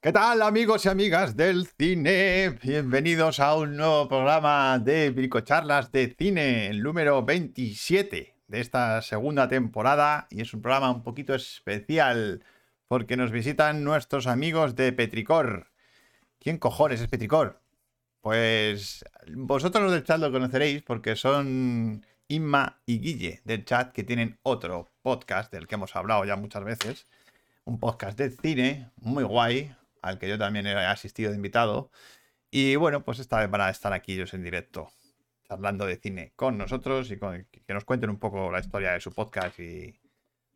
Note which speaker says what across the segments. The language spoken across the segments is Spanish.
Speaker 1: ¿Qué tal amigos y amigas del cine? Bienvenidos a un nuevo programa de Bricocharlas de Cine, el número 27 de esta segunda temporada y es un programa un poquito especial porque nos visitan nuestros amigos de Petricor. ¿Quién cojones es Petricor? Pues vosotros los del chat lo conoceréis porque son Inma y Guille del chat que tienen otro podcast del que hemos hablado ya muchas veces. Un podcast de cine muy guay, al que yo también he asistido de invitado. Y bueno, pues esta vez van a estar aquí ellos en directo, charlando de cine con nosotros y con- que nos cuenten un poco la historia de su podcast y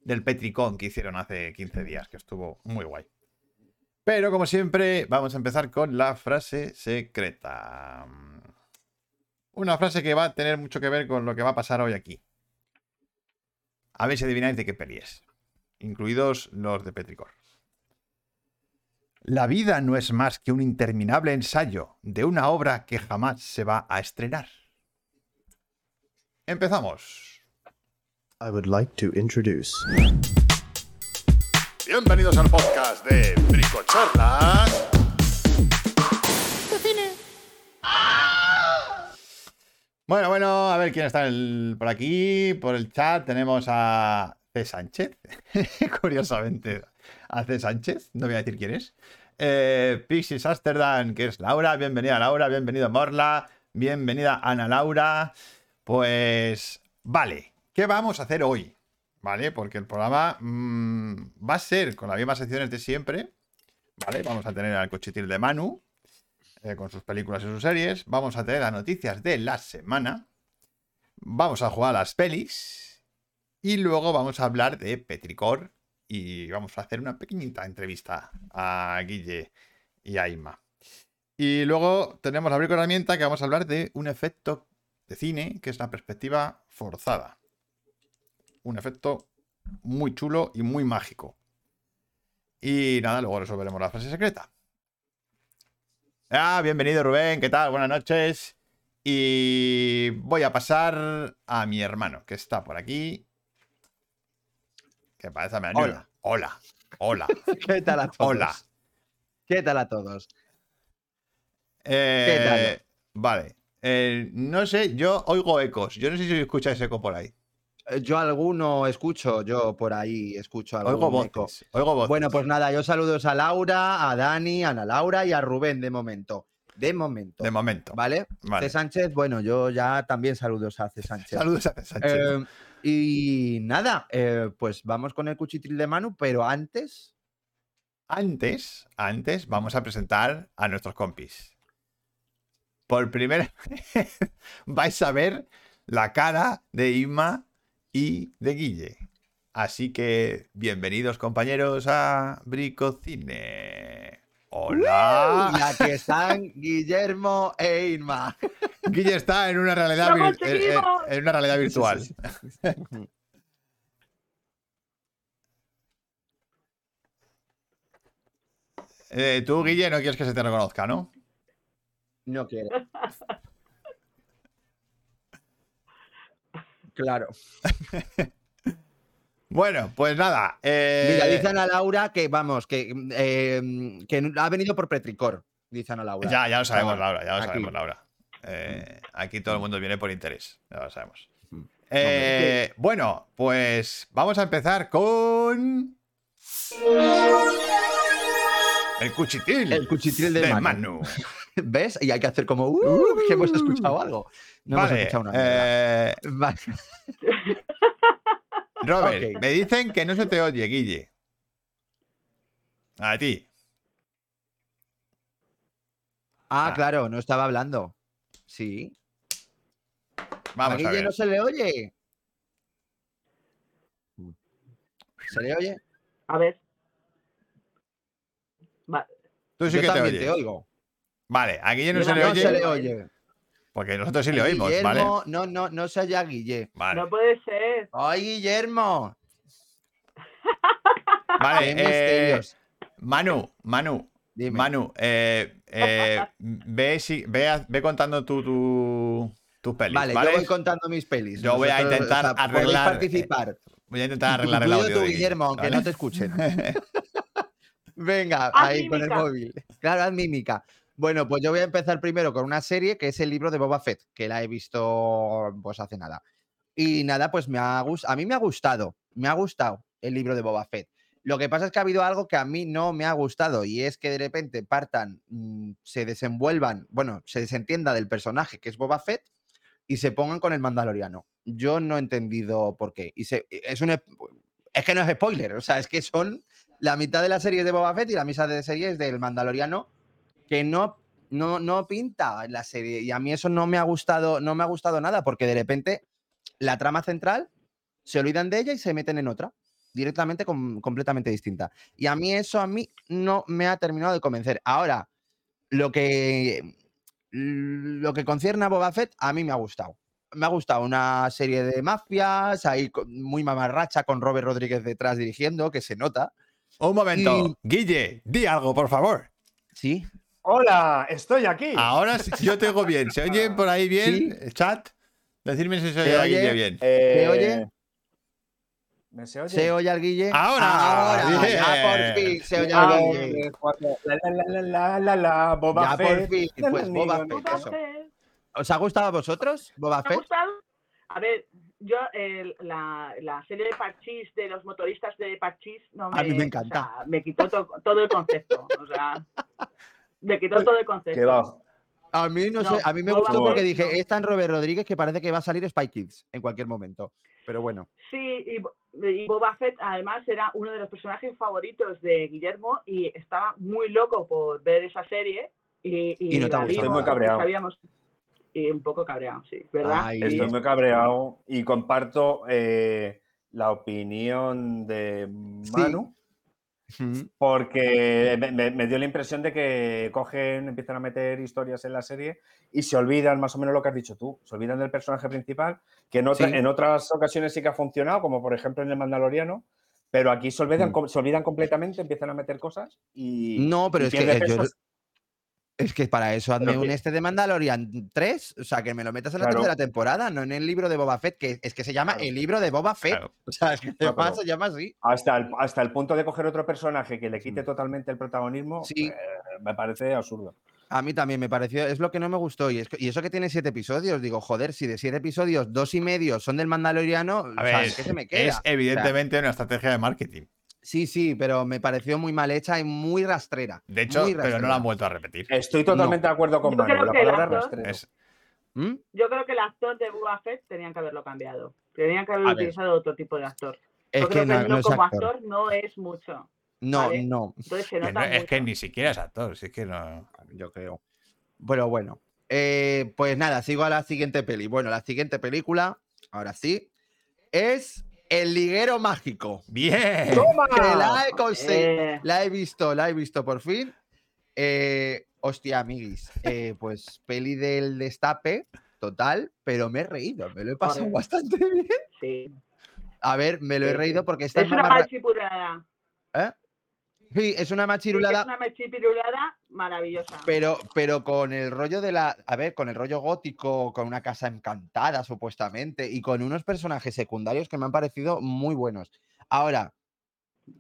Speaker 1: del Petricón que hicieron hace 15 días, que estuvo muy guay. Pero como siempre, vamos a empezar con la frase secreta. Una frase que va a tener mucho que ver con lo que va a pasar hoy aquí. A ver si adivináis de qué peli es, incluidos los de Petricor. La vida no es más que un interminable ensayo de una obra que jamás se va a estrenar. Empezamos.
Speaker 2: I would like to introduce.
Speaker 3: Bienvenidos al podcast de Bricocharlas.
Speaker 1: Ah. Bueno, bueno, a ver quién está el- por aquí, por el chat. Tenemos a C. Sánchez, curiosamente, a C. Sánchez, no voy a decir quién es. Eh, Pixies Amsterdam, que es Laura, bienvenida Laura, bienvenido Morla, bienvenida Ana Laura. Pues, vale, ¿qué vamos a hacer hoy? ¿Vale? Porque el programa mm, va a ser con las mismas secciones de siempre. ¿Vale? Vamos a tener al cochitil de Manu, eh, con sus películas y sus series. Vamos a tener las noticias de la semana. Vamos a jugar a las pelis. Y luego vamos a hablar de Petricor. Y vamos a hacer una pequeñita entrevista a Guille y a Inma. Y luego tenemos la con herramienta que vamos a hablar de un efecto de cine que es la perspectiva forzada. Un efecto muy chulo y muy mágico. Y nada, luego resolveremos la frase secreta. Ah, bienvenido Rubén, ¿qué tal? Buenas noches. Y voy a pasar a mi hermano, que está por aquí. ¿Qué pasa, me ayuda? Hola, hola,
Speaker 4: ¿Qué tal a todos?
Speaker 1: hola.
Speaker 4: ¿Qué tal a todos?
Speaker 1: Eh, Vale. Eh, no sé, yo oigo ecos. Yo no sé si escucháis eco por ahí.
Speaker 4: Eh, Yo alguno escucho, yo por ahí escucho algo.
Speaker 1: Oigo voces. Oigo voces.
Speaker 4: Bueno, pues nada, yo saludos a Laura, a Dani, a Ana Laura y a Rubén de momento. De momento.
Speaker 1: de momento.
Speaker 4: ¿Vale?
Speaker 1: Vale.
Speaker 4: C. Sánchez, bueno, yo ya también saludos a C. Sánchez.
Speaker 1: Saludos a Sánchez.
Speaker 4: Eh, y nada, eh, pues vamos con el cuchitril de Manu, pero antes,
Speaker 1: Antes, antes vamos a presentar a nuestros compis. Por primera vez vais a ver la cara de Inma y de Guille. Así que bienvenidos compañeros a Bricocine. Hola.
Speaker 4: ya que están Guillermo e Irma.
Speaker 1: Guille está en una realidad,
Speaker 5: ¡Lo
Speaker 1: vir- en- en-
Speaker 5: conseguimos!
Speaker 1: en una realidad virtual. Eh, tú, Guille, no quieres que se te reconozca, ¿no?
Speaker 4: No quiere. Claro.
Speaker 1: Bueno, pues nada. eh,
Speaker 4: Mira, dice Ana Laura que vamos, que, eh, que ha venido por Petricor, dice Ana Laura.
Speaker 1: Ya, ya lo sabemos,
Speaker 4: Laura,
Speaker 1: Laura, ya lo
Speaker 4: aquí.
Speaker 1: sabemos, Laura. Eh, aquí todo el mundo viene por interés, ya lo sabemos.
Speaker 4: Mm.
Speaker 1: Eh, bueno, pues vamos a empezar con... El cuchitil.
Speaker 4: El cuchitril de,
Speaker 1: de
Speaker 4: Manu.
Speaker 1: Manu.
Speaker 4: ¿Ves? Y hay que hacer como, "Uh, que hemos escuchado algo. No hemos
Speaker 1: Vale.
Speaker 4: escuchado una mierda.
Speaker 1: eh,
Speaker 4: Vale.
Speaker 1: Robert,
Speaker 4: Ok.
Speaker 1: me dicen que no se te oye, Guille. A ti.
Speaker 4: Ah,
Speaker 1: ah.
Speaker 4: claro, no estaba hablando. Sí.
Speaker 1: Vamos
Speaker 4: Maguille
Speaker 1: a ver.
Speaker 4: no se le oye. ¿Se le oye?
Speaker 5: A ver. Va-
Speaker 1: Tú sí
Speaker 4: Yo
Speaker 1: que te
Speaker 4: también
Speaker 1: oyes.
Speaker 4: te oigo.
Speaker 1: Vale, a Guille no se le
Speaker 4: no se
Speaker 1: oye
Speaker 4: le oye.
Speaker 1: porque nosotros sí le oímos, ¿vale?
Speaker 4: Guillermo, No, no, no se oye a Guille.
Speaker 1: Vale.
Speaker 5: No puede ser.
Speaker 4: ¡Ay, Guillermo!
Speaker 1: Vale,
Speaker 4: ¡Qué
Speaker 1: eh,
Speaker 4: misterios!
Speaker 1: Manu, Manu,
Speaker 4: Dime.
Speaker 1: Manu, eh, eh, ve, si, ve, a- ve contando tú tu, tus pelis,
Speaker 4: vale,
Speaker 1: ¿vale?
Speaker 4: yo voy contando mis pelis.
Speaker 1: Yo voy a intentar
Speaker 4: podéis
Speaker 1: arreglar, eh,
Speaker 4: participar.
Speaker 1: Voy a intentar arreglar el
Speaker 4: Incluido
Speaker 1: audio
Speaker 4: tú,
Speaker 1: de Guille,
Speaker 4: Guillermo, aunque
Speaker 1: ¿vale?
Speaker 4: no te escuchen. Venga,
Speaker 5: Haz
Speaker 4: ahí con el
Speaker 5: mímica.
Speaker 4: móvil. Claro, haz mímica. Bueno, pues yo voy a empezar primero con una serie que es el libro de Boba Fett, que la he visto pues hace nada. Y nada, pues me ha gus- a mí me ha gustado, me ha gustado el libro de Boba Fett. Lo que pasa es que ha habido algo que a mí no me ha gustado y es que de repente partan, mm, se desenvuelvan, bueno, se desentienda del personaje que es Boba Fett y se pongan con el mandaloriano. Yo no he entendido por qué. Y se- es, un, es- es que no es spoiler, o sea, es que son la mitad de la serie de Boba Fett y la mitad de series del Mandaloriano que no, no, no pinta en la serie. Y a mí eso no me ha gustado, no me ha gustado nada, porque de repente la trama central se olvidan de ella y se meten en otra, directamente com- completamente distinta. Y a mí eso a mí no me ha terminado de convencer. Ahora, lo que lo que concierne a Boba Fett, a mí me ha gustado. Me ha gustado una serie de mafias, ahí co- muy mamarracha con Robert Rodríguez detrás dirigiendo, que se nota.
Speaker 1: Un momento.
Speaker 4: Y-
Speaker 1: Guille, di algo, por favor.
Speaker 4: Sí,
Speaker 5: Hola, estoy aquí.
Speaker 1: Ahora sí- yo te oigo bien. ¿Se oye por ahí bien? el Chat. Decidme si se oye
Speaker 4: ¿Se
Speaker 1: a
Speaker 4: oye?
Speaker 1: Guille bien.
Speaker 5: Eh,
Speaker 4: oye?
Speaker 5: ¿Me se oye?
Speaker 4: se oye al Guille.
Speaker 1: Ahora,
Speaker 4: Ahora,
Speaker 1: bien.
Speaker 4: ya por fin se oye
Speaker 5: Ah,
Speaker 4: al Guille.
Speaker 5: hombre, Juanjo. La, la, la, la, la, la, la, Boba
Speaker 4: Ya
Speaker 5: Fett.
Speaker 4: por fin,
Speaker 5: No,
Speaker 4: pues
Speaker 5: no,
Speaker 4: Boba
Speaker 5: no,
Speaker 4: Fett,
Speaker 5: no.
Speaker 4: eso. ¿Os ha gustado a vosotros, Boba
Speaker 6: ¿Te ha
Speaker 4: Fett?
Speaker 6: gustado? A ver, yo eh, la, la serie de Parchís, de los motoristas de Parchís, no me,
Speaker 4: A mí me
Speaker 6: o sea,
Speaker 4: encanta.
Speaker 6: me quitó to- todo el concepto. O sea, me quitó
Speaker 4: Pues,
Speaker 6: todo el concepto.
Speaker 5: Que va.
Speaker 4: A mí no,
Speaker 6: No,
Speaker 4: sé, a mí me
Speaker 6: Boba
Speaker 4: gustó porque
Speaker 6: Fett
Speaker 4: dije,
Speaker 6: no.
Speaker 4: es tan Robert Rodríguez que parece que va a salir Spy Kids en cualquier momento. Pero bueno,
Speaker 6: Sí, y, Bo- y Boba Fett además era uno de los personajes favoritos de Guillermo y estaba muy loco por ver esa serie. Y,
Speaker 4: Y no te
Speaker 6: la
Speaker 4: ha gustado.
Speaker 6: vimos,
Speaker 5: Estoy muy cabreado.
Speaker 6: sabíamos- y un poco cabreado, sí, ¿verdad?
Speaker 4: Ay,
Speaker 6: Y-
Speaker 5: Estoy muy cabreado y comparto eh, la opinión de Manu.
Speaker 4: ujú,
Speaker 5: Porque me, me- me dio la impresión de que cogen, empiezan a meter historias en la serie y se olvidan más o menos lo que has dicho tú. Se olvidan del personaje principal, que en, otra-
Speaker 4: Sí.
Speaker 5: en otras ocasiones sí que ha funcionado, como por ejemplo en El Mandaloriano, pero aquí se olvidan,
Speaker 4: Mm.
Speaker 5: com- se olvidan completamente, empiezan a meter cosas y.
Speaker 4: No, pero
Speaker 5: y
Speaker 4: es que
Speaker 5: pierde
Speaker 4: eh, yo-
Speaker 5: peso.
Speaker 4: es que para eso hazme
Speaker 5: Pero
Speaker 4: un
Speaker 5: que-
Speaker 4: este de Mandalorian 3, o sea, que me lo metas en la
Speaker 5: Claro.
Speaker 4: tercera temporada, no en el libro de Boba Fett, que es que se llama
Speaker 5: Claro.
Speaker 4: el libro de Boba Fett.
Speaker 1: Claro.
Speaker 4: O sea, es que
Speaker 5: pero-
Speaker 4: además se llama así.
Speaker 5: Hasta el, hasta el punto de coger otro personaje que le quite
Speaker 1: Mm.
Speaker 5: totalmente el protagonismo,
Speaker 4: Sí.
Speaker 5: eh, me parece absurdo.
Speaker 4: A mí también me pareció, es lo que no me gustó. Y, es que- y eso que tiene siete episodios, digo, joder, si de siete episodios, dos y medio son del Mandaloriano, o
Speaker 1: A
Speaker 4: sea,
Speaker 1: ver,
Speaker 4: es que se me queda.
Speaker 1: es evidentemente una estrategia de marketing.
Speaker 4: Sí, sí, pero me pareció muy mal hecha y muy rastrera.
Speaker 1: De hecho,
Speaker 4: muy Eh,
Speaker 1: pero no la
Speaker 4: rastrera.
Speaker 1: han vuelto a repetir.
Speaker 5: Estoy totalmente de acuerdo con
Speaker 6: Yo
Speaker 5: Manu,
Speaker 6: creo
Speaker 5: la
Speaker 6: que el
Speaker 5: palabra
Speaker 6: actor-
Speaker 5: rastrero.
Speaker 1: Es-
Speaker 4: ¿Mm?
Speaker 6: Yo creo que el actor de Boba Fett tenían que haberlo cambiado. Tenían que haber
Speaker 4: A ver.
Speaker 6: utilizado otro tipo de actor.
Speaker 4: Es
Speaker 6: Yo creo
Speaker 4: que no,
Speaker 6: el
Speaker 4: no
Speaker 6: no
Speaker 4: es
Speaker 6: como
Speaker 4: actor.
Speaker 6: actor no es mucho.
Speaker 4: No,
Speaker 6: ¿vale?
Speaker 4: no,
Speaker 6: Entonces se
Speaker 1: que
Speaker 6: nota
Speaker 1: no- es
Speaker 6: mucho.
Speaker 1: que ni siquiera es actor. Si es que no.
Speaker 4: yo creo. Pero bueno, eh, pues nada, sigo a la siguiente peli. Bueno, la siguiente película, ahora sí, es El liguero mágico.
Speaker 1: ¡Bien!
Speaker 4: Que la he conseguido.
Speaker 6: Eh,
Speaker 4: La he visto, la he visto por fin. Eh, hostia, amiguis. eh, pues peli del destape, total, pero me he reído, me lo he pasado
Speaker 6: Joder.
Speaker 4: bastante bien.
Speaker 6: sí.
Speaker 4: A ver, me lo he
Speaker 6: Sí,
Speaker 4: reído porque está
Speaker 6: Es una machipurada.
Speaker 4: Sí, es una
Speaker 6: Es
Speaker 4: machirulada,
Speaker 6: una machipurada maravillosa.
Speaker 4: pero, pero con el rollo de la. A ver, con el rollo gótico, con una casa encantada, supuestamente, y con unos personajes secundarios que me han parecido muy buenos. Ahora,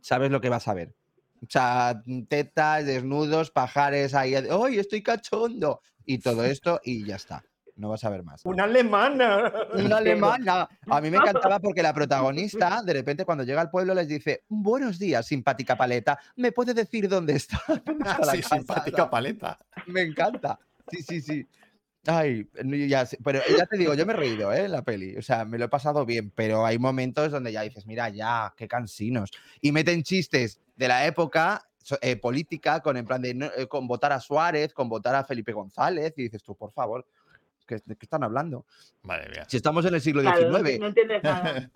Speaker 4: sabes lo que vas a ver. O sea, tetas, desnudos, pajares ahí. ¡Ay, estoy cachondo! Y todo esto, y ya está. No vas a ver más.
Speaker 5: Una alemana.
Speaker 4: Una alemana. A mí me encantaba porque la protagonista, de repente, cuando llega al pueblo, les dice: Buenos días, simpática paleta. ¿Me puede decir dónde está? ¿Dónde está la
Speaker 1: Sí,
Speaker 4: casa?".
Speaker 1: simpática paleta.
Speaker 4: Me encanta. Sí, sí, sí. Ay, no, yo ya sé- pero ya te digo, yo me he reído, ¿eh? En la peli. O sea, me lo he pasado bien, pero hay momentos donde ya dices, mira, ya, qué cansinos. Y meten chistes de la época so- eh, política con en plan de no- eh, con votar a Suárez, con votar a Felipe González, y dices tú, por favor, ¿qué, ¿de qué están hablando?
Speaker 1: Madre mía.
Speaker 4: Si estamos en el siglo
Speaker 6: Claro, no,
Speaker 4: XIX.
Speaker 6: no entiendes nada.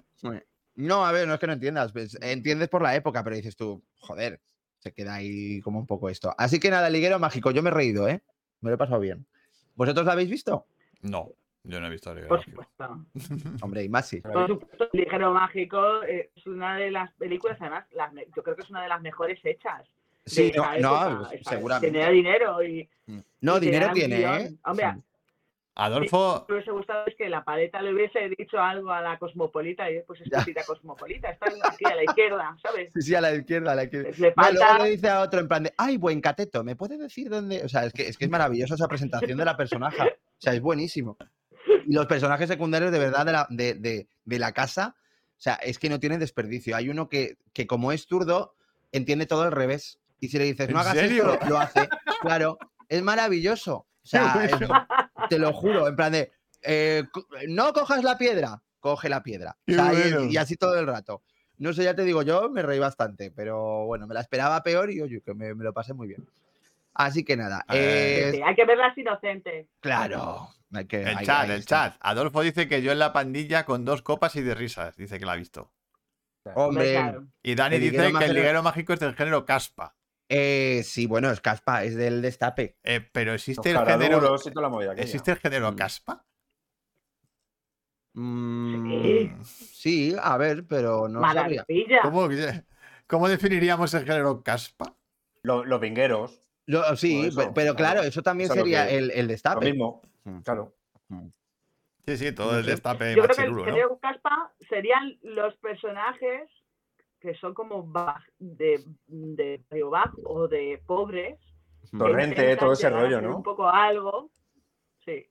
Speaker 4: No, a ver, no es que no entiendas, pues, entiendes por la época, pero dices tú, joder, se queda ahí como un poco esto. Así que nada, liguero mágico, yo me he reído, ¿eh? Me lo he pasado bien. ¿Vosotros la habéis visto?
Speaker 1: No, yo no he visto el
Speaker 6: Por
Speaker 1: biográfico.
Speaker 6: supuesto.
Speaker 4: Hombre, y más sí.
Speaker 6: Por supuesto, El Ligero Mágico eh, es una de las películas, además, las me- yo creo que es una de las mejores hechas. de
Speaker 4: Sí,
Speaker 6: esa
Speaker 4: no, no,
Speaker 6: época.
Speaker 4: pues,
Speaker 6: Esa-
Speaker 4: seguramente.
Speaker 6: Tenía dinero y.
Speaker 4: No,
Speaker 6: y tenía
Speaker 4: dinero
Speaker 6: un
Speaker 4: tiene,
Speaker 6: guión.
Speaker 4: ¿eh?
Speaker 6: Hombre,
Speaker 1: Adolfo,
Speaker 6: me hubiese gustado es que la paleta le hubiese dicho algo a la cosmopolita y pues es
Speaker 4: Ya.
Speaker 6: cosita cosmopolita, está aquí a la izquierda, ¿sabes?
Speaker 4: Sí, sí, a la izquierda, a la izquierda.
Speaker 6: Le
Speaker 4: No, luego
Speaker 6: falta.
Speaker 4: le dice a otro en plan de, ay, buen cateto, ¿me puedes decir dónde? O sea, es que es, que es maravillosa esa presentación de la personaje. O sea, es buenísimo. Y los personajes secundarios de verdad de la, de, de- de la casa, o sea, es que no tienen desperdicio. Hay uno que, que como es zurdo, entiende todo al revés. Y si le dices,
Speaker 1: ¿En
Speaker 4: no hagas
Speaker 1: serio?
Speaker 4: esto, lo, lo hace. Claro, es maravilloso. O sea, es- te lo juro, en plan de, eh, co- no cojas la piedra, coge la piedra. O
Speaker 1: Qué
Speaker 4: sea, y-
Speaker 1: bueno.
Speaker 4: y así todo el rato. No sé, ya te digo, yo me reí bastante, pero bueno, me la esperaba peor y oye, que me, me lo pasé muy bien. Así que nada,
Speaker 1: Ah,
Speaker 4: eh,
Speaker 6: Sí, hay que verlas inocentes.
Speaker 4: claro. hay que-
Speaker 1: el
Speaker 4: hay-
Speaker 1: chat,
Speaker 4: ahí
Speaker 1: el
Speaker 4: está.
Speaker 1: chat. Adolfo dice que yo en la pandilla con dos copas y de risas. Dice que la ha visto.
Speaker 6: Hombre,
Speaker 4: Hombre,
Speaker 6: claro.
Speaker 1: Y Dani
Speaker 4: El
Speaker 1: dice
Speaker 4: liguero
Speaker 1: que el
Speaker 4: mágico-
Speaker 1: liguero mágico es del género caspa.
Speaker 4: eh, sí, bueno, es caspa, es del destape.
Speaker 1: Eh, pero existe el
Speaker 5: Los
Speaker 1: género.
Speaker 5: caraduros y toda la movida aquella.
Speaker 1: ¿Existe el género
Speaker 4: Mm.
Speaker 1: caspa?
Speaker 4: Mm,
Speaker 6: Sí.
Speaker 4: sí, a ver, pero no sabría.
Speaker 6: Maravilla.
Speaker 1: ¿Cómo, que- cómo definiríamos el género caspa?
Speaker 5: Lo- los vingueros,
Speaker 4: Yo- sí,
Speaker 5: Por eso,
Speaker 4: pe- pero claro,
Speaker 5: claro.
Speaker 4: eso también
Speaker 5: Eso es lo
Speaker 4: sería
Speaker 5: que-
Speaker 4: el, el
Speaker 5: lo
Speaker 4: destape.
Speaker 5: mismo.
Speaker 4: Mm.
Speaker 5: Claro.
Speaker 1: Sí, sí, todo
Speaker 4: No
Speaker 1: el
Speaker 4: sé.
Speaker 1: destape
Speaker 6: Yo creo que el
Speaker 1: machirulo, ¿no?
Speaker 6: creo que Caspa serían los personajes que son como baj- de, de Río Bajo o de pobres. que
Speaker 5: Torrente,
Speaker 6: intentan
Speaker 5: todo ese
Speaker 6: llegar a
Speaker 5: rollo,
Speaker 6: hacer
Speaker 5: ¿no?
Speaker 6: Un poco algo. Sí.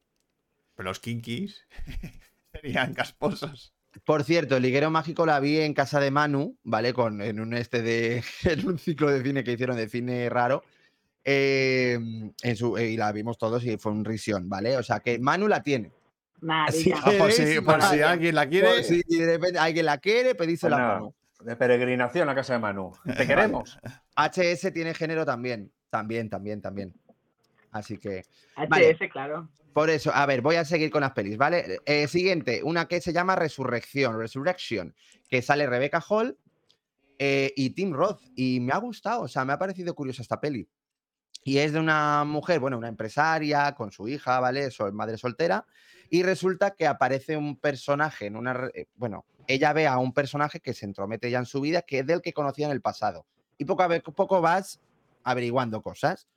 Speaker 1: Pero los kinkis serían casposos.
Speaker 4: Por cierto, el liguero mágico la vi en casa de Manu, ¿vale? Con, en un este de. en un ciclo de cine que hicieron de cine raro. eh, en su, y la vimos todos y fue un risión, ¿vale? O sea que Manu la tiene. Así
Speaker 6: Maravilla.
Speaker 4: que-
Speaker 1: Ah, por si,
Speaker 4: Eres
Speaker 1: por si
Speaker 4: maravilla.
Speaker 1: alguien la quiere.
Speaker 4: Si de repente alguien la quiere, pedísela a
Speaker 5: Pues nada.
Speaker 4: Manu.
Speaker 5: De peregrinación a casa de Manu. Te queremos.
Speaker 4: HS tiene género también. También, también, también. Así que. Vale.
Speaker 6: HS, claro.
Speaker 4: Por eso, a ver, voy a seguir con las pelis, ¿vale? Eh, siguiente, una que se llama Resurrección, Resurrection, que sale Rebecca Hall eh, y Tim Roth. Y me ha gustado, o sea, me ha parecido curiosa esta peli. Y es de una mujer, bueno, una empresaria con su hija, ¿vale? Sol- madre soltera. Y resulta que aparece un personaje en una. re- eh, Bueno, ella ve a un personaje que se entromete ya en su vida, que es del que conocía en el pasado. Y poco a ve- poco vas averiguando cosas.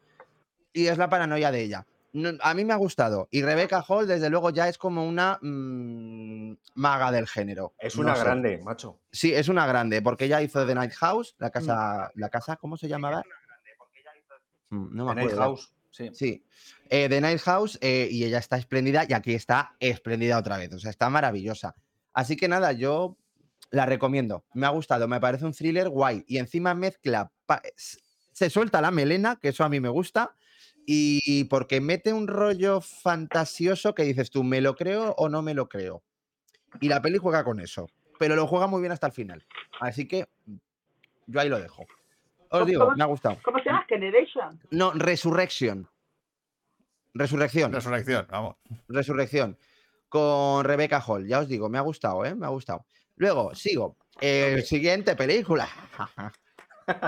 Speaker 4: Y es la paranoia de ella. No- a mí me ha gustado. Y Rebecca Hall, desde luego, ya es como una mm, maga del género.
Speaker 5: Es
Speaker 4: No
Speaker 5: una
Speaker 4: sé.
Speaker 5: grande, macho.
Speaker 4: Sí, es una grande, porque ella hizo The Night House, la casa, la casa, ¿cómo se llamaba? Mm, No me
Speaker 5: The Night
Speaker 4: acuerdo.
Speaker 5: House. Sí.
Speaker 4: Sí. Eh, The Night House, eh, y ella está espléndida, y aquí está espléndida otra vez. O sea, está maravillosa. Así que nada, yo la recomiendo. Me ha gustado, me parece un thriller guay. Y encima mezcla. pa- s- Se suelta la melena, que eso a mí me gusta. Y porque mete un rollo fantasioso que dices tú, ¿me lo creo o no me lo creo? Y la peli juega con eso. Pero lo juega muy bien hasta el final. Así que yo ahí lo dejo. Os
Speaker 6: ¿Cómo-
Speaker 4: digo,
Speaker 6: cómo-
Speaker 4: me ha gustado.
Speaker 6: ¿Cómo se llama? Generation.
Speaker 4: No, Resurrection. Resurrección.
Speaker 1: Resurrección, vamos.
Speaker 4: Resurrección. Con Rebecca Hall. Ya os digo, me ha gustado, ¿eh? Me ha gustado.
Speaker 1: Ah,
Speaker 4: Luego, sigo. Eh, Siguiente película.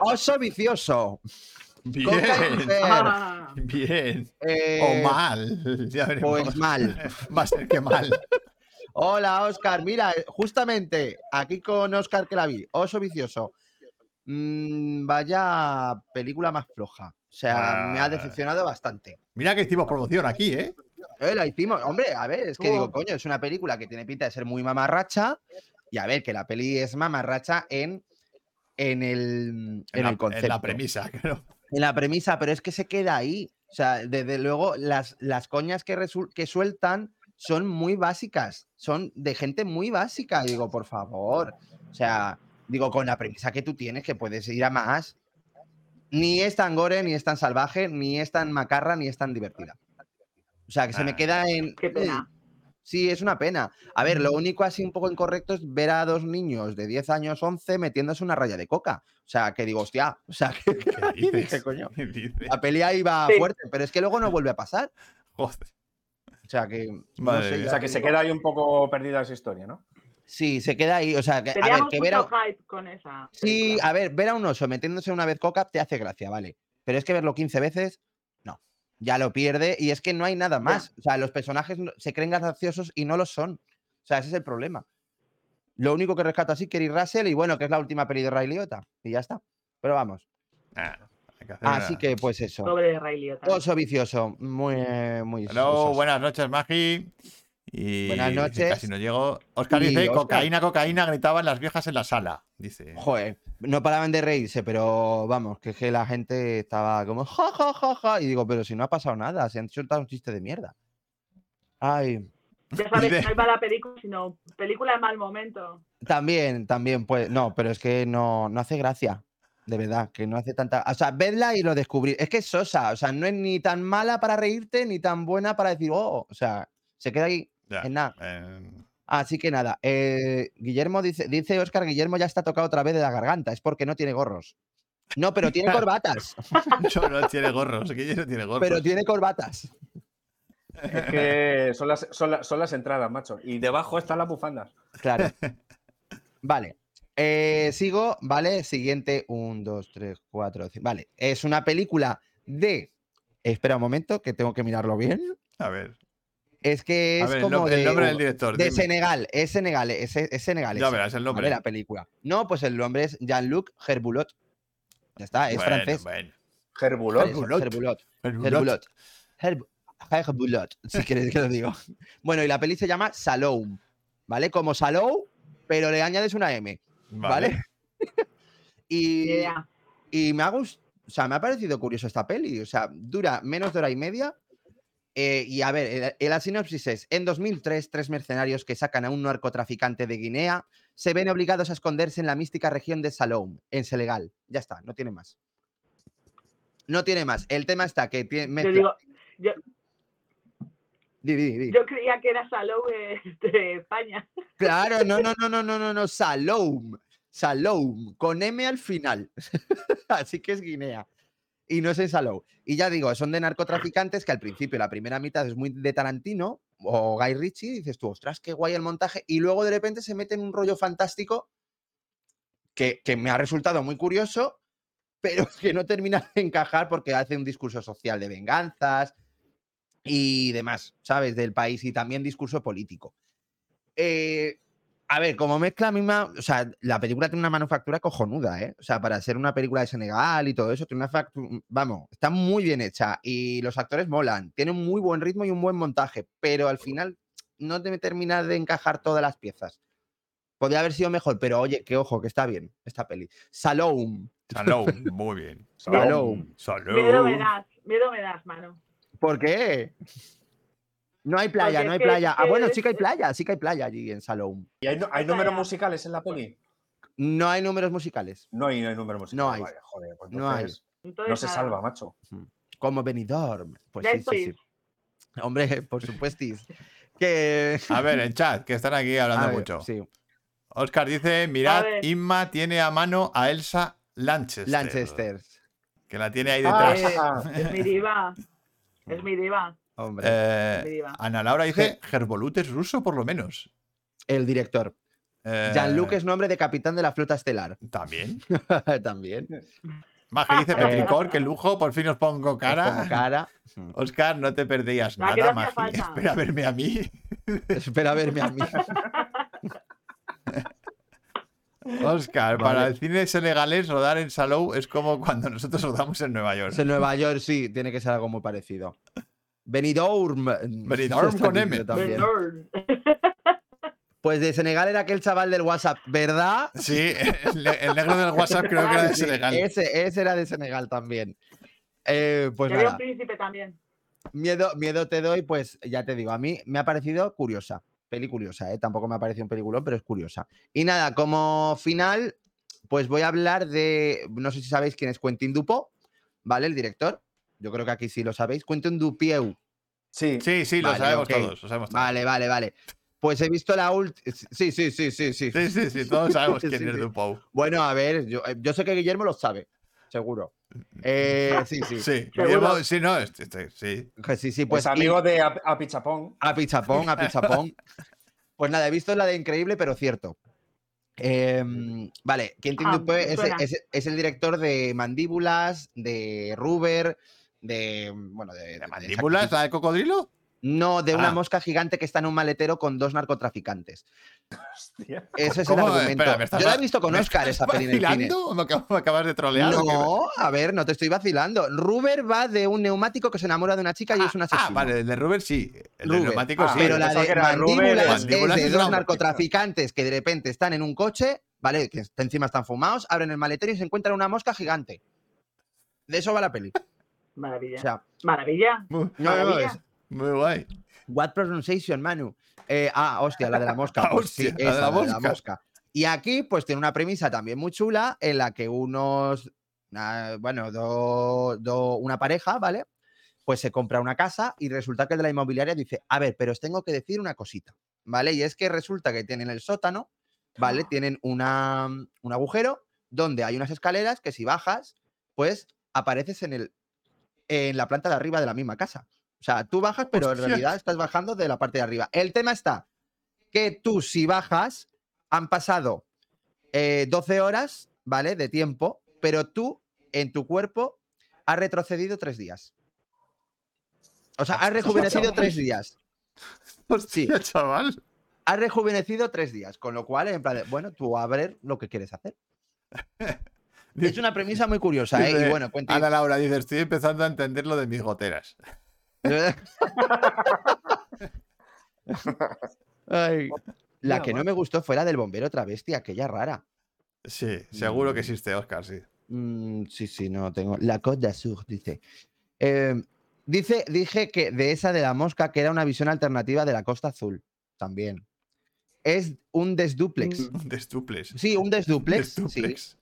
Speaker 4: Oso vicioso. con
Speaker 1: Bien, Oh,
Speaker 4: Kaiser.
Speaker 6: Ah,
Speaker 1: bien.
Speaker 4: Eh,
Speaker 1: O mal. Ya veremos.
Speaker 4: Pues mal.
Speaker 1: Va a ser que mal.
Speaker 4: Hola, Oscar. Mira, justamente aquí con Oscar que la vi. Oso vicioso. Mm, vaya película más floja. O sea, me ha
Speaker 1: Ah.
Speaker 4: decepcionado bastante.
Speaker 1: Mira que hicimos promoción aquí, ¿eh?
Speaker 4: Eh, la hicimos. Hombre, a ver, es que digo,
Speaker 6: Oh.
Speaker 4: coño, es una película que tiene pinta de ser muy mamarracha. Y a ver, que la peli es mamarracha en, en el, en
Speaker 1: la,
Speaker 4: el concepto.
Speaker 1: la premisa, claro.
Speaker 4: En la premisa, pero es que se queda ahí. O sea, desde luego, las, las coñas que, resu- que sueltan son muy básicas. Son de gente muy básica. Y digo, por favor. O sea, digo, con la premisa que tú tienes, que puedes ir a más. Ni es tan gore, ni es tan salvaje, ni es tan macarra, ni es tan divertida. O sea, que se
Speaker 1: Ah.
Speaker 4: me queda en.
Speaker 6: qué pena.
Speaker 4: Sí, es una pena. A ver, lo único así un poco incorrecto es ver a dos niños de 10 años, 11, metiéndose una raya de coca. O sea, que digo, hostia, o sea, que
Speaker 1: ¿Qué
Speaker 4: dije,
Speaker 1: dices?
Speaker 4: coño. Ah,
Speaker 1: ¿Qué dices?
Speaker 4: la pelea iba
Speaker 6: Sí.
Speaker 4: fuerte, pero es que luego no vuelve a pasar.
Speaker 1: Joder.
Speaker 4: O sea, que. no
Speaker 1: Madre
Speaker 4: sé,
Speaker 1: mía.
Speaker 4: ya
Speaker 5: O sea,
Speaker 4: te
Speaker 5: que se
Speaker 4: digo.
Speaker 5: queda ahí un poco perdida esa historia, ¿no?
Speaker 4: Sí, se queda ahí. O sea, que, Eh, a ver,
Speaker 6: Teníamos
Speaker 4: que ver a,
Speaker 6: mucho hype con esa.
Speaker 4: sí,
Speaker 6: película.
Speaker 4: a ver, ver a un oso metiéndose una vez coca te hace gracia, vale. Pero es que verlo 15 veces, no. Ya lo pierde y es que no hay nada más. O sea, los personajes no- se creen graciosos y no lo son. O sea, ese es el problema. Lo único que rescato así, Kerry Russell y bueno, que es la última peli de Ray Liotta. Y ya está. Pero vamos.
Speaker 1: Ah, Hay que hacer
Speaker 4: Así
Speaker 1: una-
Speaker 4: que pues eso.
Speaker 6: Sobre Ray Liotta.
Speaker 4: Oso vicioso. Muy, muy
Speaker 1: Hello,
Speaker 4: sosos.
Speaker 1: buenas noches, Magi. Y
Speaker 4: Buenas
Speaker 1: dice,
Speaker 4: noches.
Speaker 1: Casi no llego. Oscar
Speaker 4: Y
Speaker 1: dice:
Speaker 4: Óscar.
Speaker 1: cocaína, cocaína, gritaban las viejas en la sala. Dice.
Speaker 4: Joder, no paraban de reírse, pero vamos, que, es que la gente estaba como ja, ja, ja, ja. Y digo, pero si no ha pasado nada, se han soltado un chiste de mierda. Ay,
Speaker 6: Ya sabes
Speaker 1: Dice-
Speaker 6: que no es mala película, sino película de mal momento.
Speaker 4: también, también, pues, no, pero es que no, no hace gracia. De verdad, que no hace tanta. O sea, vedla y lo descubrí. Es que es sosa, o sea, no es ni tan mala para reírte, ni tan buena para decir, oh, o sea, se queda ahí
Speaker 1: ya,
Speaker 4: en nada.
Speaker 1: eh,
Speaker 4: Así que nada, eh, Guillermo dice, dice Oscar, Guillermo ya está tocado otra vez de la garganta, es porque no tiene gorros. No, pero tiene corbatas.
Speaker 1: no, no tiene gorros. Que ella no tiene gorros.
Speaker 4: Pero tiene corbatas.
Speaker 5: Es que son las, son, las, son las entradas, macho. Y debajo están las bufandas.
Speaker 4: Claro. Vale. Eh, sigo, ¿vale? Siguiente. Un, dos, tres, cuatro, cinco. Vale. Es una película de. Espera un momento, que tengo que mirarlo bien.
Speaker 1: A ver,
Speaker 4: Es que
Speaker 1: a
Speaker 4: es
Speaker 1: ver, el,
Speaker 4: como
Speaker 1: nombre,
Speaker 4: de,
Speaker 1: el nombre del director.
Speaker 4: de
Speaker 1: dime.
Speaker 4: Senegal. Es Senegal, es, es Senegal.
Speaker 1: ya verás el nombre.
Speaker 4: la película. No, pues el nombre es Jean-Luc Herbulot. Ya está, es
Speaker 1: Bueno,
Speaker 4: francés.
Speaker 1: bueno.
Speaker 5: Gerbulot.
Speaker 4: Eso,
Speaker 1: Herbulot.
Speaker 4: Herbulot.
Speaker 1: El
Speaker 4: Herbulot. Herb- Herbulot, si queréis que lo digo. Bueno, y la peli se llama Saloum, ¿vale? Como Salou, pero le añades una M, ¿vale?
Speaker 6: Ni
Speaker 4: y,
Speaker 6: idea.
Speaker 4: y me ha gust- o sea, me ha parecido curioso esta peli. O sea, dura menos de hora y media. Eh, y a ver, el- la sinopsis es, en 2003, tres mercenarios que sacan a un narcotraficante de Guinea se ven obligados a esconderse en la mística región de Saloum, en Senegal. Ya está, no tiene más. No tiene más. El tema está que tiene...
Speaker 6: Yo
Speaker 4: mezcla-
Speaker 6: digo,
Speaker 4: Di, di, di.
Speaker 6: yo creía que era Salou eh, de España.
Speaker 4: Claro, no, no, no, no, no, no, no. Saloum. Saloum. Con M al final. Así que es Guinea. Y no es en Salou. Y ya digo, son de narcotraficantes que al principio, la primera mitad es muy de Tarantino o Guy Ritchie. Y dices tú, ostras, qué guay el montaje. Y luego de repente se mete en un rollo fantástico que, que me ha resultado muy curioso, pero que no termina de encajar porque hace un discurso social de venganzas y demás, ¿sabes? Del país y también discurso político. Eh, a ver, como mezcla misma, o sea, la película tiene una manufactura cojonuda, ¿eh? O sea, para ser una película de Senegal y todo eso, tiene una factura, vamos, está muy bien hecha y los actores molan, tiene un muy buen ritmo y un buen montaje, pero al final no te termina de encajar todas las piezas. Podría haber sido mejor, pero oye, que ojo, que está bien esta peli. Saloum,
Speaker 1: Salou, muy bien.
Speaker 4: Saloum.
Speaker 6: Miedo me
Speaker 1: Salou.
Speaker 6: das, miedo me das, mano.
Speaker 4: ¿Por qué? No hay playa,
Speaker 6: Porque
Speaker 4: no
Speaker 6: es
Speaker 4: hay
Speaker 6: que-
Speaker 4: playa. Ah, bueno,
Speaker 6: es-
Speaker 4: sí que hay playa, sí que hay playa allí en Saloum.
Speaker 5: ¿Y hay, hay números musicales en la peli?
Speaker 4: No hay números musicales,
Speaker 5: No hay, no hay números musicales.
Speaker 4: No hay.
Speaker 5: Vale, joder, pues
Speaker 4: No hay.
Speaker 5: entonces
Speaker 6: Entonces,
Speaker 5: no se
Speaker 6: nada.
Speaker 5: salva, macho.
Speaker 4: como Benidorm. Pues sí, sí, sí.
Speaker 6: Netflix.
Speaker 4: Hombre, por supuestis. Que.
Speaker 1: A ver, el chat, que están aquí hablando
Speaker 4: A ver,
Speaker 1: mucho.
Speaker 4: Sí,
Speaker 1: Oscar dice: Mirad,
Speaker 6: ver.
Speaker 1: Inma tiene a mano a Elsa Lanchester.
Speaker 4: Lanchester.
Speaker 1: Que la tiene ahí
Speaker 5: Ah,
Speaker 1: detrás.
Speaker 5: ah,
Speaker 6: Es mi diva. Es mi diva.
Speaker 4: Hombre.
Speaker 6: Es mi
Speaker 1: Eh,
Speaker 6: diva.
Speaker 1: Ana Laura dice: Gerbolut es ruso, por lo menos.
Speaker 4: el director.
Speaker 1: Eh,
Speaker 4: Jean-Luc es nombre de capitán de la flota estelar.
Speaker 1: También.
Speaker 4: También. es
Speaker 1: Maje dice Petricor, qué lujo, por fin os pongo
Speaker 4: como
Speaker 1: cara.
Speaker 4: cara.
Speaker 1: Oscar, no te perdías
Speaker 6: La que no
Speaker 1: nada,
Speaker 6: hacía
Speaker 1: Magi.
Speaker 6: falta.
Speaker 1: Espera a verme a mí.
Speaker 4: Espera a verme a mí.
Speaker 1: Oscar, para
Speaker 4: Vale.
Speaker 1: el cine senegalés rodar en Salou es como cuando nosotros rodamos en Nueva York.
Speaker 4: Es en Nueva York, sí, tiene que ser algo muy parecido. Benidorm.
Speaker 1: Benidorm
Speaker 4: Está
Speaker 1: con M.
Speaker 4: limpio también.
Speaker 6: Benidorm.
Speaker 4: Pues de Senegal era aquel chaval del WhatsApp, ¿verdad?
Speaker 1: Sí, el, ne- el negro del WhatsApp creo que era de
Speaker 4: Sí,
Speaker 1: Senegal.
Speaker 4: Ese, ese era de Senegal también. Eh, pues
Speaker 6: Que había un
Speaker 4: nada.
Speaker 6: príncipe también.
Speaker 4: Miedo, miedo te doy, pues ya te digo, a mí me ha parecido curiosa, peli curiosa, ¿eh? tampoco me ha parecido un peliculón, pero es curiosa. Y nada, como final, pues voy a hablar de, no sé si sabéis quién es Quentin Dupo, ¿vale? El director, yo creo que aquí sí lo sabéis, Quentin Dupieu,
Speaker 5: sí,
Speaker 1: Sí, sí, lo
Speaker 4: Vale,
Speaker 1: sabemos
Speaker 4: ok.
Speaker 1: todos. Lo sabemos todos.
Speaker 4: vale, vale, vale. Pues he visto la última... Sí, sí, sí, sí, sí.
Speaker 1: Sí, sí, sí, todos sabemos
Speaker 4: Sí,
Speaker 1: quién
Speaker 4: sí,
Speaker 1: es
Speaker 4: sí.
Speaker 1: Dupou.
Speaker 4: Bueno, a ver, yo, eh, yo sé que Guillermo lo sabe, seguro. Eh, sí, sí, sí.
Speaker 1: Sí,
Speaker 6: Seguro.
Speaker 1: llevo- sí, no, este- este- sí.
Speaker 4: Sí, sí,
Speaker 5: pues
Speaker 4: pues... y-
Speaker 5: amigo de Ap- Apichapón.
Speaker 4: A pichapón, a pichapón. Pues nada, he visto la de Increíble, pero cierto. Em, vale, Quentin
Speaker 6: Ah,
Speaker 4: Dupieux
Speaker 6: me
Speaker 4: es,
Speaker 6: suena.
Speaker 4: es- es el director de Mandíbulas, de Ruber, de. Bueno, de. de- de
Speaker 1: ¿Mandíbulas? ¿La de cocodrilo?
Speaker 4: No, de una
Speaker 1: Ah.
Speaker 4: mosca gigante que está en un maletero con dos narcotraficantes.
Speaker 5: Hostia.
Speaker 4: Ese es el
Speaker 1: ¿Cómo?
Speaker 4: argumento.
Speaker 1: Espera, ¿me estás
Speaker 4: Yo la he
Speaker 1: va-
Speaker 4: visto con
Speaker 1: me
Speaker 4: Oscar esa peli en el cine.
Speaker 1: ¿Vacilando? ¿O me acab- me acabas de trolear? ¿O qué?
Speaker 4: No, a ver, no te estoy vacilando. Ruber va de un neumático que se enamora de una chica y es un asesino.
Speaker 1: Ah, vale, el de Ruber sí. El
Speaker 4: Ruber.
Speaker 1: de neumático
Speaker 5: Ah,
Speaker 1: sí.
Speaker 4: Pero la
Speaker 5: pensaba que
Speaker 4: de
Speaker 5: era Ruber,
Speaker 4: mandíbulas,
Speaker 1: Mandíbulas
Speaker 4: es
Speaker 1: es
Speaker 4: de dos
Speaker 1: una-
Speaker 4: narcotraficantes que de repente están en un coche, ¿vale? Que est- encima están fumados, abren el maletero y se encuentran una mosca gigante. De eso va la peli.
Speaker 6: Maravilla.
Speaker 4: O sea,
Speaker 6: Maravilla.
Speaker 1: Muy,
Speaker 4: no, no,
Speaker 6: Maravilla.
Speaker 4: es-
Speaker 1: muy guay.
Speaker 4: What pronunciation, Manu? Eh, ah, hostia, la de la mosca.
Speaker 1: Ah,
Speaker 4: pues sí,
Speaker 1: hostia, la de la
Speaker 4: esa, la de la
Speaker 1: mosca.
Speaker 4: mosca. Y aquí, pues tiene una premisa también muy chula en la que unos, na- bueno, do- do- una pareja, ¿vale? Pues se compra una casa y resulta que el de la inmobiliaria dice, a ver, pero os tengo que decir una cosita, ¿vale? Y es que resulta que tienen el sótano, ¿vale? Tienen una, mm, un agujero donde hay unas escaleras que si bajas, pues apareces en, el, en la planta de arriba de la misma casa. O sea, tú bajas, pero en
Speaker 1: Hostia.
Speaker 4: realidad estás bajando de la parte de arriba. El tema está que tú si bajas, han pasado eh, 12 horas, ¿vale? De tiempo, pero tú en tu cuerpo has retrocedido tres días. O sea, has rejuvenecido tres días.
Speaker 1: Hostia, chaval.
Speaker 4: Has rejuvenecido tres días, con lo cual, en plan, de, bueno, tú a ver lo que quieres hacer. Es una premisa muy curiosa, ¿eh?
Speaker 1: Dice
Speaker 4: Y bueno, cuenta.
Speaker 1: Ana Laura dice, estoy empezando a entender lo de mis goteras.
Speaker 4: Ay, la
Speaker 5: Ya,
Speaker 4: que no me gustó fue la del bombero travesti, aquella rara.
Speaker 1: Sí, seguro que existe, Oscar, sí.
Speaker 4: Mm, sí, sí, no tengo. La Côte d'Azur, dice. Eh, dice. Dije que de esa de la mosca, que era una visión alternativa de la Costa Azul, también. Es un desduplex.
Speaker 1: Mm. Destuples.
Speaker 4: Sí, un desduplex. Sí.
Speaker 1: Destuples.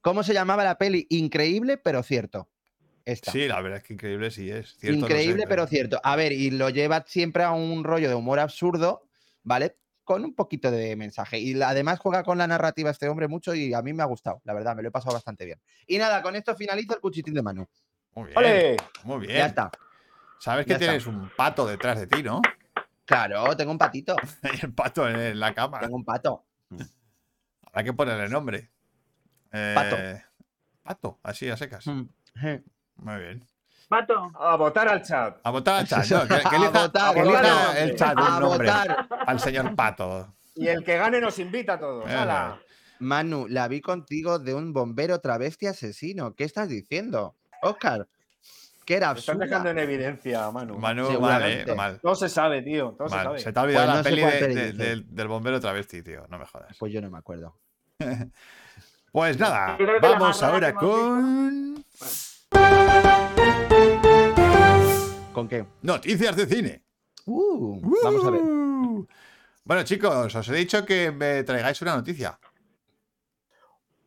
Speaker 4: ¿Cómo se llamaba la peli? Increíble, pero cierto. Esta.
Speaker 1: Sí, la verdad es que increíble sí es. Cierto, no sé,
Speaker 4: Increíble, pero
Speaker 1: claro.
Speaker 4: cierto. A ver, y lo lleva siempre a un rollo de humor absurdo, ¿vale? Con un poquito de mensaje. Y la- además juega con la narrativa este hombre mucho y a mí me ha gustado, la verdad, me lo he pasado bastante bien. Y nada, con esto finaliza el cuchitín de Manu.
Speaker 1: Muy bien.
Speaker 5: ¡Ole!
Speaker 1: Muy bien.
Speaker 4: Ya está.
Speaker 1: Sabes que
Speaker 4: Ya está.
Speaker 1: tienes un pato detrás de ti, ¿no?
Speaker 4: Claro, tengo un patito,
Speaker 1: El pato en la cama.
Speaker 4: tengo un pato.
Speaker 1: Habrá que ponerle nombre. Eh,
Speaker 4: Pato. Mm.
Speaker 1: Pato, así a secas. Muy bien.
Speaker 6: Pato.
Speaker 5: A votar al chat.
Speaker 1: A votar al chat. ¿no? Que, que
Speaker 4: A
Speaker 1: elija,
Speaker 4: votar,
Speaker 1: que
Speaker 5: a
Speaker 1: elija
Speaker 5: votar.
Speaker 1: el chat un
Speaker 4: A
Speaker 1: nombre
Speaker 4: votar.
Speaker 1: al señor Pato.
Speaker 5: Y el que gane nos invita a todos.
Speaker 1: Eh,
Speaker 5: ¡Hala!
Speaker 4: Manu, la vi contigo de un bombero travesti asesino. ¿Qué estás diciendo? Oscar, que era
Speaker 5: Te están dejando
Speaker 4: absurda.
Speaker 5: en evidencia, Manu.
Speaker 1: Manu, mal, eh,
Speaker 4: Seguramente.
Speaker 1: mal.
Speaker 5: Todo se sabe, tío. Todo
Speaker 1: Mal.
Speaker 5: se
Speaker 1: Se
Speaker 5: sabe.
Speaker 1: te ha olvidado
Speaker 4: Pues
Speaker 1: la
Speaker 4: no sé
Speaker 1: peli
Speaker 4: cuál
Speaker 1: de-
Speaker 4: peli
Speaker 1: de-
Speaker 4: dices.
Speaker 1: del, del bombero travesti, tío. No me jodas.
Speaker 4: Pues yo no me acuerdo.
Speaker 1: Pues nada,
Speaker 6: Yo creo que la
Speaker 1: vamos
Speaker 6: más rara
Speaker 1: ahora
Speaker 6: que hemos
Speaker 1: con
Speaker 4: ¿Con qué?
Speaker 1: noticias de cine.
Speaker 4: Uh, vamos a ver.
Speaker 1: Uh. Bueno, chicos, os he dicho que me traigáis una noticia.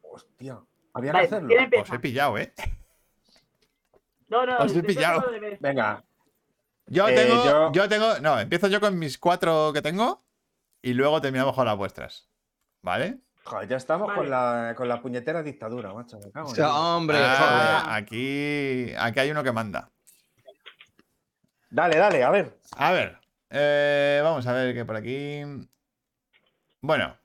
Speaker 5: Hostia. Había que
Speaker 6: Vale,
Speaker 5: hacerlo.
Speaker 6: ¿quién
Speaker 1: Os
Speaker 6: empieza?
Speaker 1: he pillado, ¿eh?
Speaker 6: No, no,
Speaker 1: os he
Speaker 6: después
Speaker 1: pillado.
Speaker 6: hablo de Best.
Speaker 5: Venga.
Speaker 1: Yo
Speaker 5: Eh,
Speaker 1: tengo, yo...
Speaker 5: yo-
Speaker 1: tengo, no, empiezo yo con mis cuatro que tengo y luego terminamos con las vuestras, ¿vale?
Speaker 5: Joder, ya estamos
Speaker 6: Vale.
Speaker 5: con, la, con la puñetera dictadura, macho. me cago en
Speaker 4: Sí,
Speaker 5: Dios.
Speaker 4: Hombre,
Speaker 1: Ah,
Speaker 4: joder.
Speaker 1: aquí, aquí hay uno que manda.
Speaker 5: Dale, dale, a ver.
Speaker 1: A ver, eh, vamos a ver que por aquí. Bueno,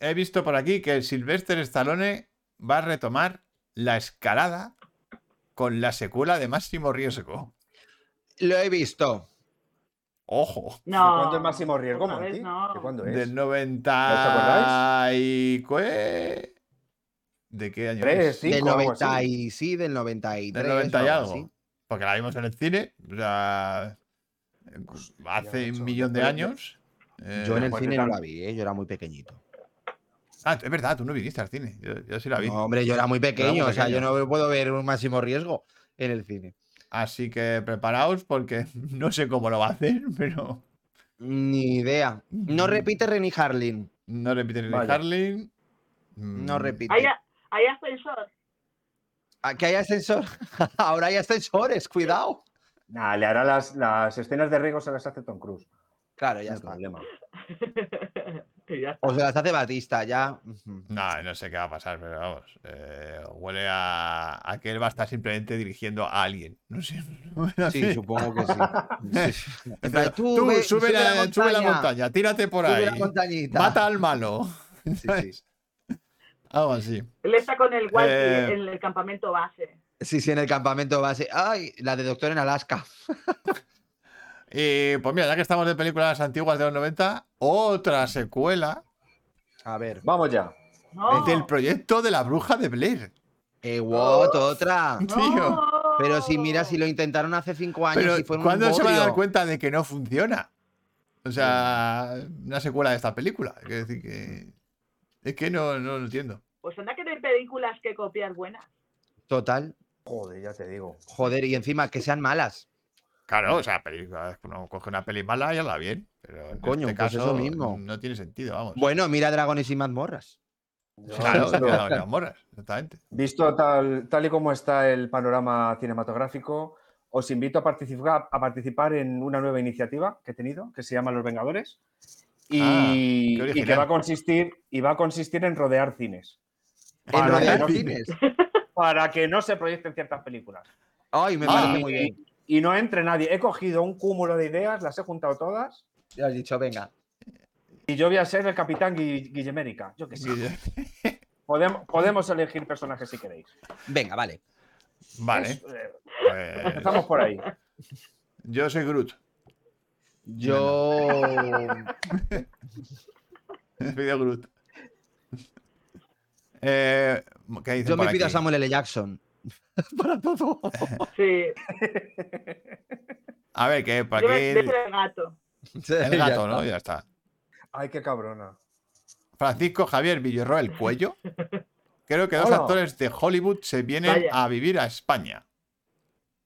Speaker 1: he visto por aquí que Sylvester Stallone va a retomar la escalada con la secuela de Máximo Riesgo.
Speaker 4: lo he visto.
Speaker 1: Ojo.
Speaker 6: No.
Speaker 5: ¿De cuándo es máximo riesgo,
Speaker 6: otra vez
Speaker 5: Monty?
Speaker 6: no.
Speaker 5: ¿De cuándo es?
Speaker 1: Del
Speaker 5: acordáis?
Speaker 1: 90 y cue- ¿De qué año?
Speaker 5: Tres,
Speaker 1: es?
Speaker 5: Cinco,
Speaker 4: del
Speaker 5: algo
Speaker 4: 90
Speaker 5: así.
Speaker 4: y sí, del 93.
Speaker 1: Del 90 y
Speaker 4: o algo
Speaker 1: algo.
Speaker 4: así.
Speaker 1: Porque la vimos en el cine. O sea, pues, hace
Speaker 5: macho,
Speaker 1: un millón de
Speaker 5: después-
Speaker 1: años. Eh,
Speaker 4: Yo en el
Speaker 5: pues
Speaker 4: cine
Speaker 5: yo
Speaker 4: no la
Speaker 5: tam-
Speaker 4: vi, ¿eh? yo era muy pequeñito.
Speaker 1: Ah, es verdad, tú no viniste al cine. Yo, yo sí la vi.
Speaker 4: No, hombre, yo era muy pequeño,
Speaker 1: muy
Speaker 4: o sea, yo
Speaker 1: pequeño.
Speaker 4: no puedo ver un máximo riesgo en el cine.
Speaker 1: Así que preparaos porque no sé cómo lo va a hacer, pero
Speaker 4: Ni idea. No
Speaker 1: Mm.
Speaker 4: repite Renny Harlin.
Speaker 1: no repite el de
Speaker 5: Vaya.
Speaker 1: Harlin.
Speaker 4: No
Speaker 1: Mm,
Speaker 4: repite.
Speaker 6: Hay, a- hay ascensor.
Speaker 4: Aquí hay ascensor. Ahora hay ascensores, cuidado.
Speaker 5: Nah, le hará las, las escenas de riesgo se las hace Tom Cruise.
Speaker 4: Claro, ya
Speaker 5: No hay
Speaker 4: está.
Speaker 5: problema.
Speaker 6: Y ya está.
Speaker 4: O se las hace Batista, ya. Ujú.
Speaker 1: No, no sé qué va a pasar, pero vamos. eh, huele a, a que él va a estar simplemente dirigiendo a alguien. No sé.
Speaker 4: Sí, supongo que sí. Sí, sí. En plan,
Speaker 1: Tú,
Speaker 4: ve-
Speaker 1: sube, la, sube la montaña, tírate por
Speaker 4: Sube
Speaker 1: ahí.
Speaker 4: la montañita.
Speaker 1: Mata al malo.
Speaker 4: Sí, sí.
Speaker 1: ¿sabes? Algo así.
Speaker 6: Él está con el walkie
Speaker 1: Eh,
Speaker 6: en el campamento base.
Speaker 4: Sí, sí, en el campamento base. Ay, la de Doctor en Alaska.
Speaker 1: Eh, pues mira, ya que estamos de películas antiguas de los 90, otra secuela
Speaker 4: A ver.
Speaker 5: Vamos ya.
Speaker 6: No,
Speaker 1: del proyecto de la bruja de Blair.
Speaker 4: Eh, what, otra.
Speaker 6: no.
Speaker 1: Tío.
Speaker 4: Pero si mira, si lo intentaron hace cinco años
Speaker 1: Pero
Speaker 4: y fue un
Speaker 1: ¿cuándo se van a dar
Speaker 4: bodrio.
Speaker 1: cuenta de que no funciona? O sea, una secuela de esta película. Es decir que. Es que no, no lo entiendo.
Speaker 6: Pues anda que no hay películas que copiar buenas.
Speaker 4: Total.
Speaker 5: Joder, ya te digo.
Speaker 4: Joder, y encima que sean malas.
Speaker 1: Claro, o sea, película, uno coge una peli mala y habla bien. Pero en
Speaker 4: Coño,
Speaker 1: este
Speaker 4: pues
Speaker 1: caso
Speaker 4: eso mismo.
Speaker 1: no tiene sentido, vamos.
Speaker 4: Bueno, mira Dragones y mazmorras.
Speaker 5: Yo-
Speaker 1: claro,
Speaker 5: visto-
Speaker 1: mira, las morras, exactamente.
Speaker 5: Visto tal, tal y como está el panorama cinematográfico, os invito a participar, a participar en una nueva iniciativa que he tenido, que se llama Los Vengadores, y,
Speaker 1: Ah,
Speaker 5: y que
Speaker 1: original.
Speaker 5: va a, consistir, y va a consistir en rodear cines.
Speaker 4: En
Speaker 5: Para
Speaker 1: rodear
Speaker 5: que
Speaker 4: rodear
Speaker 5: no-
Speaker 4: cines.
Speaker 5: para que no se proyecten ciertas películas.
Speaker 4: Ay, me
Speaker 1: Ah.
Speaker 4: parece muy bien.
Speaker 5: Y no entre nadie. He cogido un cúmulo de ideas, las he juntado todas,
Speaker 4: Ya has dicho, venga.
Speaker 5: y yo voy a ser el capitán Gui- Guillemérica. Yo qué sé. Podem- podemos elegir personajes si queréis.
Speaker 4: Venga, vale.
Speaker 1: Vale,
Speaker 5: Es- eh,
Speaker 1: pues,
Speaker 5: empezamos por ahí.
Speaker 1: yo soy Groot.
Speaker 4: Yo.
Speaker 1: Pido Groot. Eh, ¿Qué dicen
Speaker 4: Yo
Speaker 1: por
Speaker 4: me pido a
Speaker 1: aquí?
Speaker 4: Samuel L. Jackson. Para todo.
Speaker 6: Sí.
Speaker 1: A ver, que por
Speaker 6: Yo
Speaker 1: aquí
Speaker 6: me-
Speaker 1: el,
Speaker 6: prefiero el gato.
Speaker 1: el gato, ¿no? Ya está.
Speaker 5: Ay, qué cabrona.
Speaker 1: Francisco Javier Villarroel el Cuello. Creo que dos
Speaker 5: Hola.
Speaker 1: actores de Hollywood se vienen
Speaker 6: Vaya.
Speaker 1: a vivir a España.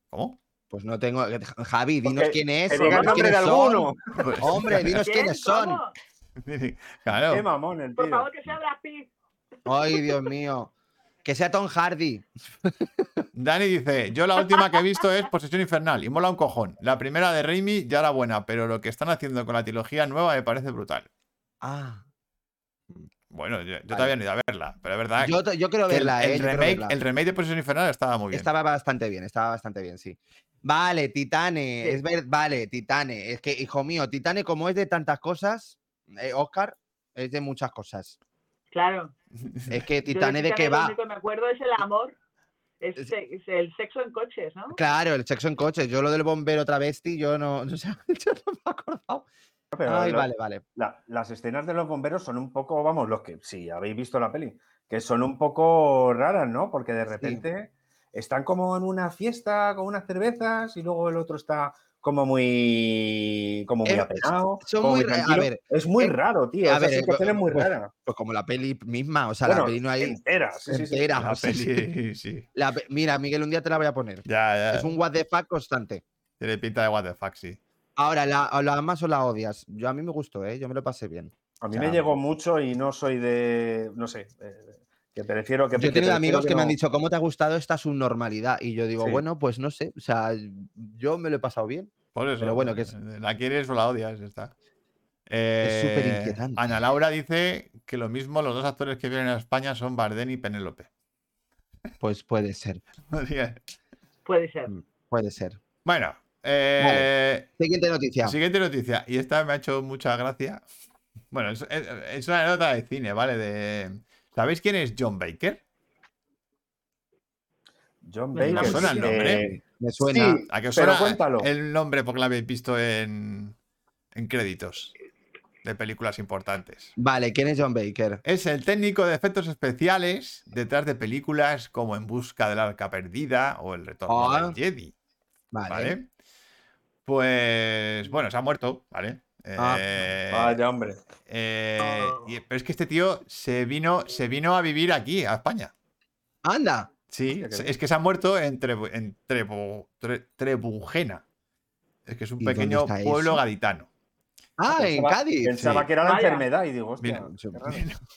Speaker 1: ¿Cómo?
Speaker 4: Pues no tengo. Javi, dinos
Speaker 5: Porque-
Speaker 4: quién es.
Speaker 5: Que
Speaker 4: dinos
Speaker 5: diga el nombre
Speaker 4: quiénes
Speaker 5: de
Speaker 4: son.
Speaker 5: alguno.
Speaker 1: Pues-
Speaker 4: Hombre, dinos
Speaker 6: ¿Quién?
Speaker 4: quiénes son.
Speaker 6: ¿Cómo?
Speaker 5: Qué
Speaker 1: claro.
Speaker 5: mamón el
Speaker 6: Por
Speaker 5: tío.
Speaker 6: favor, que sea Brad Pitt.
Speaker 4: Ay, Dios mío. Que sea Tom Hardy.
Speaker 1: Dani dice: Yo la última que he visto es Posesión Infernal y mola un cojón. La primera de Raimi ya era buena, pero lo que están haciendo con la trilogía nueva me parece brutal.
Speaker 4: Ah.
Speaker 1: Bueno, yo, yo todavía no he ido a verla, pero es verdad
Speaker 4: Yo, yo quiero
Speaker 1: que el,
Speaker 4: verla,
Speaker 1: el
Speaker 4: eh, yo quiero
Speaker 1: remake,
Speaker 4: verla.
Speaker 1: el remake de Posesión Infernal estaba muy bien.
Speaker 4: Estaba bastante bien, estaba bastante bien, sí. Vale, Titane,
Speaker 6: Sí.
Speaker 4: es ver, vale, Titane. Es que, hijo mío, Titane, como es de tantas cosas, eh, Oscar, es de muchas cosas.
Speaker 6: Claro.
Speaker 4: Es que
Speaker 6: Yo
Speaker 4: Titane de qué
Speaker 6: Titanic Lo
Speaker 4: va.
Speaker 6: único que me acuerdo es el amor. Es,
Speaker 4: Es-
Speaker 6: se- es el sexo en coches, ¿no?
Speaker 4: Claro, el sexo en coche. Yo lo del bombero travesti, yo no, o sea, yo no me he acordado.
Speaker 5: Pero
Speaker 4: Ay,
Speaker 5: lo-
Speaker 4: vale, vale.
Speaker 5: la- las escenas de los bomberos son un poco, vamos, los que sí habéis visto la peli, que son un poco raras, ¿no? Porque de repente están como en una fiesta con unas cervezas y luego el otro está como muy como muy
Speaker 4: Eh,
Speaker 5: apenado,
Speaker 4: son
Speaker 5: como
Speaker 4: muy
Speaker 5: muy
Speaker 4: ra- a
Speaker 5: tranquilo.
Speaker 4: ver,
Speaker 5: es muy
Speaker 4: eh,
Speaker 5: raro, tío.
Speaker 4: a
Speaker 5: Esa
Speaker 4: ver, eh,
Speaker 5: situación es muy
Speaker 4: pues,
Speaker 5: rara.
Speaker 4: Pues como la peli misma, o sea, la
Speaker 5: Bueno,
Speaker 4: peli no hay
Speaker 5: entera, sí, sí, sí.
Speaker 4: entera,
Speaker 1: La
Speaker 4: o sea, sí.
Speaker 1: peli, sí.
Speaker 4: La pe- Mira, Miguel, un día te la voy a poner.
Speaker 1: Ya, ya.
Speaker 4: Es un what the fuck constante.
Speaker 1: Tiene pinta de what the fuck, sí.
Speaker 4: Ahora, la, o la amas o la odias. Yo a mí me gustó, ¿eh? Yo me lo pasé bien.
Speaker 5: A mí
Speaker 1: Ya.
Speaker 5: me llegó mucho y no soy de, no sé, eh, que prefiero
Speaker 4: Yo
Speaker 5: que
Speaker 4: he tenido
Speaker 5: prefiero
Speaker 4: amigos que me han
Speaker 5: no-
Speaker 4: dicho, ¿cómo te ha gustado esta subnormalidad? Y yo digo,
Speaker 5: Sí.
Speaker 4: bueno, pues no sé. O sea, yo me lo he pasado bien.
Speaker 1: Por eso. eh,
Speaker 4: Pero bueno, que es-
Speaker 1: La quieres o la odias, ya está.
Speaker 4: Es súper
Speaker 1: Eh,
Speaker 4: inquietante.
Speaker 1: Ana Laura dice que lo mismo los dos actores que vienen a España son Bardem y Penélope.
Speaker 4: Pues puede ser,
Speaker 6: Puede ser.
Speaker 4: puede ser.
Speaker 1: bueno, eh,
Speaker 4: Siguiente noticia.
Speaker 1: siguiente noticia. Y esta me ha hecho mucha gracia. Bueno, es, es- es una nota de cine, ¿vale? De... ¿Sabéis quién es John Baker?
Speaker 5: John
Speaker 6: Me
Speaker 5: Baker.
Speaker 1: suena el nombre,
Speaker 5: eh,
Speaker 4: Me suena.
Speaker 5: sí,
Speaker 1: ¿A que os
Speaker 5: Pero
Speaker 1: suena
Speaker 5: cuéntalo.
Speaker 1: el nombre porque lo habéis visto en, en créditos de películas importantes?
Speaker 4: Vale, ¿quién es John Baker?
Speaker 1: Es el técnico de efectos especiales detrás de películas como En busca del arca perdida o El retorno
Speaker 4: Ah.
Speaker 1: del Jedi,
Speaker 4: Vale.
Speaker 1: ¿vale? Pues bueno, se ha muerto, ¿vale?
Speaker 4: Ah.
Speaker 1: Eh,
Speaker 5: Vaya, hombre.
Speaker 1: eh, y- pero es que este tío se vino, se vino a vivir aquí, a España.
Speaker 4: Anda,
Speaker 1: Sí,
Speaker 5: Hostia, qué
Speaker 1: se-
Speaker 5: bien.
Speaker 1: es que se ha muerto en, Trebu- en Trebu- Tre- Trebujena. Es que es un
Speaker 4: ¿Y dónde
Speaker 1: pequeño
Speaker 4: está
Speaker 1: pueblo
Speaker 4: eso?
Speaker 1: gaditano.
Speaker 4: ah, en
Speaker 5: Pensaba-
Speaker 4: Cádiz.
Speaker 5: Pensaba
Speaker 1: Sí.
Speaker 5: que era la
Speaker 6: Vaya.
Speaker 5: enfermedad y digo, hostia,
Speaker 1: Mira,
Speaker 5: qué raro.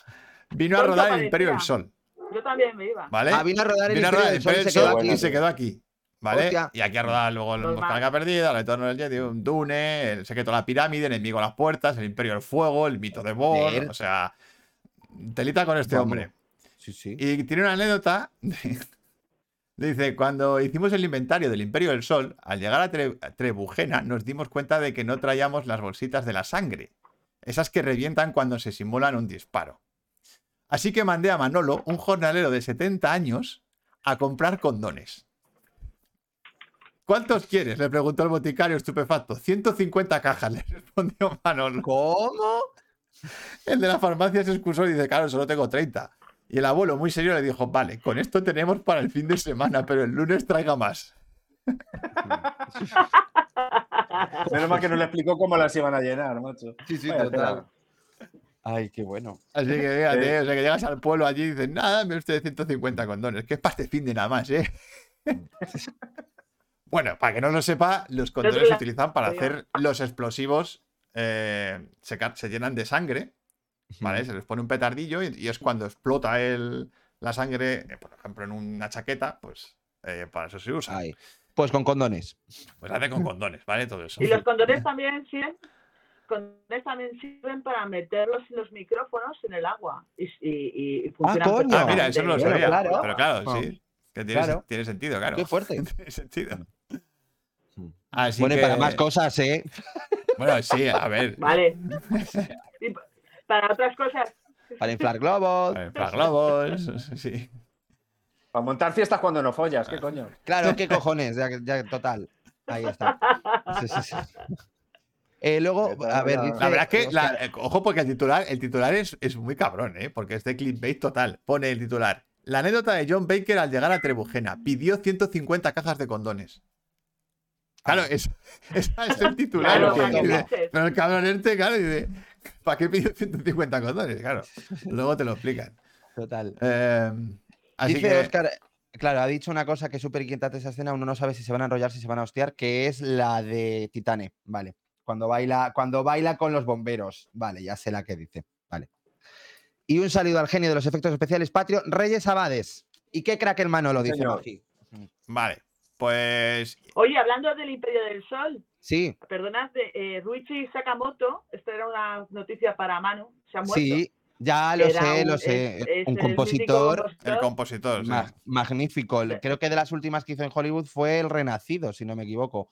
Speaker 1: Vino a
Speaker 6: Tonto
Speaker 1: rodar el Imperio del
Speaker 6: parecía.
Speaker 1: Sol,
Speaker 6: Yo también me iba.
Speaker 1: ¿vale?
Speaker 4: Ah, vino a rodar el
Speaker 1: Vino a
Speaker 4: Imperio
Speaker 1: rodar
Speaker 4: del Sol y
Speaker 1: Imperio
Speaker 4: se
Speaker 1: del
Speaker 4: quedó
Speaker 1: Sol
Speaker 4: aquí.
Speaker 1: y se quedó aquí. ¿Vale?
Speaker 4: Hostia.
Speaker 1: Y aquí a rodar luego el
Speaker 6: Normal.
Speaker 1: Mosca Larga Perdida, el retorno del Jedi, un Dune, el secreto de la pirámide, el enemigo a las puertas, el imperio del fuego, el mito de Bor.
Speaker 4: Joder.
Speaker 1: O sea, telita con este
Speaker 4: Vamos.
Speaker 1: hombre.
Speaker 4: Sí, sí.
Speaker 1: Y tiene una anécdota. Dice, cuando hicimos el inventario del Imperio del Sol, al llegar a, Tre- a Trebujena nos dimos cuenta de que no traíamos las bolsitas de la sangre, esas que revientan cuando se simulan un disparo. Así que mandé a Manolo, un jornalero de 70 años, a comprar condones. ¿Cuántos quieres? Le preguntó el boticario estupefacto. 150 cajas, le respondió Manolo.
Speaker 4: ¿Cómo?
Speaker 1: El de la farmacia se excusó y dice, claro, solo tengo 30. Y el abuelo, muy serio, le dijo, vale, con esto tenemos para el fin de semana, pero el lunes traiga más.
Speaker 5: Menos mal que no le explicó cómo las iban a llenar, macho.
Speaker 4: Sí, sí,
Speaker 5: Vaya
Speaker 4: total.
Speaker 5: tela.
Speaker 4: Ay, qué bueno.
Speaker 1: Así que fíjate, o sea que llegas al pueblo allí y dices, nada, me usted 150 condones, que es para este fin de nada más, ¿eh? bueno, para que no lo sepa, los condones se
Speaker 6: la-
Speaker 1: utilizan para
Speaker 6: Oiga.
Speaker 1: hacer los explosivos, eh, se, ca- se llenan de sangre, ¿vale? Se les pone un petardillo y, y es cuando explota el, la sangre, eh, por ejemplo, en una chaqueta, pues eh, para eso se usa.
Speaker 4: Ay. Pues con condones.
Speaker 1: Pues hace con condones, ¿vale? Todo eso. Ah,
Speaker 6: Y los condones también sirven, condones también sirven para meterlos en los micrófonos en el agua. Y, y, y funcionan
Speaker 4: coño.
Speaker 1: Ah, mira, eso no lo
Speaker 4: Bueno,
Speaker 1: sabía.
Speaker 4: claro.
Speaker 1: Pero claro, sí. Que tiene,
Speaker 4: Claro.
Speaker 1: tiene sentido, claro.
Speaker 4: Qué fuerte.
Speaker 1: Tiene sentido.
Speaker 2: Sí.
Speaker 1: Así
Speaker 4: bueno, y para
Speaker 1: que-
Speaker 4: más cosas, ¿eh?
Speaker 1: Bueno, sí, a ver.
Speaker 6: Vale. Y pa- para otras cosas,
Speaker 4: Para inflar globos.
Speaker 1: a ver, Para globos, sí.
Speaker 5: Para montar fiestas cuando no follas,
Speaker 4: Ah,
Speaker 5: ¿qué coño?
Speaker 4: Claro, qué cojones, ya, que- ya que- total. Ahí está. Sí, sí, sí. Eh, luego, a ver, dice,
Speaker 1: La verdad es que, la-
Speaker 4: Oscar,
Speaker 1: eh, ojo, porque el titular, el titular es, es muy cabrón, ¿eh? porque es de clickbait total. Pone el titular. La anécdota de John Baker al llegar a Trebujena. Pidió 150 cajas de condones. Claro, es, esa es el titular.
Speaker 6: claro,
Speaker 5: que-
Speaker 6: ¿para qué
Speaker 1: Dice,
Speaker 6: dices?
Speaker 1: Pero el cabrón este, claro, dice, ¿para qué pidió 150 condones? Claro, luego te lo explican.
Speaker 4: total.
Speaker 1: Eh, así
Speaker 4: Dice
Speaker 1: que,
Speaker 4: Oscar, claro, ha dicho una cosa que es súper inquietante esa escena, uno no sabe si se van a enrollar, si se van a hostiar, que es la de Titane, vale. Cuando baila, cuando baila con los bomberos, vale, ya sé la que dice, vale. Y un saludo al genio de los efectos especiales, Patrio Reyes Abades. ¿Y qué crack hermano lo dice?
Speaker 5: Señor.
Speaker 4: Maggi?
Speaker 1: vale, pues
Speaker 6: Oye, hablando del Imperio del Sol,
Speaker 4: Sí,
Speaker 6: perdonad, eh, Ruichi Sakamoto, esta era una noticia para Manu, se ha muerto.
Speaker 4: sí, ya lo
Speaker 6: Era
Speaker 4: sé,
Speaker 6: un-
Speaker 4: lo
Speaker 6: es-
Speaker 4: sé.
Speaker 6: es
Speaker 4: un
Speaker 6: el
Speaker 4: compositor
Speaker 6: mítico
Speaker 1: el
Speaker 6: compositor.
Speaker 1: compositor. sí.
Speaker 4: Ma- magnífico.
Speaker 6: Sí.
Speaker 4: Creo que de las últimas que hizo en Hollywood fue El Renacido, si no me equivoco.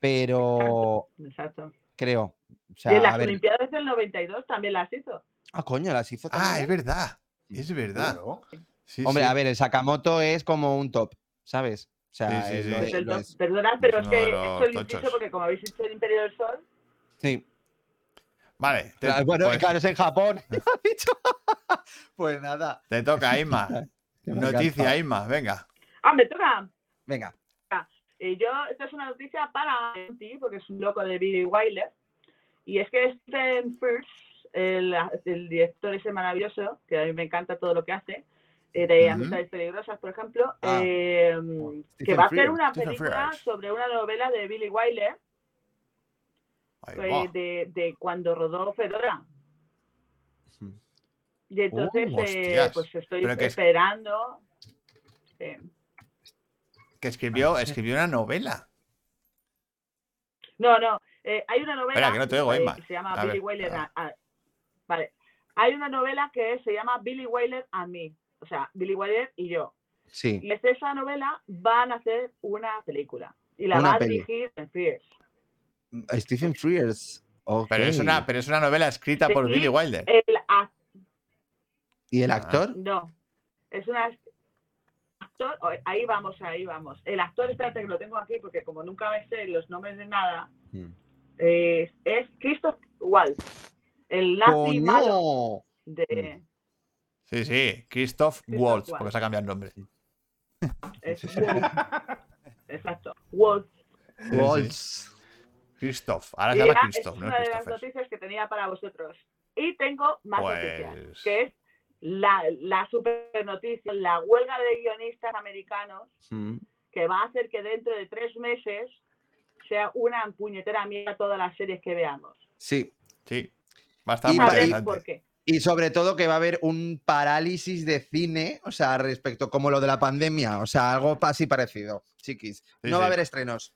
Speaker 4: Pero
Speaker 6: Exacto.
Speaker 4: creo. O
Speaker 6: y en
Speaker 4: sea, a
Speaker 6: las
Speaker 4: ver.
Speaker 6: Olimpiadas del 92 también las hizo.
Speaker 4: Ah, coño, las hizo
Speaker 1: Ah,
Speaker 4: también.
Speaker 1: es verdad. Es verdad.
Speaker 5: Claro.
Speaker 1: Sí,
Speaker 4: Hombre,
Speaker 1: sí.
Speaker 4: a ver, el Sakamoto es como un top, ¿sabes? O sea,
Speaker 1: Sí, sí,
Speaker 4: es
Speaker 1: sí.
Speaker 4: lo-
Speaker 1: Es
Speaker 6: Es el
Speaker 4: lo
Speaker 6: top.
Speaker 4: es.
Speaker 6: Perdonad, pero
Speaker 1: Es
Speaker 6: es
Speaker 1: uno
Speaker 6: que
Speaker 1: de los
Speaker 6: esto lo insisto
Speaker 1: tochos.
Speaker 6: porque como habéis dicho el Imperio del Sol,
Speaker 4: Sí.
Speaker 1: Vale, te,
Speaker 4: Claro, bueno,
Speaker 1: pues,
Speaker 4: claro, es en Japón. ha dicho. pues nada.
Speaker 1: te toca, Inma.
Speaker 4: que me encanta.
Speaker 1: Noticia, Inma, venga.
Speaker 6: ah, me toca.
Speaker 4: Venga.
Speaker 6: Eh, yo, esta es una noticia para ti, porque es un loco de Billy Wilder. Y es que Stephen Frears, el, el director ese maravilloso, que a mí me encanta todo lo que hace, eh, de
Speaker 1: Ujú.
Speaker 6: Amistades Peligrosas, por ejemplo,
Speaker 4: Ah.
Speaker 6: eh, que
Speaker 4: Stephen
Speaker 6: va a hacer
Speaker 4: Frears,
Speaker 6: una
Speaker 1: Stephen
Speaker 6: película
Speaker 1: Frears.
Speaker 6: sobre una novela de Billy Wilder
Speaker 1: Ahí
Speaker 6: pues,
Speaker 1: va.
Speaker 6: de, de cuando rodó Fedora.
Speaker 2: Ujú.
Speaker 6: Y entonces,
Speaker 1: Uh,
Speaker 6: eh,
Speaker 1: hostias.
Speaker 6: pues estoy
Speaker 1: Pero que es-
Speaker 6: esperando. eh,
Speaker 1: Que
Speaker 4: Ah,
Speaker 1: escribió, escribió una novela.
Speaker 6: No, no. eh, hay una novela
Speaker 1: Espera, que no te oigo,
Speaker 6: eh,
Speaker 1: Emma.
Speaker 6: que se llama
Speaker 1: A
Speaker 6: Billy
Speaker 1: ver,
Speaker 6: Wilder.
Speaker 1: a ver.
Speaker 6: a- a- vale. Hay una novela que se llama Billy Wilder and Me. O sea, Billy Wilder y yo.
Speaker 4: Sí.
Speaker 6: Y de esa novela van a hacer una película. Y la
Speaker 4: Una
Speaker 6: va a
Speaker 4: peli.
Speaker 6: dirigir en Fierce.
Speaker 4: eh, Stephen Frears. ok.
Speaker 1: Pero es una, pero es una novela escrita por
Speaker 6: Sí.
Speaker 1: Billy Wilder.
Speaker 6: El ac-
Speaker 4: ¿Y el
Speaker 1: Ah.
Speaker 4: actor?
Speaker 6: no. Es una actor. o- Ahí vamos, ahí vamos. El actor, espérate que lo tengo aquí porque como nunca me sé los nombres de nada,
Speaker 4: Mm.
Speaker 2: Hmm.
Speaker 6: eh, es Christoph Waltz. El nazi
Speaker 4: ¡Coño!
Speaker 6: malo de.
Speaker 1: Sí, sí. Christoph Waltz, porque se ha cambiado el nombre.
Speaker 6: Es Wolf. Exacto. Wolf.
Speaker 1: sí.
Speaker 4: Waltz.
Speaker 1: Christoph. Ahora
Speaker 6: Y
Speaker 1: se llama
Speaker 6: era- ah, es
Speaker 1: Christoph, no
Speaker 6: una de
Speaker 1: es
Speaker 6: las
Speaker 1: Christopher.
Speaker 6: noticias que tenía para vosotros. Y tengo más
Speaker 1: Pues-
Speaker 6: noticias, que es la, la super noticia, la huelga de guionistas americanos
Speaker 4: Mm,
Speaker 2: Hmm.
Speaker 6: que va a hacer que dentro de tres meses sea una puñetera mierda todas las series que veamos.
Speaker 4: Sí.
Speaker 1: Sí. Va a estar
Speaker 4: Y
Speaker 1: muy
Speaker 4: para-
Speaker 6: ¿Sabéis por
Speaker 1: interesante.
Speaker 6: qué?
Speaker 4: Y sobre todo que va a haber un parálisis de cine, o sea, respecto como lo de la pandemia, o sea, algo así parecido, chiquis.
Speaker 1: Sí,
Speaker 4: no va a
Speaker 1: sí.
Speaker 4: haber estrenos.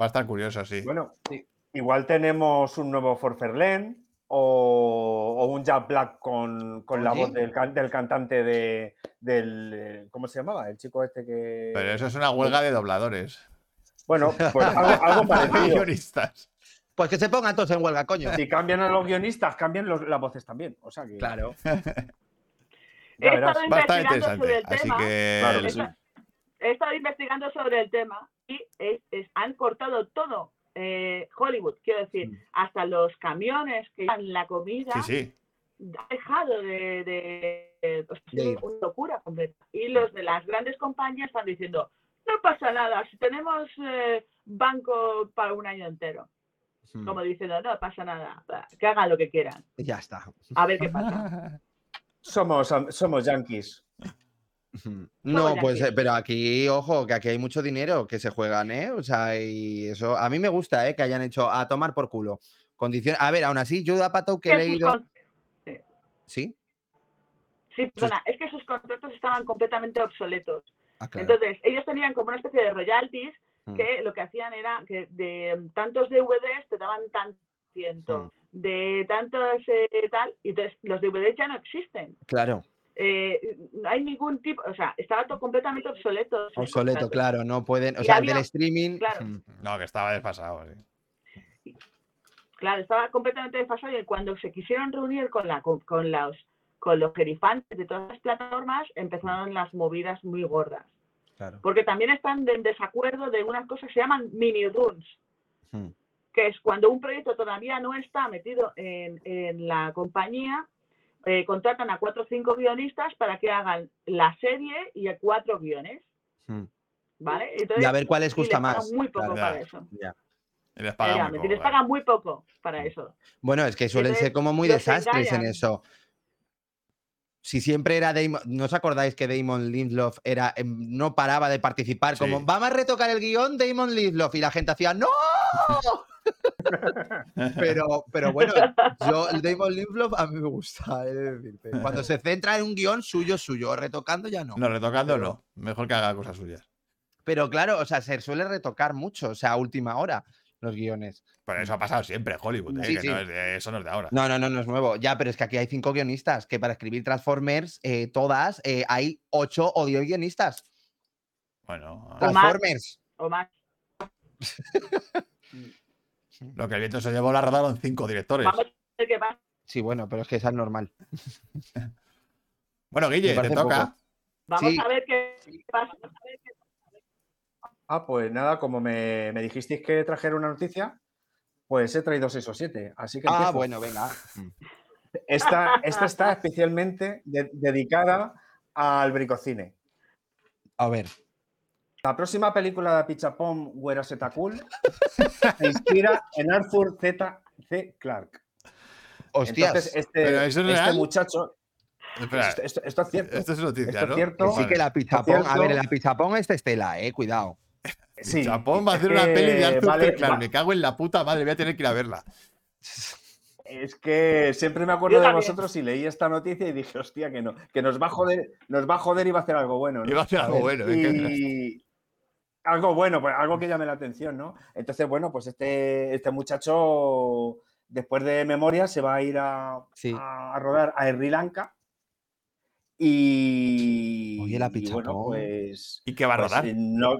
Speaker 1: Va a estar curioso, sí.
Speaker 5: Bueno, i- igual tenemos un nuevo Forferlén o, o un Jack Black con, con la
Speaker 4: Oye.
Speaker 5: voz del, can- del cantante de, del... eh, ¿Cómo se llamaba? El chico este que...
Speaker 1: Pero eso es una
Speaker 6: eh,
Speaker 1: huelga de dobladores.
Speaker 5: Bueno, pues algo, algo
Speaker 1: Y
Speaker 5: parecido.
Speaker 1: guionistas.
Speaker 4: Pues que se pongan todos en huelga, coño.
Speaker 5: Si cambian a los guionistas, cambian los- las voces también. O sea que...
Speaker 4: Claro.
Speaker 5: ya
Speaker 6: He
Speaker 5: verás.
Speaker 6: estado
Speaker 1: Va a estar
Speaker 6: investigando
Speaker 1: interesante.
Speaker 6: sobre el
Speaker 1: Así
Speaker 6: tema.
Speaker 1: que
Speaker 5: Claro que
Speaker 1: el-
Speaker 5: sí.
Speaker 6: Esa- he estado investigando sobre el tema y es- es- han cortado todo. eh, Hollywood, quiero decir, hasta los camiones que llevan la comida
Speaker 1: Mm. Sí, sí.
Speaker 6: ha dejado de, de- de- o sea,
Speaker 4: De ir.
Speaker 6: una locura completa. Y los de las grandes compañías están diciendo, no pasa nada, si tenemos eh, banco para un año entero.
Speaker 4: Mm.
Speaker 6: Como diciendo, no pasa nada, va, que hagan lo que quieran,
Speaker 4: Y Ya está.
Speaker 6: a ver qué pasa.
Speaker 5: Somos, am- somos yankees.
Speaker 4: No,
Speaker 6: ya
Speaker 4: pues,
Speaker 6: que-
Speaker 4: eh, pero aquí, ojo, que aquí hay mucho dinero que se juegan, ¿eh? O sea, y eso, a mí me gusta, ¿eh? Que hayan hecho a tomar por culo. Condición, a ver, aún así, yo a Pato que he
Speaker 6: Que sus
Speaker 4: leído.
Speaker 6: con-
Speaker 4: Sí,
Speaker 6: Sí, perdona, es que sus contratos estaban completamente obsoletos.
Speaker 4: ah, claro. Mm.
Speaker 6: Entonces, ellos tenían como una especie de royalties que lo que hacían era que de mm, tantos DVDs te daban tanto ciento,
Speaker 4: Mm.
Speaker 6: de tantos eh, tal, y entonces los DVDs ya no existen.
Speaker 4: Claro,
Speaker 6: Eh, no hay ningún tipo, o sea, estaba todo completamente obsoleto. sus
Speaker 4: obsoleto,
Speaker 6: contratos.
Speaker 4: claro, no pueden. O
Speaker 6: Y
Speaker 4: sea,
Speaker 6: había-
Speaker 4: del streaming. Mm.
Speaker 6: Claro,
Speaker 1: No, que estaba desfasado. sí.
Speaker 6: claro, estaba completamente desfasado y cuando se quisieron reunir con la con, con los con los jerifantes de todas las plataformas empezaron las movidas muy gordas.
Speaker 2: Claro.
Speaker 6: Porque también están de- en desacuerdo de unas cosas que se llaman mini runs.
Speaker 4: Hmm.
Speaker 6: que es cuando un proyecto todavía no está metido en, en la compañía, eh, contratan a cuatro o cinco guionistas para que hagan la serie y a cuatro guiones, ¿vale? Entonces,
Speaker 4: Hmm. Y a ver cuál les
Speaker 6: y les
Speaker 4: gusta
Speaker 6: pagan
Speaker 4: más.
Speaker 6: muy poco
Speaker 1: claro.
Speaker 6: para eso.
Speaker 1: Y les
Speaker 6: Ya,
Speaker 1: pagan
Speaker 6: ¿me
Speaker 1: muy poco,
Speaker 6: entiendes?
Speaker 1: claro.
Speaker 6: Pagan muy poco para eso.
Speaker 4: Bueno, es que suelen ser
Speaker 6: Entonces,
Speaker 4: como muy
Speaker 6: los
Speaker 4: desastres en
Speaker 6: engañan.
Speaker 4: eso. Si siempre era Damon, ¿no os acordáis que Damon Lindelof era, em, no paraba de participar? Como,
Speaker 1: Sí.
Speaker 4: vamos a retocar el guión Damon Lindelof y la gente hacía, ¡No! pero, pero bueno, yo, el Damon Lindelof a mí me gusta, he de decirte. Cuando se centra en un guión suyo, suyo, retocando ya no.
Speaker 1: No, retocando no. Mejor que haga cosas suyas.
Speaker 4: Pero claro, o sea, se suele retocar mucho, o sea, a última hora los guiones.
Speaker 1: Pero eso ha pasado siempre en Hollywood, ¿eh?
Speaker 4: Sí,
Speaker 1: que
Speaker 4: sí.
Speaker 1: no es de- eso no es de ahora.
Speaker 4: No, no, no, no es nuevo. Ya, pero es que aquí hay cinco guionistas, que para escribir Transformers, eh, todas, eh, hay ocho o diez guionistas.
Speaker 1: Bueno,
Speaker 6: O más.
Speaker 5: Ah.
Speaker 4: Transformers.
Speaker 6: O más,
Speaker 1: lo que el viento se llevó la rodaron cinco directores.
Speaker 6: vamos a ver qué pasa.
Speaker 4: Sí, bueno, pero es que esa es normal.
Speaker 1: Bueno, Guille,
Speaker 4: Me
Speaker 1: te
Speaker 4: parece
Speaker 1: toca.
Speaker 6: Vamos
Speaker 4: Sí.
Speaker 6: a ver qué pasa.
Speaker 5: Ah, pues nada, como me, me dijisteis que trajera una noticia, pues he traído seis o siete. Así que
Speaker 4: Ah,
Speaker 5: empiezo.
Speaker 4: bueno, venga.
Speaker 5: Esta, esta está especialmente de- dedicada al bricocine.
Speaker 4: A ver.
Speaker 5: La próxima película de Pichapón, Güero Z Cool, se inspira en Arthur Z. C. Clarke.
Speaker 4: Hostias.
Speaker 5: Entonces,
Speaker 1: ¿pero
Speaker 5: este,
Speaker 1: eso es
Speaker 5: este
Speaker 1: real?
Speaker 5: muchacho.
Speaker 1: Espera, Eh,
Speaker 5: Esto, esto- esto es cierto.
Speaker 1: esto es noticia,
Speaker 5: esto
Speaker 1: ¿no?
Speaker 5: es
Speaker 1: Pues
Speaker 5: cierto.
Speaker 4: que
Speaker 5: Vale.
Speaker 4: sí que la pichapón. A
Speaker 5: cierto-
Speaker 4: ver, la pichapón es de Estela, eh, cuidado.
Speaker 5: Sí,
Speaker 1: Japón va a
Speaker 5: es
Speaker 1: hacer una peli de
Speaker 5: que
Speaker 1: Arthur
Speaker 5: vale,
Speaker 1: C. Clarke.
Speaker 5: va-
Speaker 1: Me cago en la puta madre, voy a tener que ir a verla.
Speaker 5: Es que siempre me acuerdo de
Speaker 6: también.
Speaker 5: vosotros y leí esta noticia y dije, hostia, que no, que nos va a joder, nos va a joder y va a hacer algo bueno. ¿no?
Speaker 1: Y va a ser algo
Speaker 5: ver,
Speaker 1: bueno. ¿eh? Que-
Speaker 5: y algo bueno, pues algo que llame la atención, ¿no? Entonces, bueno, pues este, este muchacho, después de memoria, se va a ir a,
Speaker 4: Sí.
Speaker 5: a rodar a Sri Lanka. Y,
Speaker 4: Oye, la
Speaker 5: y bueno,
Speaker 4: pichapón.
Speaker 5: pues
Speaker 1: ¿Y qué va a
Speaker 5: pues,
Speaker 1: rodar?
Speaker 5: eh, no,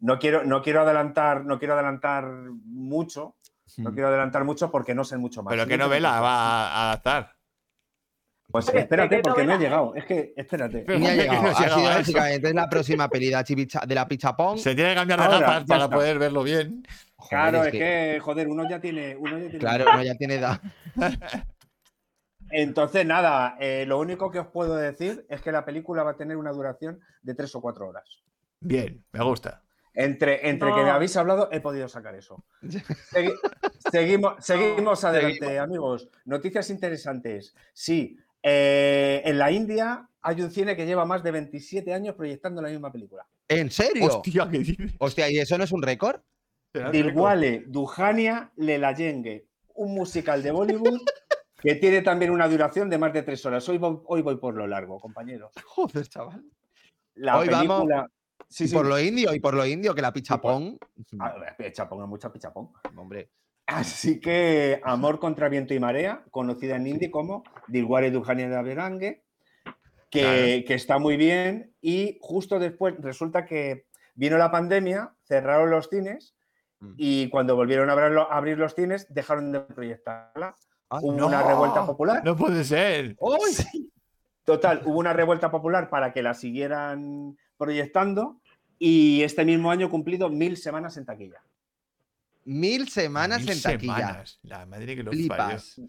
Speaker 5: no quiero, no quiero adelantar, no quiero adelantar mucho.
Speaker 4: mm.
Speaker 5: No quiero adelantar mucho porque no sé mucho más.
Speaker 1: Mm. ¿Pero qué
Speaker 5: Siguiente
Speaker 1: novela
Speaker 5: noticia.
Speaker 1: va a adaptar?
Speaker 5: Pues
Speaker 6: ¿De- de
Speaker 5: espérate,
Speaker 6: qué
Speaker 5: porque no he
Speaker 6: novela? ¿eh?
Speaker 5: llegado. Es que, espérate.
Speaker 1: Pero-
Speaker 4: Ni ha
Speaker 1: Joder, que
Speaker 4: llegado.
Speaker 1: no
Speaker 4: Ha
Speaker 1: se ha
Speaker 4: sido
Speaker 1: grabado eso.
Speaker 4: básicamente es la próxima peli de la, chivicha- de la pichapón.
Speaker 1: Se tiene que cambiar de
Speaker 5: Ahora,
Speaker 1: gafas
Speaker 5: ya
Speaker 1: para
Speaker 5: está.
Speaker 1: poder verlo bien.
Speaker 4: Joder,
Speaker 5: Claro,
Speaker 4: es
Speaker 5: es
Speaker 4: que-
Speaker 5: que, joder, uno ya tiene. Uno ya tiene
Speaker 4: Claro, no, ya tiene edad.
Speaker 5: Entonces, nada, eh, lo único que os puedo decir es que la película va a tener una duración de tres o cuatro horas.
Speaker 1: Bien, me gusta.
Speaker 5: Entre, entre que me
Speaker 6: No.
Speaker 5: habéis hablado, he podido sacar eso. Segui- seguimos, seguimos adelante, amigos. Noticias interesantes. Sí, eh, en la India hay un cine que lleva más de 27 años proyectando la misma película.
Speaker 4: ¿En serio? Hostia.
Speaker 1: Hostia, ¿qué dices?
Speaker 4: ¿y eso no es un récord?
Speaker 5: Dilwale Dujania Lelayengue, un musical de Bollywood que tiene también una duración de más de tres horas. Hoy voy, hoy voy por lo largo, compañeros.
Speaker 4: Joder, chaval.
Speaker 5: La
Speaker 4: Hoy vamos-
Speaker 5: película. Sí,
Speaker 4: y
Speaker 5: sí.
Speaker 4: por lo indio, y por lo indio, que la pichapón.
Speaker 5: Ah, pichapón, hay mucha pichapón.
Speaker 4: Hombre.
Speaker 5: Así que Amor contra viento y marea, conocida en indie como Dilwale Dujania de Berangue, que,
Speaker 1: Claro.
Speaker 5: que está muy bien. Y justo después resulta que vino la pandemia, cerraron los cines
Speaker 4: Mm.
Speaker 5: y cuando volvieron a abrirlo- a abrir los cines dejaron de proyectarla.
Speaker 4: Ah,
Speaker 5: Hubo
Speaker 1: no.
Speaker 5: una revuelta popular.
Speaker 1: No puede ser.
Speaker 4: Oh,
Speaker 5: ¡Ay! Total, hubo una revuelta popular para que la siguieran proyectando Y este mismo año he cumplido mil semanas en taquilla.
Speaker 4: Mil semanas
Speaker 1: Mil
Speaker 4: en taquilla.
Speaker 1: semanas. La madre que lo parió.
Speaker 4: Flipas.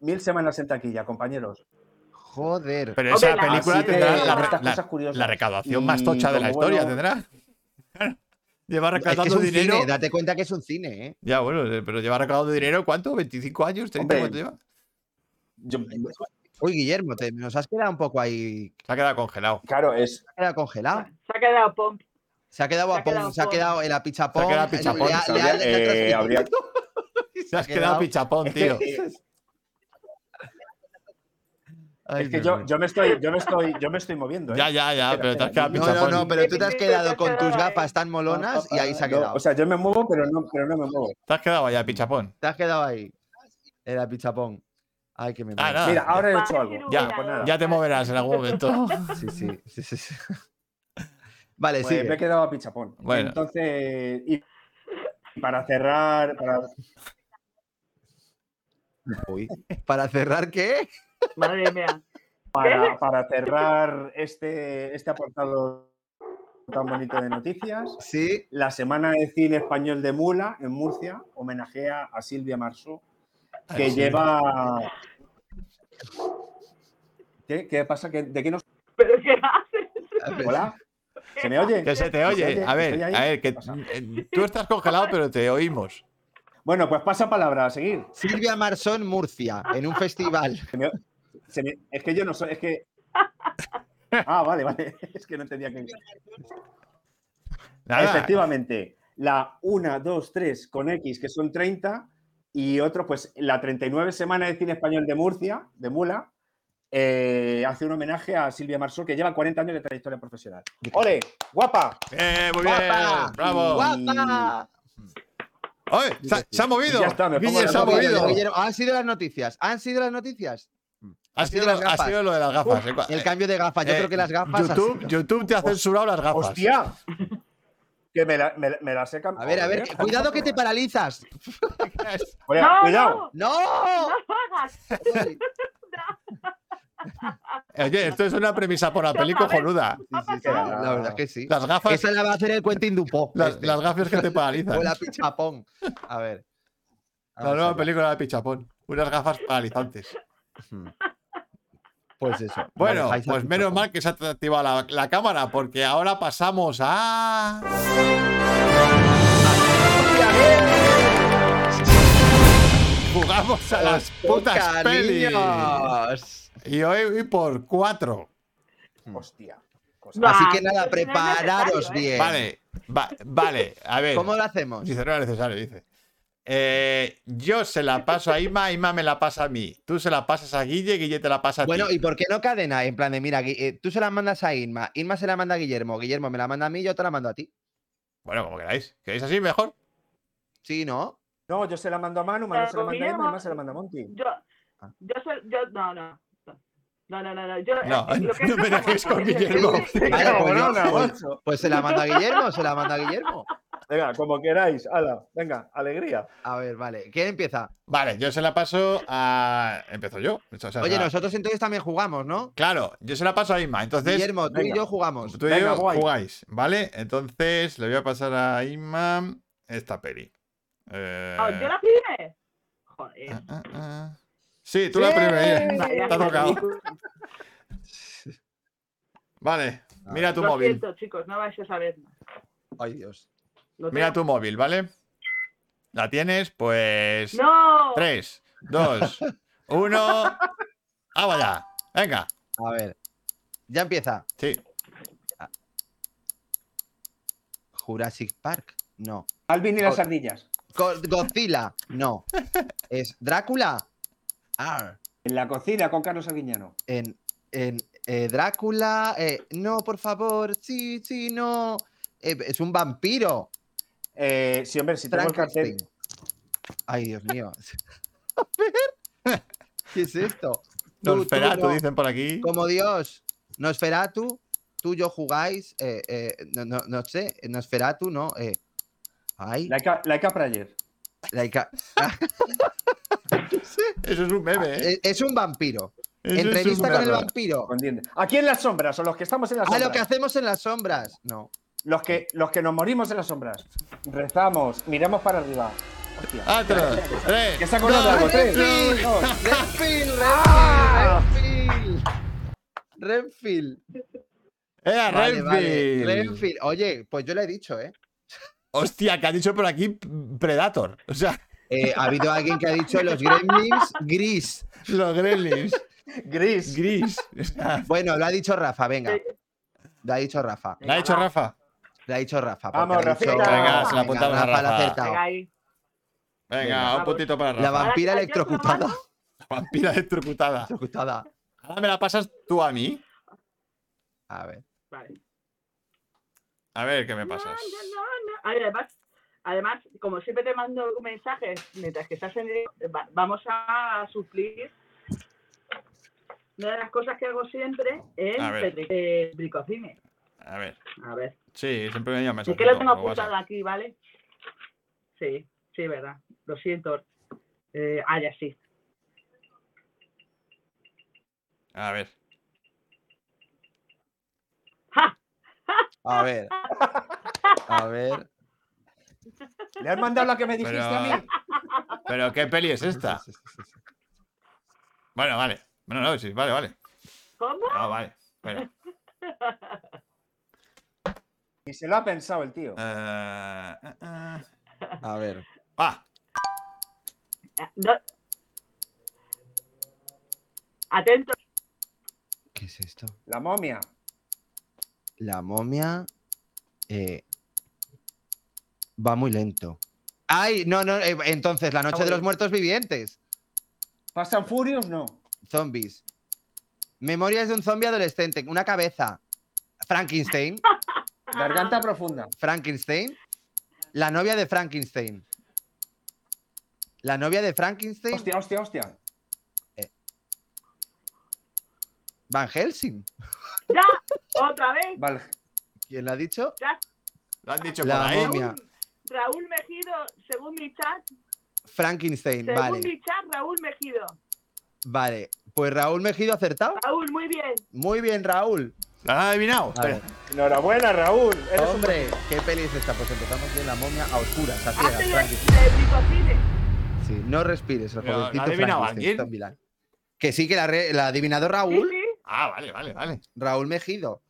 Speaker 5: Mil semanas en taquilla, compañeros.
Speaker 4: Joder.
Speaker 1: Pero esa
Speaker 6: Hombre, la-
Speaker 1: película
Speaker 6: sí,
Speaker 1: tendrá
Speaker 6: eh,
Speaker 1: la,
Speaker 5: estas
Speaker 1: la-
Speaker 5: cosas Mm, pues curiosas.
Speaker 1: la recaudación más
Speaker 5: Y
Speaker 1: tocha de la
Speaker 5: como bueno-
Speaker 1: historia, tendrá. Lleva
Speaker 4: Es que es
Speaker 1: recaudando
Speaker 4: un
Speaker 1: dinero.
Speaker 4: cine, date cuenta que es un cine, ¿eh?
Speaker 1: Ya, bueno, eh, pero lleva recaudando dinero, ¿cuánto? ¿25 años? ¿30?
Speaker 5: Hombre.
Speaker 1: ¿Cuánto lleva?
Speaker 5: Yo-
Speaker 4: Uy, Guillermo, te, nos has quedado un poco ahí.
Speaker 1: Se ha quedado congelado.
Speaker 5: claro, es.
Speaker 4: Se ha quedado congelado.
Speaker 6: Se ha quedado pomp.
Speaker 4: Se ha quedado
Speaker 6: Se ha
Speaker 4: a pon,
Speaker 6: quedado
Speaker 4: se ha
Speaker 6: pon.
Speaker 4: quedado en la pichapón.
Speaker 1: quedado pichapón,
Speaker 4: le ha-
Speaker 5: se
Speaker 4: le ha-
Speaker 5: habría-
Speaker 4: le ha
Speaker 5: eh,
Speaker 4: transmitido.
Speaker 5: habría-
Speaker 4: Y se
Speaker 1: Te
Speaker 4: ha
Speaker 1: has quedado pichapón,
Speaker 5: es que-
Speaker 1: tío.
Speaker 4: Ay,
Speaker 5: es que
Speaker 4: Dios
Speaker 5: yo,
Speaker 4: mío.
Speaker 5: yo me estoy, yo me estoy, yo me estoy moviendo. ¿eh?
Speaker 1: Ya, ya, ya,
Speaker 5: Espera,
Speaker 1: pero te has quedado
Speaker 5: espera,
Speaker 4: No, no,
Speaker 1: pichapón.
Speaker 4: no, pero tú te has quedado
Speaker 6: Te
Speaker 4: con
Speaker 6: has
Speaker 4: tus
Speaker 6: quedado ahí.
Speaker 4: gafas tan molonas y ahí se ha
Speaker 5: No,
Speaker 4: quedado.
Speaker 5: o sea, yo me muevo, pero no, pero no me muevo.
Speaker 1: Te has quedado allá, pichapón.
Speaker 4: Te has quedado ahí. En la pichapón. Ay, que me
Speaker 1: Ah,
Speaker 4: muero.
Speaker 1: nada.
Speaker 5: Mira, ahora he
Speaker 6: Vale,
Speaker 5: hecho algo.
Speaker 1: Ya,
Speaker 5: pues nada.
Speaker 1: Ya te moverás en algún momento.
Speaker 4: Sí, sí, sí, sí, sí. Vale,
Speaker 5: Pues
Speaker 4: sí.
Speaker 5: me he quedado a pichapón.
Speaker 1: Bueno.
Speaker 5: Entonces, y y para cerrar, para
Speaker 4: Para cerrar, ¿qué?
Speaker 6: Madre mía.
Speaker 5: Para, para cerrar este, este apartado tan bonito de noticias,
Speaker 4: Sí.
Speaker 5: la Semana de Cine Español de Mula, en Murcia, homenajea a Silvia Marsó, que
Speaker 1: Ay, Ah, sí.
Speaker 5: lleva... ¿Qué, qué pasa? ¿Qué- ¿De qué nos...
Speaker 1: Pues,
Speaker 6: ¿Pero qué haces?
Speaker 5: ¿Hola? ¿Se me oye?
Speaker 1: Que se te oye. A ver,
Speaker 5: ¿Estoy ahí?
Speaker 1: a ver, que
Speaker 5: ¿Qué pasa?
Speaker 1: eh, tú estás congelado, pero te oímos.
Speaker 5: Bueno, pues pasa palabra, a seguir.
Speaker 4: Silvia Marsón, Murcia, en un festival.
Speaker 5: Se me- se me- es que yo no soy... Es que... Ah, vale, vale. Es que no entendía que...
Speaker 1: Nada,
Speaker 5: Efectivamente, la 1, 2, 3 con X, que son 30, y otro, pues la 39 Semana de Cine Español de Murcia, de Mula, eh, hace un homenaje a Silvia Marsol, que lleva 40 años de trayectoria profesional. ¡Ole! ¡Guapa!
Speaker 1: Eh, muy bien,
Speaker 4: ¡Guapa!
Speaker 1: bravo.
Speaker 4: ¡Guapa!
Speaker 1: Oye, se, se ha movido.
Speaker 5: Ya está, me pongo
Speaker 1: Guille,
Speaker 5: las
Speaker 1: se ha
Speaker 5: gafas.
Speaker 1: movido.
Speaker 4: Guillermo, Han sido las noticias. Han sido las noticias.
Speaker 1: Ha
Speaker 4: ha sido
Speaker 1: sido,
Speaker 4: las
Speaker 1: lo- ha
Speaker 4: gafas.
Speaker 1: sido lo de las gafas. eh, cua-
Speaker 4: El cambio de gafas. Yo
Speaker 1: eh,
Speaker 4: creo que las gafas. han
Speaker 1: YouTube,
Speaker 4: sido-
Speaker 1: YouTube te ha censurado las gafas.
Speaker 5: ¡Hostia! Que me la, me, la- me la sé cam-
Speaker 4: A ver, a ver.
Speaker 5: Joder.
Speaker 4: Cuidado que te paralizas.
Speaker 5: Oye,
Speaker 6: No,
Speaker 5: cuidado.
Speaker 4: ¡No!
Speaker 6: no, no lo hagas.
Speaker 4: Sí,
Speaker 1: Oye, esto es una premisa por la peli
Speaker 6: Vamos a ver.
Speaker 1: cojonuda.
Speaker 4: sí, sí, la verdad es que sí.
Speaker 1: Las gafas,
Speaker 4: Esa la va a hacer el Quentin Dupont.
Speaker 1: las,
Speaker 4: este.
Speaker 1: las gafas que te paralizan.
Speaker 4: O la pichapón. A ver.
Speaker 1: La
Speaker 4: Vamos
Speaker 1: nueva
Speaker 4: allá.
Speaker 1: película de Pichapón. Unas gafas paralizantes.
Speaker 4: Pues eso.
Speaker 1: Bueno,
Speaker 4: Vale, vais a
Speaker 1: pues menos
Speaker 4: pichapón.
Speaker 1: mal que se ha activado la, la cámara, porque ahora pasamos a. Jugamos a las putas pelis.
Speaker 4: Cariños.
Speaker 1: Y hoy voy por cuatro.
Speaker 5: Hostia. Pues Cosa-
Speaker 6: No,
Speaker 4: Así que
Speaker 6: pero
Speaker 4: nada,
Speaker 6: eso no es
Speaker 4: prepararos
Speaker 6: necesario, ¿eh?
Speaker 4: bien.
Speaker 1: Vale, va- vale, a ver.
Speaker 4: ¿Cómo lo hacemos?
Speaker 1: Dice, no era necesario, dice. Eh, yo se la paso a Ima, Ima me la pasa a mí. Tú se la pasas a Guille, Guille te la pasa a
Speaker 4: Bueno,
Speaker 1: ti.
Speaker 4: ¿y por qué no cadena? En plan de, mira, Gui- eh, tú se la mandas a Inma, Inma se la manda a Guillermo, Guillermo me la manda a mí, yo te la mando a ti.
Speaker 1: Bueno, como queráis. ¿Queréis así mejor?
Speaker 4: Sí, ¿no?
Speaker 5: No, yo se la mando a Manu, Manu se la manda a Emma, Emma se la manda a Monty.
Speaker 6: Yo,
Speaker 4: Ah.
Speaker 6: yo soy, yo, no, no. No, no, no, no. Yo,
Speaker 1: No,
Speaker 6: eh, lo que
Speaker 1: no
Speaker 6: es
Speaker 1: me
Speaker 6: la
Speaker 1: dejes con
Speaker 6: confusión,
Speaker 1: Guillermo.
Speaker 6: es que-
Speaker 4: Vale, pues yo-
Speaker 5: Cabrona,
Speaker 4: pues-
Speaker 5: macho.
Speaker 4: pues se la manda a Guillermo, se la manda a Guillermo.
Speaker 5: Venga, como queráis, ala, venga, alegría.
Speaker 4: A ver, vale. ¿Quién empieza?
Speaker 1: Vale, yo se la paso a. Empezó yo. O sea,
Speaker 4: Oye,
Speaker 1: o sea,
Speaker 4: nosotros entonces también jugamos, ¿no?
Speaker 1: Claro, yo se la paso a Ima. Entonces,
Speaker 4: Guillermo, tú y
Speaker 5: venga.
Speaker 4: yo jugamos.
Speaker 1: tú y
Speaker 5: Venga,
Speaker 1: yo
Speaker 5: guay.
Speaker 1: jugáis, ¿vale? Entonces le voy a pasar a Ima esta peli. Eh,
Speaker 6: Ah, ¿Yo la primera? Joder.
Speaker 1: ah, ah, ah. Sí, tú la primera.
Speaker 6: Vaya
Speaker 1: Te ha tocado.
Speaker 6: ridículo.
Speaker 1: Vale, mira tu
Speaker 6: Lo
Speaker 1: móvil.
Speaker 6: siento, chicos, no vais a saber. más.
Speaker 4: Ay, Dios.
Speaker 6: Lo
Speaker 1: Mira
Speaker 6: tengo-
Speaker 1: tu móvil, ¿vale? ¿La tienes? Pues.
Speaker 6: ¡No!
Speaker 1: 3, 2, 1. ¡Ah, vaya! Venga,
Speaker 4: A ver. Ya empieza.
Speaker 1: sí.
Speaker 4: Jurassic Park. No.
Speaker 5: Alvin y las ardillas.
Speaker 4: Go- Godzilla. No. Es Drácula. Arr.
Speaker 5: En la cocina con Carlos Arguiñano.
Speaker 4: En, en, eh, Drácula. eh, no, por favor. Sí, sí, no. Eh, es un vampiro.
Speaker 5: Eh, sí, hombre, si tengo el cartel.
Speaker 4: Frankenstein. Ay, Dios mío. A ver. ¿Qué es esto? Tú, tú,
Speaker 1: Nosferatu,
Speaker 4: no.
Speaker 1: dicen por aquí.
Speaker 4: Como Dios. Nosferatu. Tú y yo jugáis. eh, eh, no, no, no sé. Nosferatu, no. eh. Ay,
Speaker 5: Laika, Laika Prayer.
Speaker 4: Laika-
Speaker 1: Eso es un meme, ¿eh?
Speaker 4: Eh, Es un vampiro.
Speaker 1: Eso es
Speaker 4: Entrevista
Speaker 1: un
Speaker 4: con el
Speaker 1: meme.
Speaker 4: vampiro.
Speaker 5: Con dientes. Aquí en las sombras, o los que estamos en las
Speaker 4: A
Speaker 5: sombras.
Speaker 4: lo que hacemos en las sombras. No.
Speaker 5: Los que, los que nos morimos en las sombras. Rezamos, miramos para arriba. Hostia.
Speaker 1: Otro, tres,
Speaker 5: ¿Qué se ha acordado de
Speaker 4: Ah,
Speaker 1: dos,
Speaker 5: algo? Tres,
Speaker 1: uno.
Speaker 5: dos.
Speaker 4: Renfield,
Speaker 5: ¡Ah!
Speaker 4: Renfield, Renfield.
Speaker 1: Era
Speaker 4: Vale, vale,
Speaker 1: Renfield.
Speaker 4: Renfield. Oye, pues yo le he dicho, ¿eh?
Speaker 1: Hostia, que ha dicho por aquí Predator. O sea,
Speaker 4: Eh, Ha habido alguien que ha dicho los gremlins gris.
Speaker 1: los Gremlins.
Speaker 5: Gris.
Speaker 1: Gris. O sea,
Speaker 4: Bueno, lo ha dicho Rafa, venga.
Speaker 6: Eh,
Speaker 4: Lo ha dicho Rafa.
Speaker 1: ¿La ha hecho Rafa?
Speaker 4: Lo ha dicho Rafa. porque
Speaker 5: Vamos,
Speaker 4: ha dicho-
Speaker 5: Rafita. Venga,
Speaker 1: se la apuntamos a
Speaker 4: Rafa la ha
Speaker 1: Rafa.
Speaker 4: acertado.
Speaker 6: venga ahí.
Speaker 1: Venga, un puntito para
Speaker 4: La
Speaker 1: Rafa.
Speaker 4: vampira
Speaker 6: Ahora,
Speaker 4: electrocutada.
Speaker 6: ¿yo
Speaker 1: La vampira electrocutada.
Speaker 4: Electrocutada.
Speaker 1: Ahora me la pasas tú a mí.
Speaker 4: A ver.
Speaker 6: Vale.
Speaker 1: A ver qué me
Speaker 6: No,
Speaker 1: pasas.
Speaker 6: no, no, no. A ver, además, además, como siempre te mando mensajes mientras que estás en directo, va- vamos a suplir. Una de las cosas que hago siempre es
Speaker 1: A ver.
Speaker 6: petri- eh, bricocine.
Speaker 1: A ver.
Speaker 6: A ver,
Speaker 1: Sí, siempre me llamas.
Speaker 6: es que lo tengo apuntado aquí, ¿vale? Sí, sí, verdad. Lo siento. Eh, ah, ya sí.
Speaker 1: A ver.
Speaker 6: ¡Ja!
Speaker 4: A ver. A ver.
Speaker 5: ¿Le has mandado la que me dijiste
Speaker 1: Pero-
Speaker 5: a mí?
Speaker 1: Pero qué peli es esta.
Speaker 2: Sí, sí, sí, sí.
Speaker 1: Bueno, vale. Bueno, no, sí, vale, vale.
Speaker 6: ¿Cómo?
Speaker 1: No, vale. Bueno.
Speaker 5: Y se lo ha pensado el tío.
Speaker 1: Eh, eh, eh.
Speaker 4: A ver.
Speaker 1: Ah,
Speaker 6: No. Atento.
Speaker 4: ¿Qué es esto?
Speaker 5: La momia.
Speaker 4: La momia. eh, va muy lento. Ay, no, no. eh, entonces, la noche de los muertos vivientes.
Speaker 5: ¿Pasan furios? No.
Speaker 4: Zombies. Memorias de un zombie adolescente. Una cabeza. Frankenstein.
Speaker 5: Garganta profunda.
Speaker 4: Frankenstein. La novia de Frankenstein. La novia de Frankenstein.
Speaker 5: Hostia, hostia, hostia.
Speaker 4: Van Helsing.
Speaker 6: ¡Ya! ¡Otra vez!
Speaker 5: Vale.
Speaker 4: ¿Quién la ha dicho?
Speaker 1: lo han dicho
Speaker 4: La
Speaker 1: por ahí.
Speaker 4: momia.
Speaker 6: Raúl, Raúl Mejido, según mi chat,
Speaker 4: Frankenstein.
Speaker 6: según
Speaker 4: Vale.
Speaker 6: mi chat, Raúl Mejido.
Speaker 4: Vale. Pues Raúl Mejido ha acertado.
Speaker 6: Raúl, muy bien.
Speaker 4: Muy bien, Raúl.
Speaker 1: ¿La han adivinado?
Speaker 4: A ver,
Speaker 5: Enhorabuena, Raúl. Eres un
Speaker 4: hombre, qué peli es esta. Pues empezamos bien la momia a oscuras, a ciegas,
Speaker 6: Hazte de,
Speaker 4: Frankenstein.
Speaker 6: de bricocine.
Speaker 4: Sí, no respires, el
Speaker 1: Pero, ¿la ha
Speaker 4: jovencito
Speaker 1: adivinado
Speaker 4: Frankenstein.
Speaker 1: alguien?
Speaker 4: Zombieland. Que sí, que la, re- la ha adivinado
Speaker 6: Sí,
Speaker 4: Raúl.
Speaker 6: sí.
Speaker 1: Ah, vale, vale, vale.
Speaker 4: Raúl Mejido.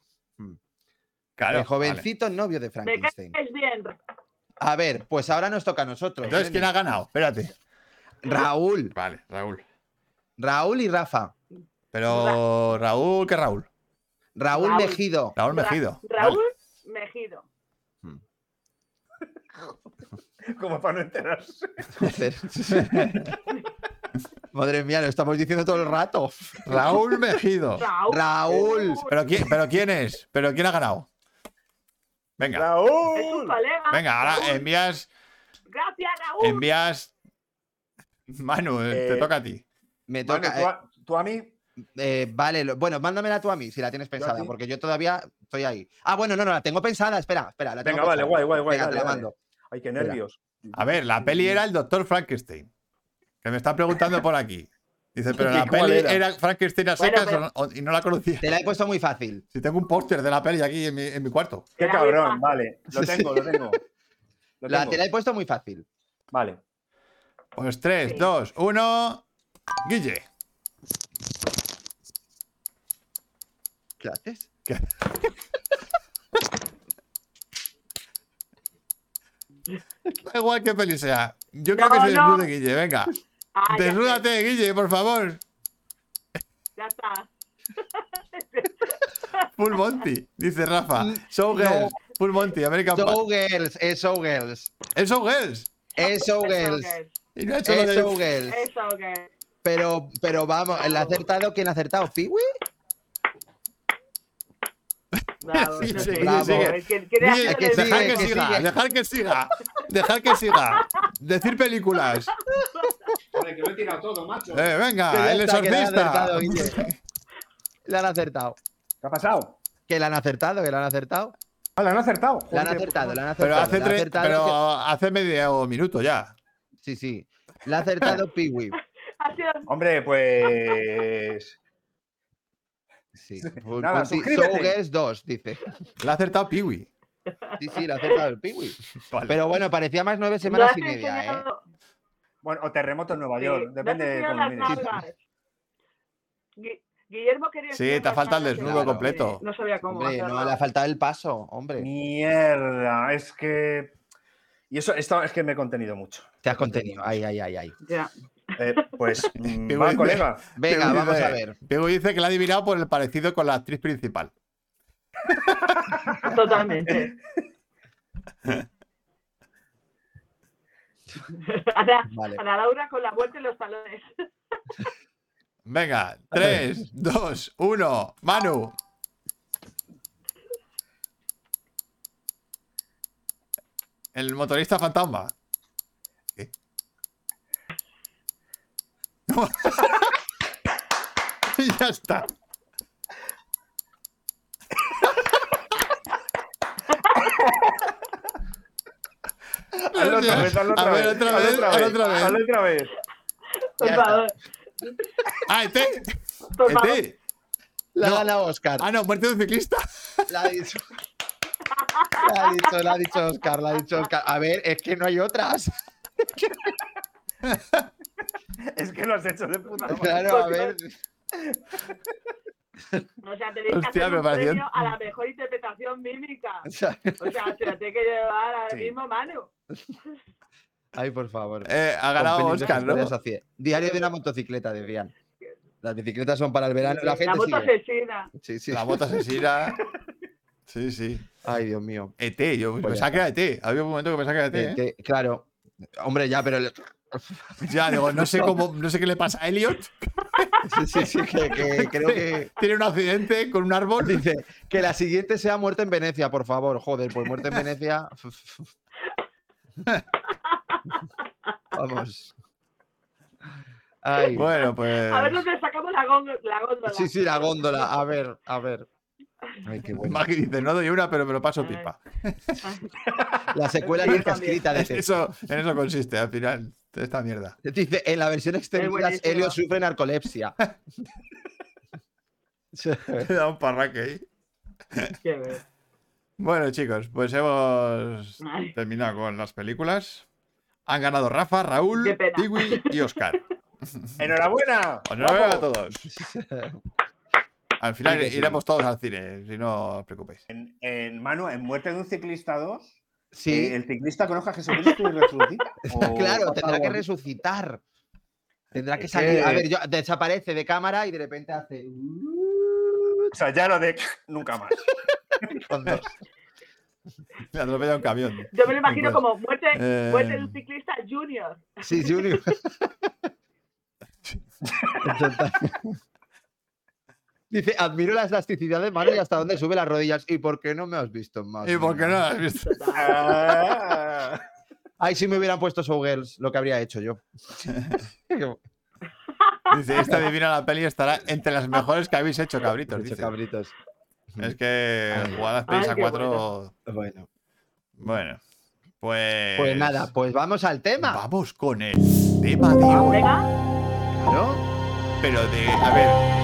Speaker 1: Claro.
Speaker 4: el
Speaker 1: vale.
Speaker 4: jovencito novio de
Speaker 6: Me
Speaker 4: Frankenstein.
Speaker 6: caes bien.
Speaker 4: A ver, pues ahora nos toca a nosotros.
Speaker 1: Entonces, ¿quién
Speaker 4: Nene.
Speaker 1: ha ganado? Espérate.
Speaker 4: Raúl.
Speaker 1: Vale, Raúl.
Speaker 4: Raúl y Rafa.
Speaker 1: Pero Raúl, ¿qué Raúl?
Speaker 4: Raúl,
Speaker 6: Raúl.
Speaker 4: Mejido.
Speaker 1: Raúl
Speaker 6: Ra-
Speaker 1: Mejido.
Speaker 6: Raúl Mejido.
Speaker 5: Como para no enterarse.
Speaker 4: Joder. Madre mía, lo estamos diciendo todo el rato.
Speaker 1: Vale. Raúl Mejido.
Speaker 6: Raúl.
Speaker 4: Raúl.
Speaker 1: ¿Pero quién, ¿Pero quién es? ¿Pero quién ha ganado? Venga,
Speaker 6: Es un
Speaker 5: ¡Raúl!
Speaker 6: colega.
Speaker 1: venga, ahora
Speaker 6: Raúl.
Speaker 1: envías,
Speaker 6: Gracias, Raúl.
Speaker 1: envías. Manu, eh, te
Speaker 5: Eh,
Speaker 1: toca a ti.
Speaker 4: Me
Speaker 5: Manu,
Speaker 4: toca.
Speaker 5: tú, a, tú a mí.
Speaker 4: eh, eh, vale, lo- bueno, mándamela tú a mí si la tienes pensada,
Speaker 5: ti.
Speaker 4: porque yo todavía estoy ahí. Ah, bueno, no, no, la tengo pensada. Espera, espera. La tengo
Speaker 5: Venga, vale,
Speaker 4: pensada.
Speaker 5: guay, guay, guay.
Speaker 4: Venga, te
Speaker 5: dale,
Speaker 4: la
Speaker 5: dale.
Speaker 4: mando.
Speaker 5: Ay, qué
Speaker 4: Espera.
Speaker 5: nervios.
Speaker 1: A ver, la peli era el Doctor Frankenstein. Que me está preguntando por aquí. Dice, pero
Speaker 5: ¿Y
Speaker 1: la
Speaker 5: cuál
Speaker 1: peli
Speaker 5: era?
Speaker 1: era, Frankenstein a
Speaker 6: Bueno,
Speaker 1: secas
Speaker 6: pero-
Speaker 1: o no- o- y no la conocía.
Speaker 4: Te la he puesto muy fácil.
Speaker 1: Si tengo un póster de la peli aquí en mi, en mi cuarto.
Speaker 5: Qué
Speaker 6: Era
Speaker 5: cabrón.
Speaker 6: muy fácil.
Speaker 5: Vale, lo
Speaker 4: Sí, sí.
Speaker 5: tengo, lo tengo. Lo
Speaker 4: La,
Speaker 5: tengo.
Speaker 4: te la he puesto muy fácil.
Speaker 5: Vale.
Speaker 1: Pues 3,
Speaker 6: Sí.
Speaker 1: 2, 1. Guille.
Speaker 4: ¿Qué haces?
Speaker 1: ¿Qué? Da igual qué peli sea. Yo creo
Speaker 6: No,
Speaker 1: que se
Speaker 6: no.
Speaker 1: desnude Guille, venga.
Speaker 6: Ah, ya sé,
Speaker 1: Desnúdate, Guille, por favor.
Speaker 6: Ya está.
Speaker 1: Full Monty, dice Rafa.
Speaker 4: Mm,
Speaker 1: Showgirls, Full Monty, American Pie.
Speaker 4: Showgirls, es Showgirls.
Speaker 1: Es Showgirls.
Speaker 4: Es Showgirls.
Speaker 1: Y no ha hecho lo
Speaker 4: Es
Speaker 1: de-
Speaker 4: Showgirls.
Speaker 6: Eso que.
Speaker 4: Pero, pero vamos, ¿el acertado? ¿Quién ha acertado? ¿Piwi?
Speaker 6: Bravo,
Speaker 1: Sí,
Speaker 6: no
Speaker 1: sí,
Speaker 6: sé.
Speaker 1: sí,
Speaker 6: Bravo.
Speaker 1: sigue.
Speaker 6: Él quiere- quiere
Speaker 1: Guille,
Speaker 6: hacer
Speaker 4: que
Speaker 6: el
Speaker 4: sigue,
Speaker 1: dejar que,
Speaker 6: vivo.
Speaker 4: que
Speaker 1: siga,
Speaker 4: sigue.
Speaker 1: dejar que siga. Dejar que siga. Decir películas.
Speaker 5: Joder, que lo he tirado todo, macho.
Speaker 1: Eh, venga,
Speaker 5: Ah,
Speaker 4: Que ya
Speaker 1: el
Speaker 4: está, que le han
Speaker 1: exorcista.
Speaker 4: acertado, Guille. Le han acertado.
Speaker 5: ¿Qué ha pasado?
Speaker 4: Que le han acertado, que le han acertado.
Speaker 5: Ah, la han acertado.
Speaker 4: Le han
Speaker 5: Joder,
Speaker 4: acertado, le han acertado.
Speaker 1: Pero hace,
Speaker 4: le han
Speaker 1: tres-
Speaker 4: acertado
Speaker 1: pero
Speaker 4: que-
Speaker 1: hace medio minuto ya.
Speaker 4: Sí, sí. Le ha acertado Piwi.
Speaker 6: Ha sido
Speaker 5: Hombre, pues.
Speaker 4: Sí.
Speaker 5: Nada, suscríbete.
Speaker 4: Showgirls 2, dice.
Speaker 1: La ha acertado Piwi.
Speaker 4: Sí, sí, la cepa del piwi.
Speaker 1: Vale.
Speaker 4: Pero bueno, parecía más nueve
Speaker 6: No
Speaker 4: semanas
Speaker 6: has
Speaker 4: y media, ¿eh?
Speaker 6: enseñado-
Speaker 5: Bueno, o terremoto en Nueva
Speaker 6: sí,
Speaker 5: York,
Speaker 6: no has
Speaker 5: depende de
Speaker 6: enseñado
Speaker 5: cómo
Speaker 6: las
Speaker 5: mires.
Speaker 6: nalgas. Gui- Guillermo quería.
Speaker 1: Sí,
Speaker 6: enseñar
Speaker 1: te
Speaker 6: las
Speaker 1: falta el
Speaker 6: nalgas de
Speaker 1: desnudo
Speaker 6: Álvaro,
Speaker 1: completo.
Speaker 6: que No sabía cómo.
Speaker 4: Hombre, no,
Speaker 6: hacerlo.
Speaker 4: le ha faltado el paso, hombre.
Speaker 5: Mierda, es que. Y eso, esto es que me he contenido mucho.
Speaker 4: Te has contenido. Ay, ay, ay, ay.
Speaker 6: Ya.
Speaker 5: Eh, pues, mm,
Speaker 1: Te voy a
Speaker 5: va,
Speaker 1: decir-
Speaker 5: colega.
Speaker 4: Venga,
Speaker 1: Pero
Speaker 4: vamos
Speaker 1: dice-
Speaker 4: a ver.
Speaker 1: Pego dice que la ha adivinado por el parecido con la actriz principal.
Speaker 6: Totalmente. Ana,
Speaker 4: Vale.
Speaker 6: Ana Laura con la vuelta en los talones.
Speaker 1: Venga, 3, 2, 1. Manu. El motorista fantasma. Eh. ¿Qué? ya está.
Speaker 5: Hazlo otra vez, hazlo
Speaker 1: A
Speaker 5: otra
Speaker 1: ver,
Speaker 5: vez.
Speaker 1: otra
Speaker 5: hazlo
Speaker 1: vez, hazlo otra vez.
Speaker 5: hazlo otra vez.
Speaker 6: Por
Speaker 4: Ya está.
Speaker 6: favor,
Speaker 1: Ah, este.
Speaker 6: por favor.
Speaker 1: Este.
Speaker 4: La
Speaker 1: No.
Speaker 4: gana Oscar.
Speaker 1: Ah, no, muerte de un ciclista.
Speaker 4: Ah, La ha dicho. La ha dicho, la ha dicho Oscar, la ha dicho Oscar. A ver, es que no hay otras.
Speaker 5: Es que lo has hecho de puta madre.
Speaker 4: Claro, a ver.
Speaker 6: O sea, tenéis que
Speaker 1: Hostia,
Speaker 6: hacer
Speaker 1: me
Speaker 6: un
Speaker 1: pareció-
Speaker 6: premio a la mejor interpretación mímica.
Speaker 4: o sea,
Speaker 6: O sea, se la tiene que llevar ahora
Speaker 5: Sí.
Speaker 6: mismo Manu.
Speaker 4: Ay, por favor.
Speaker 1: Eh, ha ganado
Speaker 4: Con
Speaker 1: Oscar, ¿no?
Speaker 4: películas así. ¿eh? Diario de una motocicleta, decían. Las bicicletas son para el verano. La gente
Speaker 6: La moto
Speaker 4: sigue.
Speaker 6: asesina.
Speaker 4: Sí, sí.
Speaker 1: La bota asesina. Sí, sí.
Speaker 4: Ay, Dios mío.
Speaker 1: ET, yo
Speaker 4: Pues ya
Speaker 1: pensaba que era ET. Había un momento que pensaba que era ET. ¿eh?
Speaker 4: Eh, que- claro. Hombre, ya, pero. el-
Speaker 1: Ya, digo, no sé cómo, no sé qué le pasa a Elliot.
Speaker 4: Sí, sí, sí, que, que creo que.
Speaker 1: Tiene un accidente con un árbol.
Speaker 4: Dice que la siguiente sea muerte en Venecia, por favor. Joder, pues muerte en Venecia. Vamos. Ay.
Speaker 1: Bueno, pues.
Speaker 6: A ver dónde sacamos la, gong- la góndola.
Speaker 4: Sí, sí, la góndola. A ver, a ver. Ay, qué bueno.
Speaker 1: Maki pues dice, no doy una, pero me lo paso
Speaker 6: A ver.
Speaker 1: pipa.
Speaker 4: La secuela
Speaker 6: Yo
Speaker 4: no está
Speaker 6: también.
Speaker 4: escrita. Dice,
Speaker 1: Eso, en eso consiste, al final, esta mierda.
Speaker 4: dice, en la versión extendida,
Speaker 6: buenísima.
Speaker 4: Helio sufre narcolepsia.
Speaker 1: Te da un parraque ahí.
Speaker 6: Qué bien.
Speaker 1: Bueno, chicos, pues hemos
Speaker 6: Ay.
Speaker 1: terminado con las películas. Han ganado Rafa, Raúl,
Speaker 6: Qué pena.
Speaker 1: Tiwi y Oscar.
Speaker 5: ¡Enhorabuena!
Speaker 1: Enhorabuena Pues a
Speaker 5: Vamos.
Speaker 1: todos. Al final
Speaker 4: Sí que sí.
Speaker 1: iremos todos al cine, si no os preocupéis.
Speaker 5: En, en- Manu, en Muerte de un Ciclista 2,
Speaker 4: Sí,
Speaker 5: eh, el ciclista conoce a Jesucristo y resucita. o
Speaker 4: claro,
Speaker 5: pasa
Speaker 4: tendrá que
Speaker 5: algo así.
Speaker 4: resucitar. Tendrá que
Speaker 5: Es
Speaker 4: salir. A
Speaker 5: que-
Speaker 4: ver, yo- desaparece de cámara y de repente hace.
Speaker 5: O sea, ya lo de nunca más.
Speaker 4: con dos.
Speaker 1: Me atropella un camión.
Speaker 6: Yo me lo imagino
Speaker 1: Pues,
Speaker 6: como muerte,
Speaker 1: eh,
Speaker 6: muerte de un ciclista junior.
Speaker 4: Sí, Junior. Dice, admiro la elasticidad de Mario y hasta dónde sube las rodillas. ¿Y por qué no me has visto más?
Speaker 1: ¿Y por qué no lo has visto?
Speaker 6: Total.
Speaker 5: Ah.
Speaker 4: Ay, si me hubieran puesto Showgirls, lo que habría hecho yo. Pues
Speaker 1: Dice, esta divina la peli estará entre las mejores que habéis hecho, cabritos.
Speaker 4: Mucho
Speaker 1: dice.
Speaker 4: cabritos.
Speaker 1: Es que
Speaker 4: Ay.
Speaker 1: jugadas 3 a
Speaker 6: Ay, qué
Speaker 1: 4.
Speaker 4: Bueno,
Speaker 1: Bueno, pues.
Speaker 4: pues nada, pues vamos al tema.
Speaker 1: Vamos con el tema de hoy.
Speaker 6: Venga,
Speaker 4: Claro.
Speaker 1: Pero de. A ver.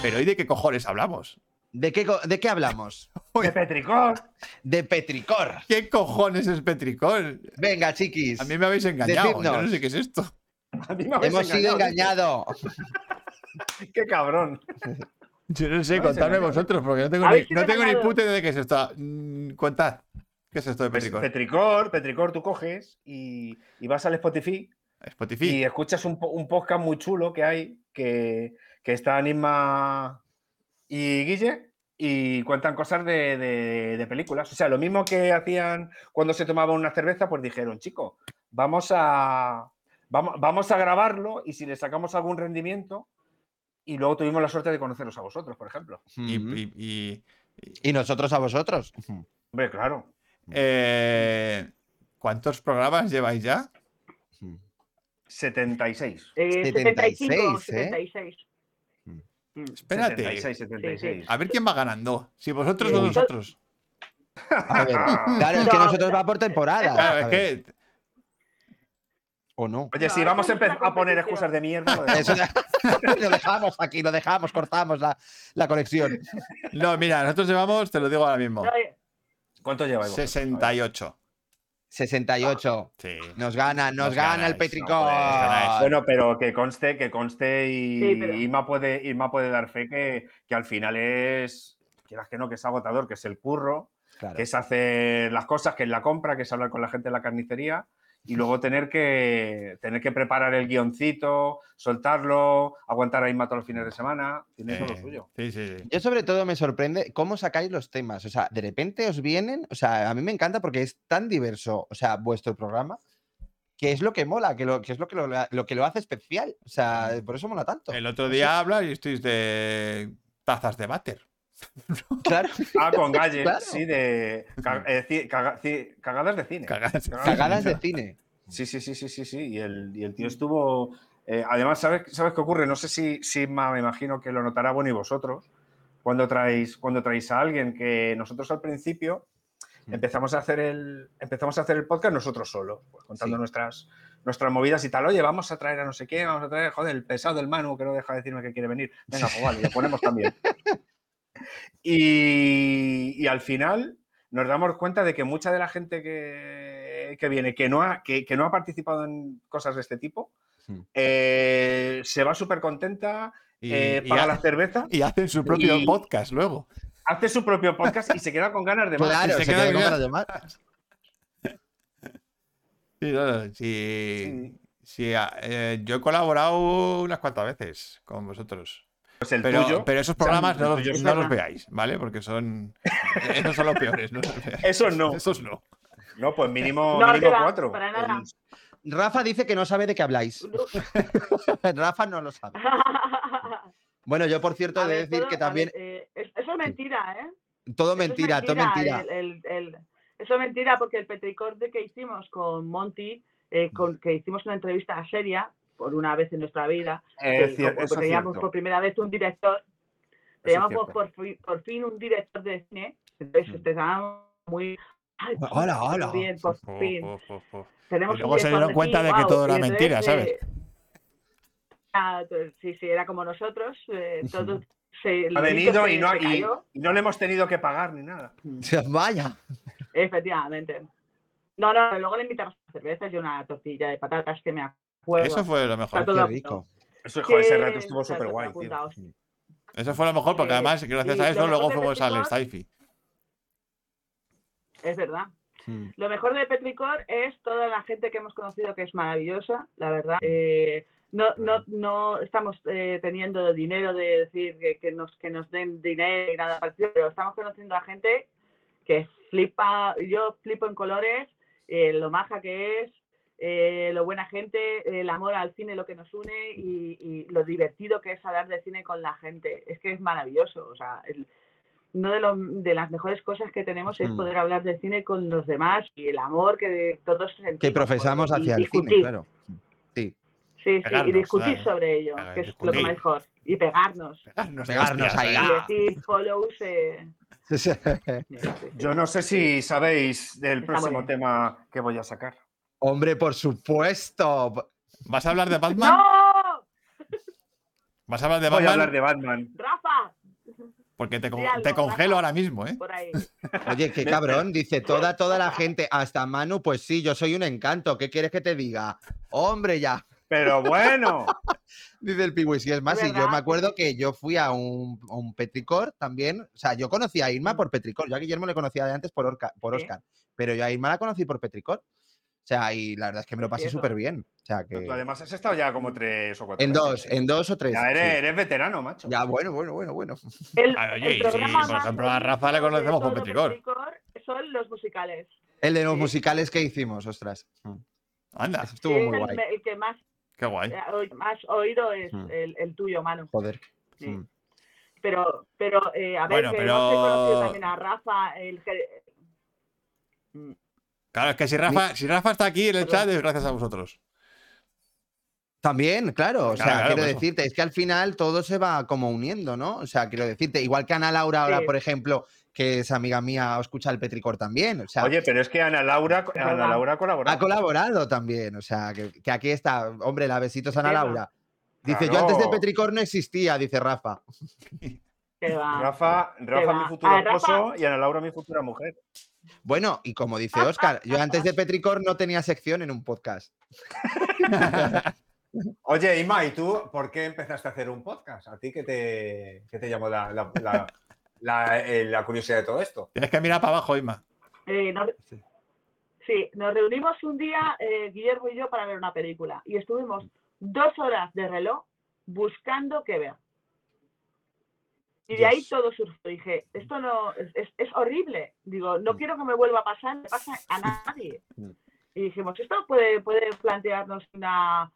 Speaker 1: Pero hoy de qué cojones hablamos?
Speaker 4: ¿De qué, co- ¿De qué hablamos?
Speaker 5: ¡De Petricor!
Speaker 4: De Petricor.
Speaker 1: ¿Qué cojones es Petricor?
Speaker 4: Venga, chiquis.
Speaker 1: A mí me habéis engañado. Yo no
Speaker 4: Decidnos.
Speaker 1: sé qué es esto.
Speaker 5: A mí me habéis
Speaker 4: Hemos sido
Speaker 5: engañado,
Speaker 4: engañados.
Speaker 5: tío. ¡Qué cabrón!
Speaker 1: Yo no sé,
Speaker 5: No, ese
Speaker 1: contadme
Speaker 5: no.
Speaker 1: vosotros, porque no tengo ni,
Speaker 6: Habéis sido
Speaker 1: no tengo ni
Speaker 6: engañados.
Speaker 1: puta idea de qué es esto. Mm, contad. ¿Qué es esto de
Speaker 5: Pues
Speaker 1: Petricor?
Speaker 5: Petricor, Petricor, tú coges y, y vas al Spotify y
Speaker 1: Spotify.
Speaker 5: escuchas un, po- un podcast muy chulo que hay, que, que está Nisma y Guille, y cuentan cosas de, de- de películas. O sea, lo mismo que hacían cuando se tomaban una cerveza, pues dijeron, chico, vamos a, vamos, vamos a grabarlo y si le sacamos algún rendimiento, y luego tuvimos la suerte de conoceros a vosotros, por ejemplo.
Speaker 1: Y,
Speaker 4: Ujú.
Speaker 1: y- y-
Speaker 4: Y nosotros a vosotros.
Speaker 5: Hombre, claro.
Speaker 1: eh, ¿Cuántos programas lleváis ya?
Speaker 5: 76.
Speaker 6: eh, 75,
Speaker 4: 76, ¿eh?
Speaker 6: 76. Mm,
Speaker 1: Espérate.
Speaker 5: 76, 76.
Speaker 1: A ver quién va ganando. Si vosotros o
Speaker 6: Sí.
Speaker 1: nosotros.
Speaker 4: A ver, claro, es que
Speaker 6: No,
Speaker 4: Ah, nosotros va por temporada.
Speaker 1: Claro,
Speaker 4: A
Speaker 1: es
Speaker 4: ver,
Speaker 1: que
Speaker 4: ¿O no?
Speaker 5: Oye,
Speaker 6: No,
Speaker 5: si
Speaker 6: eso
Speaker 5: vamos a,
Speaker 6: no es una
Speaker 5: empezar a poner
Speaker 6: competición.
Speaker 5: excusas de mierda. lo
Speaker 4: Eso
Speaker 5: dejamos.
Speaker 4: lo dejamos aquí, lo dejamos, cortamos la, la conexión.
Speaker 1: No, mira, nosotros llevamos, te lo digo ahora mismo,
Speaker 6: No, eh,
Speaker 5: ¿Cuánto lleva? Ivo?
Speaker 1: 68.
Speaker 4: 68.
Speaker 1: Sí. Eh,
Speaker 4: Nos gana, nos,
Speaker 1: Nos
Speaker 4: gana
Speaker 1: ganáis,
Speaker 4: el
Speaker 1: no
Speaker 4: Petricón.
Speaker 1: podéis ganar.
Speaker 5: Bueno, pero que conste, que conste y
Speaker 6: Sí, pero-
Speaker 5: Irma, puede, Irma puede dar fe que, que al final es, quieras que no, que es agotador, que es el curro,
Speaker 4: Claro.
Speaker 5: que es hacer las cosas, que es la compra, que es hablar con la gente en la carnicería y luego tener que, tener que preparar el guioncito, soltarlo, aguantar a Irma todos los fines de semana, tiene todo lo
Speaker 1: Eh,
Speaker 5: suyo.
Speaker 1: Sí, sí, sí.
Speaker 4: Yo sobre todo me sorprende cómo sacáis los temas. O sea, de repente os vienen, o sea, a mí me encanta porque es tan diverso, o sea, vuestro programa, que es lo que mola, que, lo, que es lo que lo, lo que lo hace especial. O sea, por eso mola tanto.
Speaker 1: El otro día hablas y estoy de tazas de váter.
Speaker 4: Claro.
Speaker 5: Ah, con galles,
Speaker 4: Claro.
Speaker 5: sí, de ca- eh, ci- caga- ci- cagadas de cine.
Speaker 1: Cagas.
Speaker 5: Cagadas de
Speaker 4: Cagadas de cine.
Speaker 5: Sí, sí, sí, sí, sí, sí. Y el, y el tío estuvo. eh, además, ¿sabes, ¿sabes qué ocurre? No sé si, si Inma, me imagino que lo notará, bueno, y vosotros, cuando traéis, cuando traéis a alguien que nosotros al principio empezamos a hacer el, empezamos a hacer el podcast nosotros solos, pues, contando
Speaker 4: Sí.
Speaker 5: nuestras, nuestras movidas y tal. Oye, vamos a traer a no sé qué, vamos a traer, joder, el pesado del Manu que no deja de decirme que quiere venir. Venga, pues vale, lo ponemos también. Y, y al final nos damos cuenta de que mucha de la gente que, que viene, que no, ha, que, que no ha participado en cosas de este tipo,
Speaker 2: Hmm.
Speaker 5: eh, se va súper contenta,
Speaker 1: Y,
Speaker 5: eh,
Speaker 1: y
Speaker 5: paga
Speaker 1: ha-
Speaker 5: la cerveza,
Speaker 1: y hacen su propio
Speaker 5: y-
Speaker 1: podcast luego.
Speaker 5: hace su propio podcast y se queda con ganas de más.
Speaker 4: Claro,
Speaker 1: se
Speaker 4: se,
Speaker 1: queda
Speaker 4: queda con
Speaker 1: ya.
Speaker 4: ganas de más.
Speaker 1: Sí, no, no, sí, sí, a- eh, yo he colaborado unas cuantas veces con vosotros.
Speaker 5: Pues el
Speaker 1: Pero,
Speaker 5: tuyo.
Speaker 1: pero esos
Speaker 5: sea,
Speaker 1: programas no,
Speaker 5: el
Speaker 1: los-
Speaker 5: tuyo es
Speaker 1: no
Speaker 5: una-
Speaker 1: los veáis, ¿vale? Porque son. Esos son los peores. No los veáis.
Speaker 5: Eso no.
Speaker 1: Esos no.
Speaker 5: No, pues mínimo,
Speaker 6: No,
Speaker 5: mínimo
Speaker 6: queda,
Speaker 5: cuatro.
Speaker 6: para nada.
Speaker 5: El-
Speaker 4: Rafa dice que no sabe de qué habláis.
Speaker 6: eh,
Speaker 4: Rafa no lo sabe. Bueno, yo por cierto
Speaker 6: a
Speaker 4: he de
Speaker 6: ver,
Speaker 4: decir
Speaker 6: todo-
Speaker 4: que
Speaker 6: a
Speaker 4: también
Speaker 6: ver, eh, es- eso es mentira, ¿eh?
Speaker 4: todo
Speaker 6: Eso es
Speaker 4: mentira, todo mentira.
Speaker 6: el- el- el- eso es mentira porque el petricorte que hicimos con Monty, eh, con, que hicimos una entrevista seria por una vez en nuestra vida,
Speaker 5: eh,
Speaker 6: que-
Speaker 5: cier-
Speaker 6: como-
Speaker 5: eso es
Speaker 6: teníamos
Speaker 5: cierto.
Speaker 6: por primera vez un director,
Speaker 5: Eso es
Speaker 6: teníamos por,
Speaker 5: cierto.
Speaker 6: por fin, por fin un director de cine, entonces estábamos muy... ay,
Speaker 4: Hola,
Speaker 6: por
Speaker 4: hola.
Speaker 6: Bien,
Speaker 5: Pues
Speaker 6: por
Speaker 1: Oh,
Speaker 6: fin.
Speaker 1: oh, oh, oh.
Speaker 6: Tenemos
Speaker 1: Y
Speaker 6: un
Speaker 1: luego se
Speaker 6: director
Speaker 1: dieron
Speaker 6: de
Speaker 1: cuenta
Speaker 6: cine,
Speaker 1: de que
Speaker 6: guau,
Speaker 1: todo era
Speaker 6: y entonces,
Speaker 1: mentira, ¿sabes?
Speaker 6: eh, ah, pues, sí, sí, era como nosotros. eh, todo se- el
Speaker 5: Ha
Speaker 6: mito
Speaker 5: venido
Speaker 6: se-
Speaker 5: y no,
Speaker 6: se
Speaker 5: y,
Speaker 6: cayó,
Speaker 5: y no le hemos tenido que pagar ni nada.
Speaker 6: eh.
Speaker 4: Vaya.
Speaker 6: Efectivamente. No, no, pero luego le invitamos a cervezas y una tortilla de patatas que me
Speaker 5: Pues
Speaker 6: acuerdo.
Speaker 1: Eso fue lo
Speaker 6: Está
Speaker 1: mejor.
Speaker 6: todo
Speaker 4: Qué
Speaker 6: apuntado.
Speaker 4: rico.
Speaker 5: Eso, joder, ese
Speaker 6: Sí,
Speaker 5: rato estuvo
Speaker 6: está
Speaker 5: súper guay,
Speaker 6: todo
Speaker 5: tío.
Speaker 6: apuntado.
Speaker 1: Eso fue lo mejor porque
Speaker 6: Eh,
Speaker 1: además, gracias
Speaker 6: y
Speaker 1: a
Speaker 6: lo
Speaker 1: eso, luego
Speaker 6: mejor de
Speaker 1: fuimos al
Speaker 6: Petricor-
Speaker 1: Stifi.
Speaker 6: Es verdad.
Speaker 4: Mm,
Speaker 2: Hmm.
Speaker 6: Lo mejor de Petricor es toda la gente que hemos conocido que es maravillosa, la verdad. Eh, no, no, no estamos eh, teniendo dinero de decir que, que nos, que nos den dinero y nada parecido, pero estamos conociendo a gente que flipa, yo flipo en colores, eh, lo maja que es, eh, lo buena gente, eh, el amor al cine, lo que nos une y, y lo divertido que es hablar de cine con la gente. Es que es maravilloso. O sea, el- una de, los- de las mejores cosas que tenemos es
Speaker 2: Mm.
Speaker 6: poder hablar de cine con los demás y el amor que todos sentimos.
Speaker 4: Que profesamos
Speaker 6: por- y
Speaker 4: hacia el cine,
Speaker 6: discutir.
Speaker 4: claro. Sí.
Speaker 6: Sí, sí, y
Speaker 1: Pegarnos,
Speaker 6: discutir
Speaker 1: claro.
Speaker 6: sobre ello,
Speaker 1: Claro,
Speaker 6: que es lo que
Speaker 1: discutir.
Speaker 6: mejor. Y pegarnos.
Speaker 1: Ah,
Speaker 4: Pegarnos ahí.
Speaker 6: Y decir, follow eh, sí.
Speaker 5: Yo no sé si sabéis del
Speaker 6: Está
Speaker 5: próximo
Speaker 6: muy bien.
Speaker 5: tema que voy a sacar.
Speaker 4: Hombre, por supuesto.
Speaker 1: ¿Vas a hablar de Batman?
Speaker 6: ¡No!
Speaker 1: ¿Vas a hablar de
Speaker 5: Voy a
Speaker 1: Batman?
Speaker 5: hablar de Batman.
Speaker 6: ¡Rafa!
Speaker 1: Porque te, con-
Speaker 6: Di algo,
Speaker 1: te congelo
Speaker 6: Rafa.
Speaker 1: ahora mismo, ¿eh?
Speaker 6: Por ahí.
Speaker 4: Oye, qué
Speaker 5: Me-
Speaker 4: cabrón. Dice toda, toda la gente, hasta Manu, pues sí, yo soy un encanto. ¿Qué quieres que te diga? Hombre, ya.
Speaker 5: Pero bueno,
Speaker 4: Dice el Piwi, sí, es más, y yo
Speaker 6: ¿Verdad?
Speaker 4: me acuerdo que yo fui a un, a un Petricor también. O sea, yo conocí a Irma por Petricor. Yo a Guillermo le conocía de antes por, Orca- por
Speaker 6: Sí.
Speaker 4: Oscar, pero yo a Irma la conocí por Petricor. O sea, y la verdad es que me lo pasé
Speaker 6: Precioso.
Speaker 4: súper bien. O sea,
Speaker 6: Eh.
Speaker 4: que.
Speaker 5: tú además has estado ya como tres o cuatro.
Speaker 4: En dos,
Speaker 5: veces.
Speaker 4: en dos o tres.
Speaker 5: Ya eres,
Speaker 4: sí.
Speaker 5: eres veterano, macho.
Speaker 4: Ya, bueno, bueno, bueno, bueno.
Speaker 6: El,
Speaker 1: Ah, oye,
Speaker 6: el
Speaker 1: y si,
Speaker 6: programa
Speaker 1: por
Speaker 6: más
Speaker 1: ejemplo, a Rafa le
Speaker 6: bonito de
Speaker 1: conocemos por
Speaker 6: todo
Speaker 1: Petricor.
Speaker 6: Petricor Son los musicales.
Speaker 4: El de los
Speaker 6: Sí.
Speaker 4: musicales que hicimos, ostras.
Speaker 1: Anda,
Speaker 4: Eso estuvo
Speaker 6: Es
Speaker 4: muy
Speaker 6: el,
Speaker 4: guay.
Speaker 6: me- el que más,
Speaker 1: qué guay.
Speaker 6: eh, oí- más oído es
Speaker 2: Mm.
Speaker 6: el, el tuyo, mano.
Speaker 4: Joder.
Speaker 6: Sí.
Speaker 2: Mm.
Speaker 6: Pero, pero eh, a ver,
Speaker 1: Bueno,
Speaker 6: que
Speaker 1: pero-
Speaker 6: hemos reconocido también a Rafa, el que-
Speaker 1: Claro, es que si Rafa, si Rafa está aquí en el chat, es gracias a vosotros.
Speaker 4: También, claro. O sea,
Speaker 1: Claro, claro,
Speaker 4: quiero
Speaker 1: por eso.
Speaker 4: decirte, es que al final todo se va como uniendo, ¿no? O sea, quiero decirte, igual que Ana Laura ahora,
Speaker 6: Sí.
Speaker 4: por ejemplo, que es amiga mía, o escucha el Petricor también. O sea,
Speaker 5: Oye, pero es que Ana Laura, Ana
Speaker 6: verdad.
Speaker 5: Laura colaboró.
Speaker 4: ha colaborado también. O sea, que, que aquí está, hombre, la besitos Ana
Speaker 6: Tema.
Speaker 4: Laura. Dice, yo antes de
Speaker 5: Claro.
Speaker 4: Petricor no existía, dice Rafa.
Speaker 6: Que va.
Speaker 5: Rafa, Rafa mi
Speaker 6: va.
Speaker 5: futuro
Speaker 6: Ah, Rafa.
Speaker 5: esposo y Ana Laura mi futura mujer.
Speaker 4: Bueno, y como dice Oscar, yo antes de Petricor no tenía sección en un podcast.
Speaker 2: Oye, Ima, ¿y tú por qué empezaste a hacer un podcast? ¿A ti qué te, qué te llamó la, la- la- la- eh, la curiosidad de todo esto?
Speaker 1: Tienes que mirar para abajo, Isma.
Speaker 6: Eh, nos- sí, nos reunimos un día, eh, Guillermo y yo, para ver una película. Y estuvimos dos horas de reloj buscando qué ver. Y de ahí
Speaker 2: Dios.
Speaker 6: todo surgió. Dije, esto no es, es- es horrible. Digo,
Speaker 4: Mm.
Speaker 6: no quiero que me vuelva a pasar, le pasa a nadie.
Speaker 2: Mm.
Speaker 6: Y dijimos, esto puede, puede plantearnos una,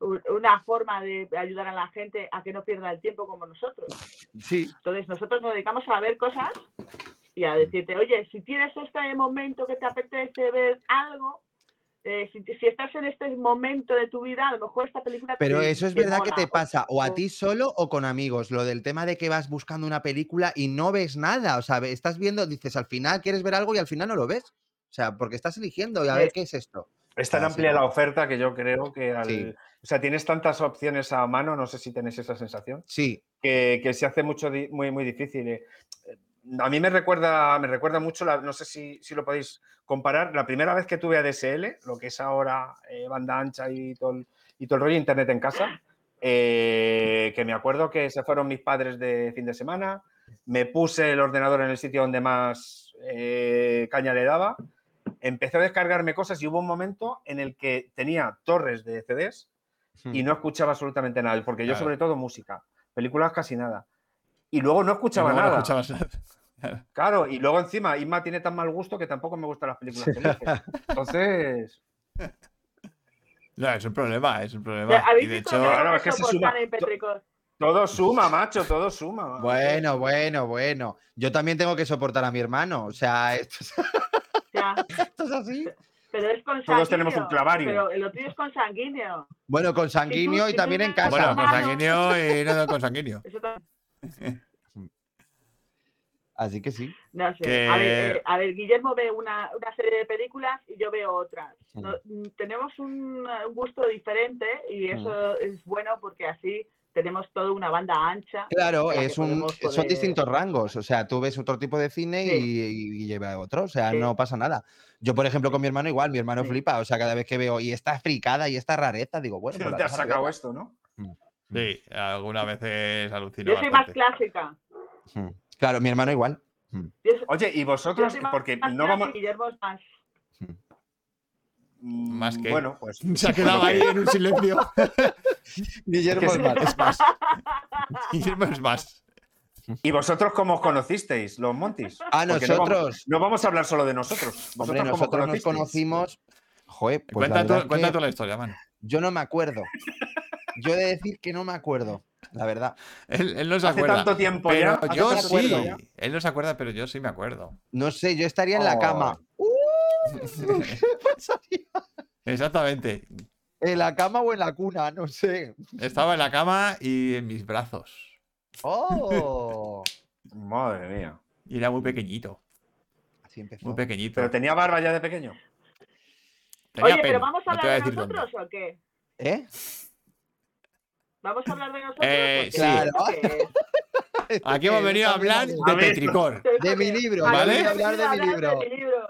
Speaker 6: u- una forma de ayudar a la gente a que no pierda el tiempo como nosotros.
Speaker 4: Sí,
Speaker 6: Entonces nosotros nos dedicamos a ver cosas y a decirte, oye, si tienes este momento que te apetece ver algo, eh, si, si estás en este momento de tu vida, a lo mejor esta película... te-
Speaker 4: pero eso es
Speaker 6: te
Speaker 4: verdad que
Speaker 6: mola,
Speaker 4: te
Speaker 6: o-
Speaker 4: pasa o a
Speaker 6: o-
Speaker 4: ti solo o con amigos, lo del tema de que vas buscando una película y no ves nada, o sea, ve- estás viendo, dices, al final quieres ver algo y al final no lo ves. O sea, porque estás eligiendo y a ver
Speaker 6: Eh,
Speaker 4: qué es esto.
Speaker 5: Es tan
Speaker 4: Ah, sí,
Speaker 5: amplia
Speaker 4: claro.
Speaker 5: la oferta que yo creo que al-
Speaker 4: Sí.
Speaker 5: O sea, tienes tantas opciones a mano, no sé si tenéis esa sensación,
Speaker 4: Sí,
Speaker 5: que, que se hace mucho di- muy, muy difícil. eh. A mí me recuerda, me recuerda mucho, la- no sé si, si lo podéis comparar, la primera vez que tuve ADSL, lo que es ahora eh, banda ancha y todo, el- y todo el rollo internet en casa, eh, que me acuerdo que se fueron mis padres de fin de semana, me puse el ordenador en el sitio donde más eh, caña le daba, empecé a descargarme cosas y hubo un momento en el que tenía torres de CDs y no escuchaba absolutamente nada, porque yo
Speaker 1: Claro.
Speaker 5: sobre todo música, películas casi nada. Y luego no escuchaba
Speaker 1: Luego no
Speaker 5: nada.
Speaker 1: escuchabas nada.
Speaker 5: Claro, y luego encima Inma tiene tan mal gusto que tampoco me gustan las películas que elige. Entonces,
Speaker 1: No, es un problema, es un problema. Y
Speaker 6: ¿Habéis
Speaker 1: de
Speaker 6: visto
Speaker 1: hecho,
Speaker 6: que
Speaker 5: Claro,
Speaker 6: no
Speaker 5: es que se
Speaker 6: soportan
Speaker 5: suma.
Speaker 6: en Petricor?
Speaker 5: todo suma, macho, todo suma.
Speaker 4: bueno, bueno, bueno. Yo también tengo que soportar a mi hermano, o sea, esto es,
Speaker 6: Ya,
Speaker 4: esto es así.
Speaker 6: pero es con
Speaker 5: Todos tenemos un
Speaker 6: sanguíneo,
Speaker 5: clavario.
Speaker 6: Pero lo tuyo es con sanguíneo.
Speaker 4: Bueno, con sanguíneo
Speaker 6: si
Speaker 4: y
Speaker 6: tú
Speaker 4: también en
Speaker 6: tienes-
Speaker 4: casa.
Speaker 1: bueno,
Speaker 6: Bueno,
Speaker 1: con sanguíneo y no con sanguíneo.
Speaker 6: Eso tam-
Speaker 4: Así que sí.
Speaker 6: no sé.
Speaker 1: Que-
Speaker 6: A, ver, eh, a ver, Guillermo ve una, una serie de películas y yo veo otras. No- mm, tenemos un, eh, un gusto diferente y eso es bueno porque así tenemos toda una banda ancha.
Speaker 4: Claro,
Speaker 6: en la que
Speaker 4: es un,
Speaker 6: podemos
Speaker 4: son
Speaker 6: poder-
Speaker 4: distintos rangos. O sea, tú ves otro tipo de cine
Speaker 6: Sí.
Speaker 4: y, y lleva otro. O sea,
Speaker 6: Sí.
Speaker 4: no pasa nada. Yo, por ejemplo, con mi hermano igual, mi hermano
Speaker 6: Sí.
Speaker 4: flipa. O sea, cada vez que veo y esta fricada y esta rareza, digo, bueno, pues
Speaker 5: No
Speaker 4: la
Speaker 5: te has
Speaker 4: vamos a ver.
Speaker 5: sacado esto, ¿no?
Speaker 1: Sí, algunas veces alucino
Speaker 6: Yo soy más
Speaker 1: bastante.
Speaker 6: clásica.
Speaker 4: Claro, mi hermano igual.
Speaker 6: Yo soy-
Speaker 5: Oye, y
Speaker 6: yo
Speaker 5: vosotros,
Speaker 6: soy más
Speaker 5: porque
Speaker 6: clásica
Speaker 5: no vamos.
Speaker 6: y Guillermo es más.
Speaker 5: Mm,
Speaker 1: Más que-
Speaker 5: Bueno, pues.
Speaker 1: Se ha quedado ahí en un silencio.
Speaker 4: Guillermo
Speaker 5: es
Speaker 4: más.
Speaker 1: Guillermo es más.
Speaker 4: Pues
Speaker 5: ¿Y vosotros cómo os conocisteis, los Montis?
Speaker 4: Ah,
Speaker 5: Porque no vamos-
Speaker 4: nosotros.
Speaker 5: No, vamos a hablar solo de nosotros. ¿Vosotros
Speaker 4: Hombre,
Speaker 5: cómo os
Speaker 4: nosotros nos
Speaker 5: conocisteis?
Speaker 4: conocimos. Joder, pues la
Speaker 1: cuenta
Speaker 4: verdad
Speaker 1: tú,
Speaker 4: es
Speaker 1: cuenta
Speaker 4: que
Speaker 1: tú la historia, mano.
Speaker 4: yo no me acuerdo. Yo he de decir que no me acuerdo, la verdad.
Speaker 1: Él, él no se
Speaker 5: Hace
Speaker 1: acuerda.
Speaker 5: tanto tiempo
Speaker 1: pero
Speaker 5: ya. hace
Speaker 1: yo
Speaker 5: tanto
Speaker 1: sí.
Speaker 5: tiempo ya.
Speaker 1: Él no se acuerda, pero yo sí me acuerdo.
Speaker 4: No sé, yo estaría en la
Speaker 5: Oh.
Speaker 4: cama. ¡Uh! ¿Qué pasaría?
Speaker 1: Exactamente.
Speaker 4: En la cama o en la cuna, no sé.
Speaker 1: Estaba en la cama y en mis brazos.
Speaker 4: ¡Oh!
Speaker 5: Madre mía.
Speaker 1: Y era muy pequeñito.
Speaker 4: Así
Speaker 1: Muy
Speaker 4: empezó.
Speaker 1: pequeñito.
Speaker 5: ¿Pero tenía barba ya de pequeño?
Speaker 1: Tenía pelo,
Speaker 6: Oye, pero vamos a
Speaker 1: no te voy
Speaker 6: hablar de
Speaker 1: decir dónde.
Speaker 6: nosotros o qué?
Speaker 4: ¿Eh?
Speaker 6: ¿Vamos a hablar de nosotros?
Speaker 1: Eh,
Speaker 6: Porque
Speaker 1: sí.
Speaker 6: claro que-
Speaker 1: Aquí
Speaker 5: Eh,
Speaker 1: hemos venido a hablar de
Speaker 5: A ver.
Speaker 1: Petricor.
Speaker 4: De mi libro,
Speaker 1: ¿vale?
Speaker 6: hemos
Speaker 4: Hablar de mi
Speaker 6: venido a
Speaker 4: libro.
Speaker 6: de mi libro.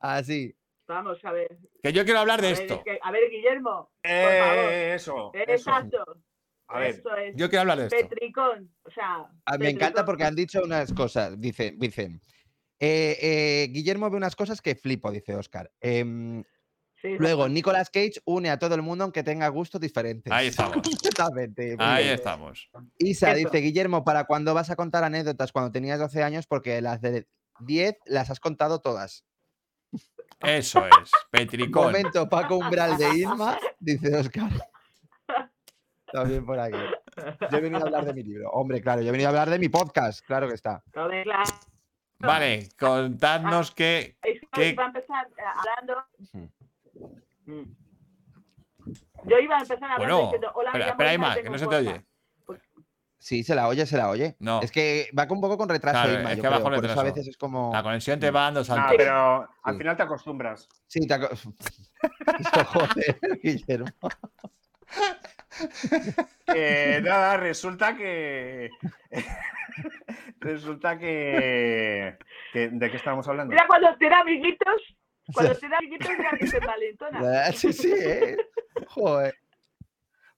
Speaker 4: Así.
Speaker 6: Vamos a ver.
Speaker 1: Que yo quiero hablar
Speaker 6: A
Speaker 1: de
Speaker 6: ver,
Speaker 1: esto.
Speaker 6: que- a ver, Guillermo. favor.
Speaker 5: Eh, eso. eso.
Speaker 6: Exacto.
Speaker 5: A ver,
Speaker 6: Eso es.
Speaker 1: Yo quiero hablar de esto.
Speaker 6: Petricón. O sea.
Speaker 4: Ah, Me encanta porque han dicho unas cosas. Dice, dicen. eh, eh, Guillermo ve unas cosas que flipo, dice Oscar. Em, luego, Nicolas Cage une a todo el mundo aunque tenga gustos diferentes.
Speaker 1: Ahí estamos.
Speaker 4: Exactamente. muy
Speaker 1: Ahí
Speaker 4: bien.
Speaker 1: estamos.
Speaker 4: Isa
Speaker 6: Eso.
Speaker 4: dice, Guillermo, ¿para cuándo vas a contar anécdotas cuando tenías 12 años? Porque las de 10 las has contado todas.
Speaker 1: Eso es. Petricor.
Speaker 4: Momento, Paco Umbral de Irma, dice Oscar. También por aquí. Yo he venido a hablar de mi libro. Hombre, claro, yo he venido a hablar de mi podcast, claro que está.
Speaker 1: Vale, contadnos que. ¿Qué?
Speaker 6: Yo iba a empezar eh, hablando.
Speaker 4: Hmm.
Speaker 6: Mm. Yo iba a empezar hablando
Speaker 1: Bueno,
Speaker 6: diciendo, hola,
Speaker 1: espera,
Speaker 6: me llamo
Speaker 1: espera,
Speaker 6: Isa,
Speaker 1: Ima, que
Speaker 6: tengo
Speaker 1: no se te
Speaker 6: fuerza".
Speaker 1: oye.
Speaker 4: Sí, se la oye, se la oye.
Speaker 7: No.
Speaker 4: Es que va un poco con retraso.
Speaker 7: Claro,
Speaker 4: Inma,
Speaker 7: es
Speaker 4: yo
Speaker 7: que va
Speaker 4: creo,
Speaker 7: con
Speaker 4: por eso a
Speaker 7: retraso.
Speaker 4: veces es como.
Speaker 7: La conexión te va dando
Speaker 5: Nah,
Speaker 7: saltos.
Speaker 5: pero al
Speaker 4: Sí.
Speaker 5: final te acostumbras.
Speaker 4: Sí, te aco- Esto, joder, Guillermo.
Speaker 5: Eh, nada, resulta que. resulta que, que- ¿De qué estábamos hablando?
Speaker 6: Mira, cuando tiene amiguitos, cuando tiene amiguitos, ya que se valentona.
Speaker 4: Sí, sí, ¿eh? Joder.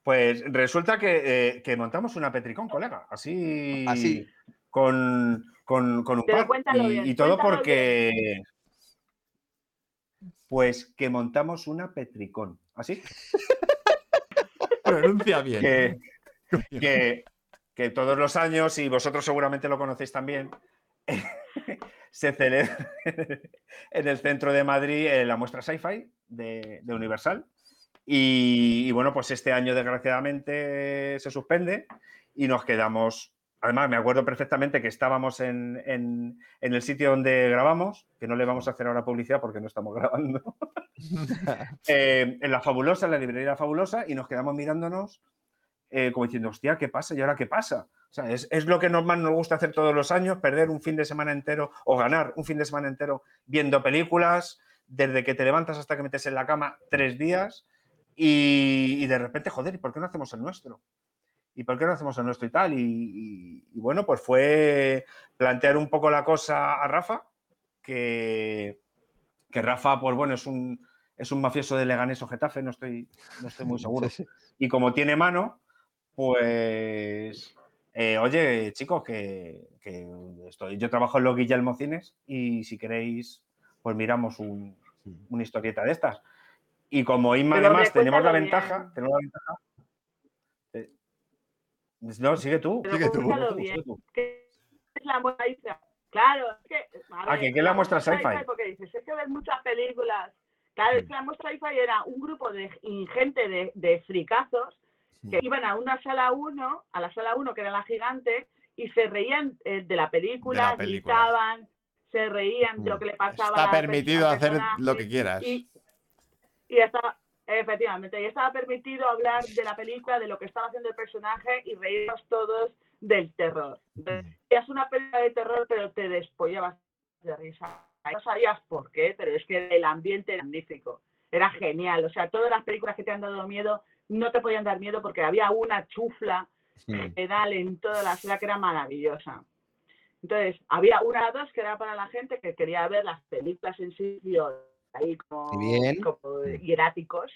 Speaker 5: Pues resulta que, eh, que montamos una Petricón, colega. Así.
Speaker 4: Así.
Speaker 5: Con, con- con un
Speaker 6: Pero
Speaker 5: par.
Speaker 6: cuéntalo
Speaker 5: Y,
Speaker 6: bien,
Speaker 5: y todo
Speaker 6: cuéntalo
Speaker 5: porque. Pues que montamos una Petricón. Así.
Speaker 7: Pronuncia bien.
Speaker 5: Que, que- que todos los años, y vosotros seguramente lo conocéis también, se celebra en el centro de Madrid eh, la muestra sci-fi de, de Universal. Y, y bueno, pues este año desgraciadamente se suspende y nos quedamos. Además, me acuerdo perfectamente que estábamos en, en- en el sitio donde grabamos, que no le vamos a hacer ahora publicidad porque no estamos grabando, eh, en la fabulosa, en la librería fabulosa, y nos quedamos mirándonos eh, como diciendo, hostia, ¿qué pasa? ¿Y ahora qué pasa? O sea, es, es lo que nos- más nos gusta hacer todos los años, perder un fin de semana entero o ganar un fin de semana entero viendo películas, desde que te levantas hasta que metes en la cama tres días y, y de repente, joder, ¿y por qué no hacemos el nuestro? ¿Y por qué no hacemos el nuestro y tal? Y, y- y bueno, pues fue plantear un poco la cosa a Rafa, que, que Rafa, pues bueno, es un, es un mafioso de Leganés o Getafe, no estoy, no estoy muy seguro
Speaker 4: Sí, sí.
Speaker 5: y como tiene mano, pues, eh, oye, chicos, que, que estoy, yo trabajo en los Guillermo Cines y si queréis, pues miramos un- una historieta de estas. Y como Inma,
Speaker 6: Pero
Speaker 5: además,
Speaker 6: hombre,
Speaker 5: tenemos la
Speaker 6: cuéntalo
Speaker 5: ventaja,
Speaker 6: bien.
Speaker 5: tenemos la ventaja. eh, No, sigue tú.
Speaker 6: Pero
Speaker 5: sigue tú,
Speaker 6: cuéntalo
Speaker 5: sigue tú,
Speaker 6: bien.
Speaker 5: sigue tú.
Speaker 6: que es la muestra sci-fi. Claro, es que. a
Speaker 5: Ah, que qué es la muestra sci-fi.
Speaker 6: Porque dices, es que ves muchas películas. Claro, es que la muestra sci-fi era un grupo de y gente de, de fricazos que iban a una sala 1, a la sala 1 que era la gigante, y se reían eh, de la película,
Speaker 1: De la película.
Speaker 6: gritaban, se reían de lo que le pasaba. a
Speaker 1: Está
Speaker 6: la pe-
Speaker 1: permitido
Speaker 6: al
Speaker 1: hacer
Speaker 6: personaje.
Speaker 1: lo que quieras.
Speaker 6: Y, y estaba, efectivamente, y estaba permitido hablar de la película, de lo que estaba haciendo el personaje y reírnos todos del terror.
Speaker 4: mm,
Speaker 6: Es una película de terror, pero te despollabas de risa. No sabías por qué, pero es que el ambiente era magnífico. Era genial. O sea, todas las películas que te han dado miedo no te podían dar miedo porque había una chufla
Speaker 4: mm,
Speaker 6: pedal en toda la ciudad que era maravillosa. Entonces, había una o dos que era para la gente que quería ver las películas en sitio ahí como,
Speaker 4: Muy bien.
Speaker 6: como hieráticos,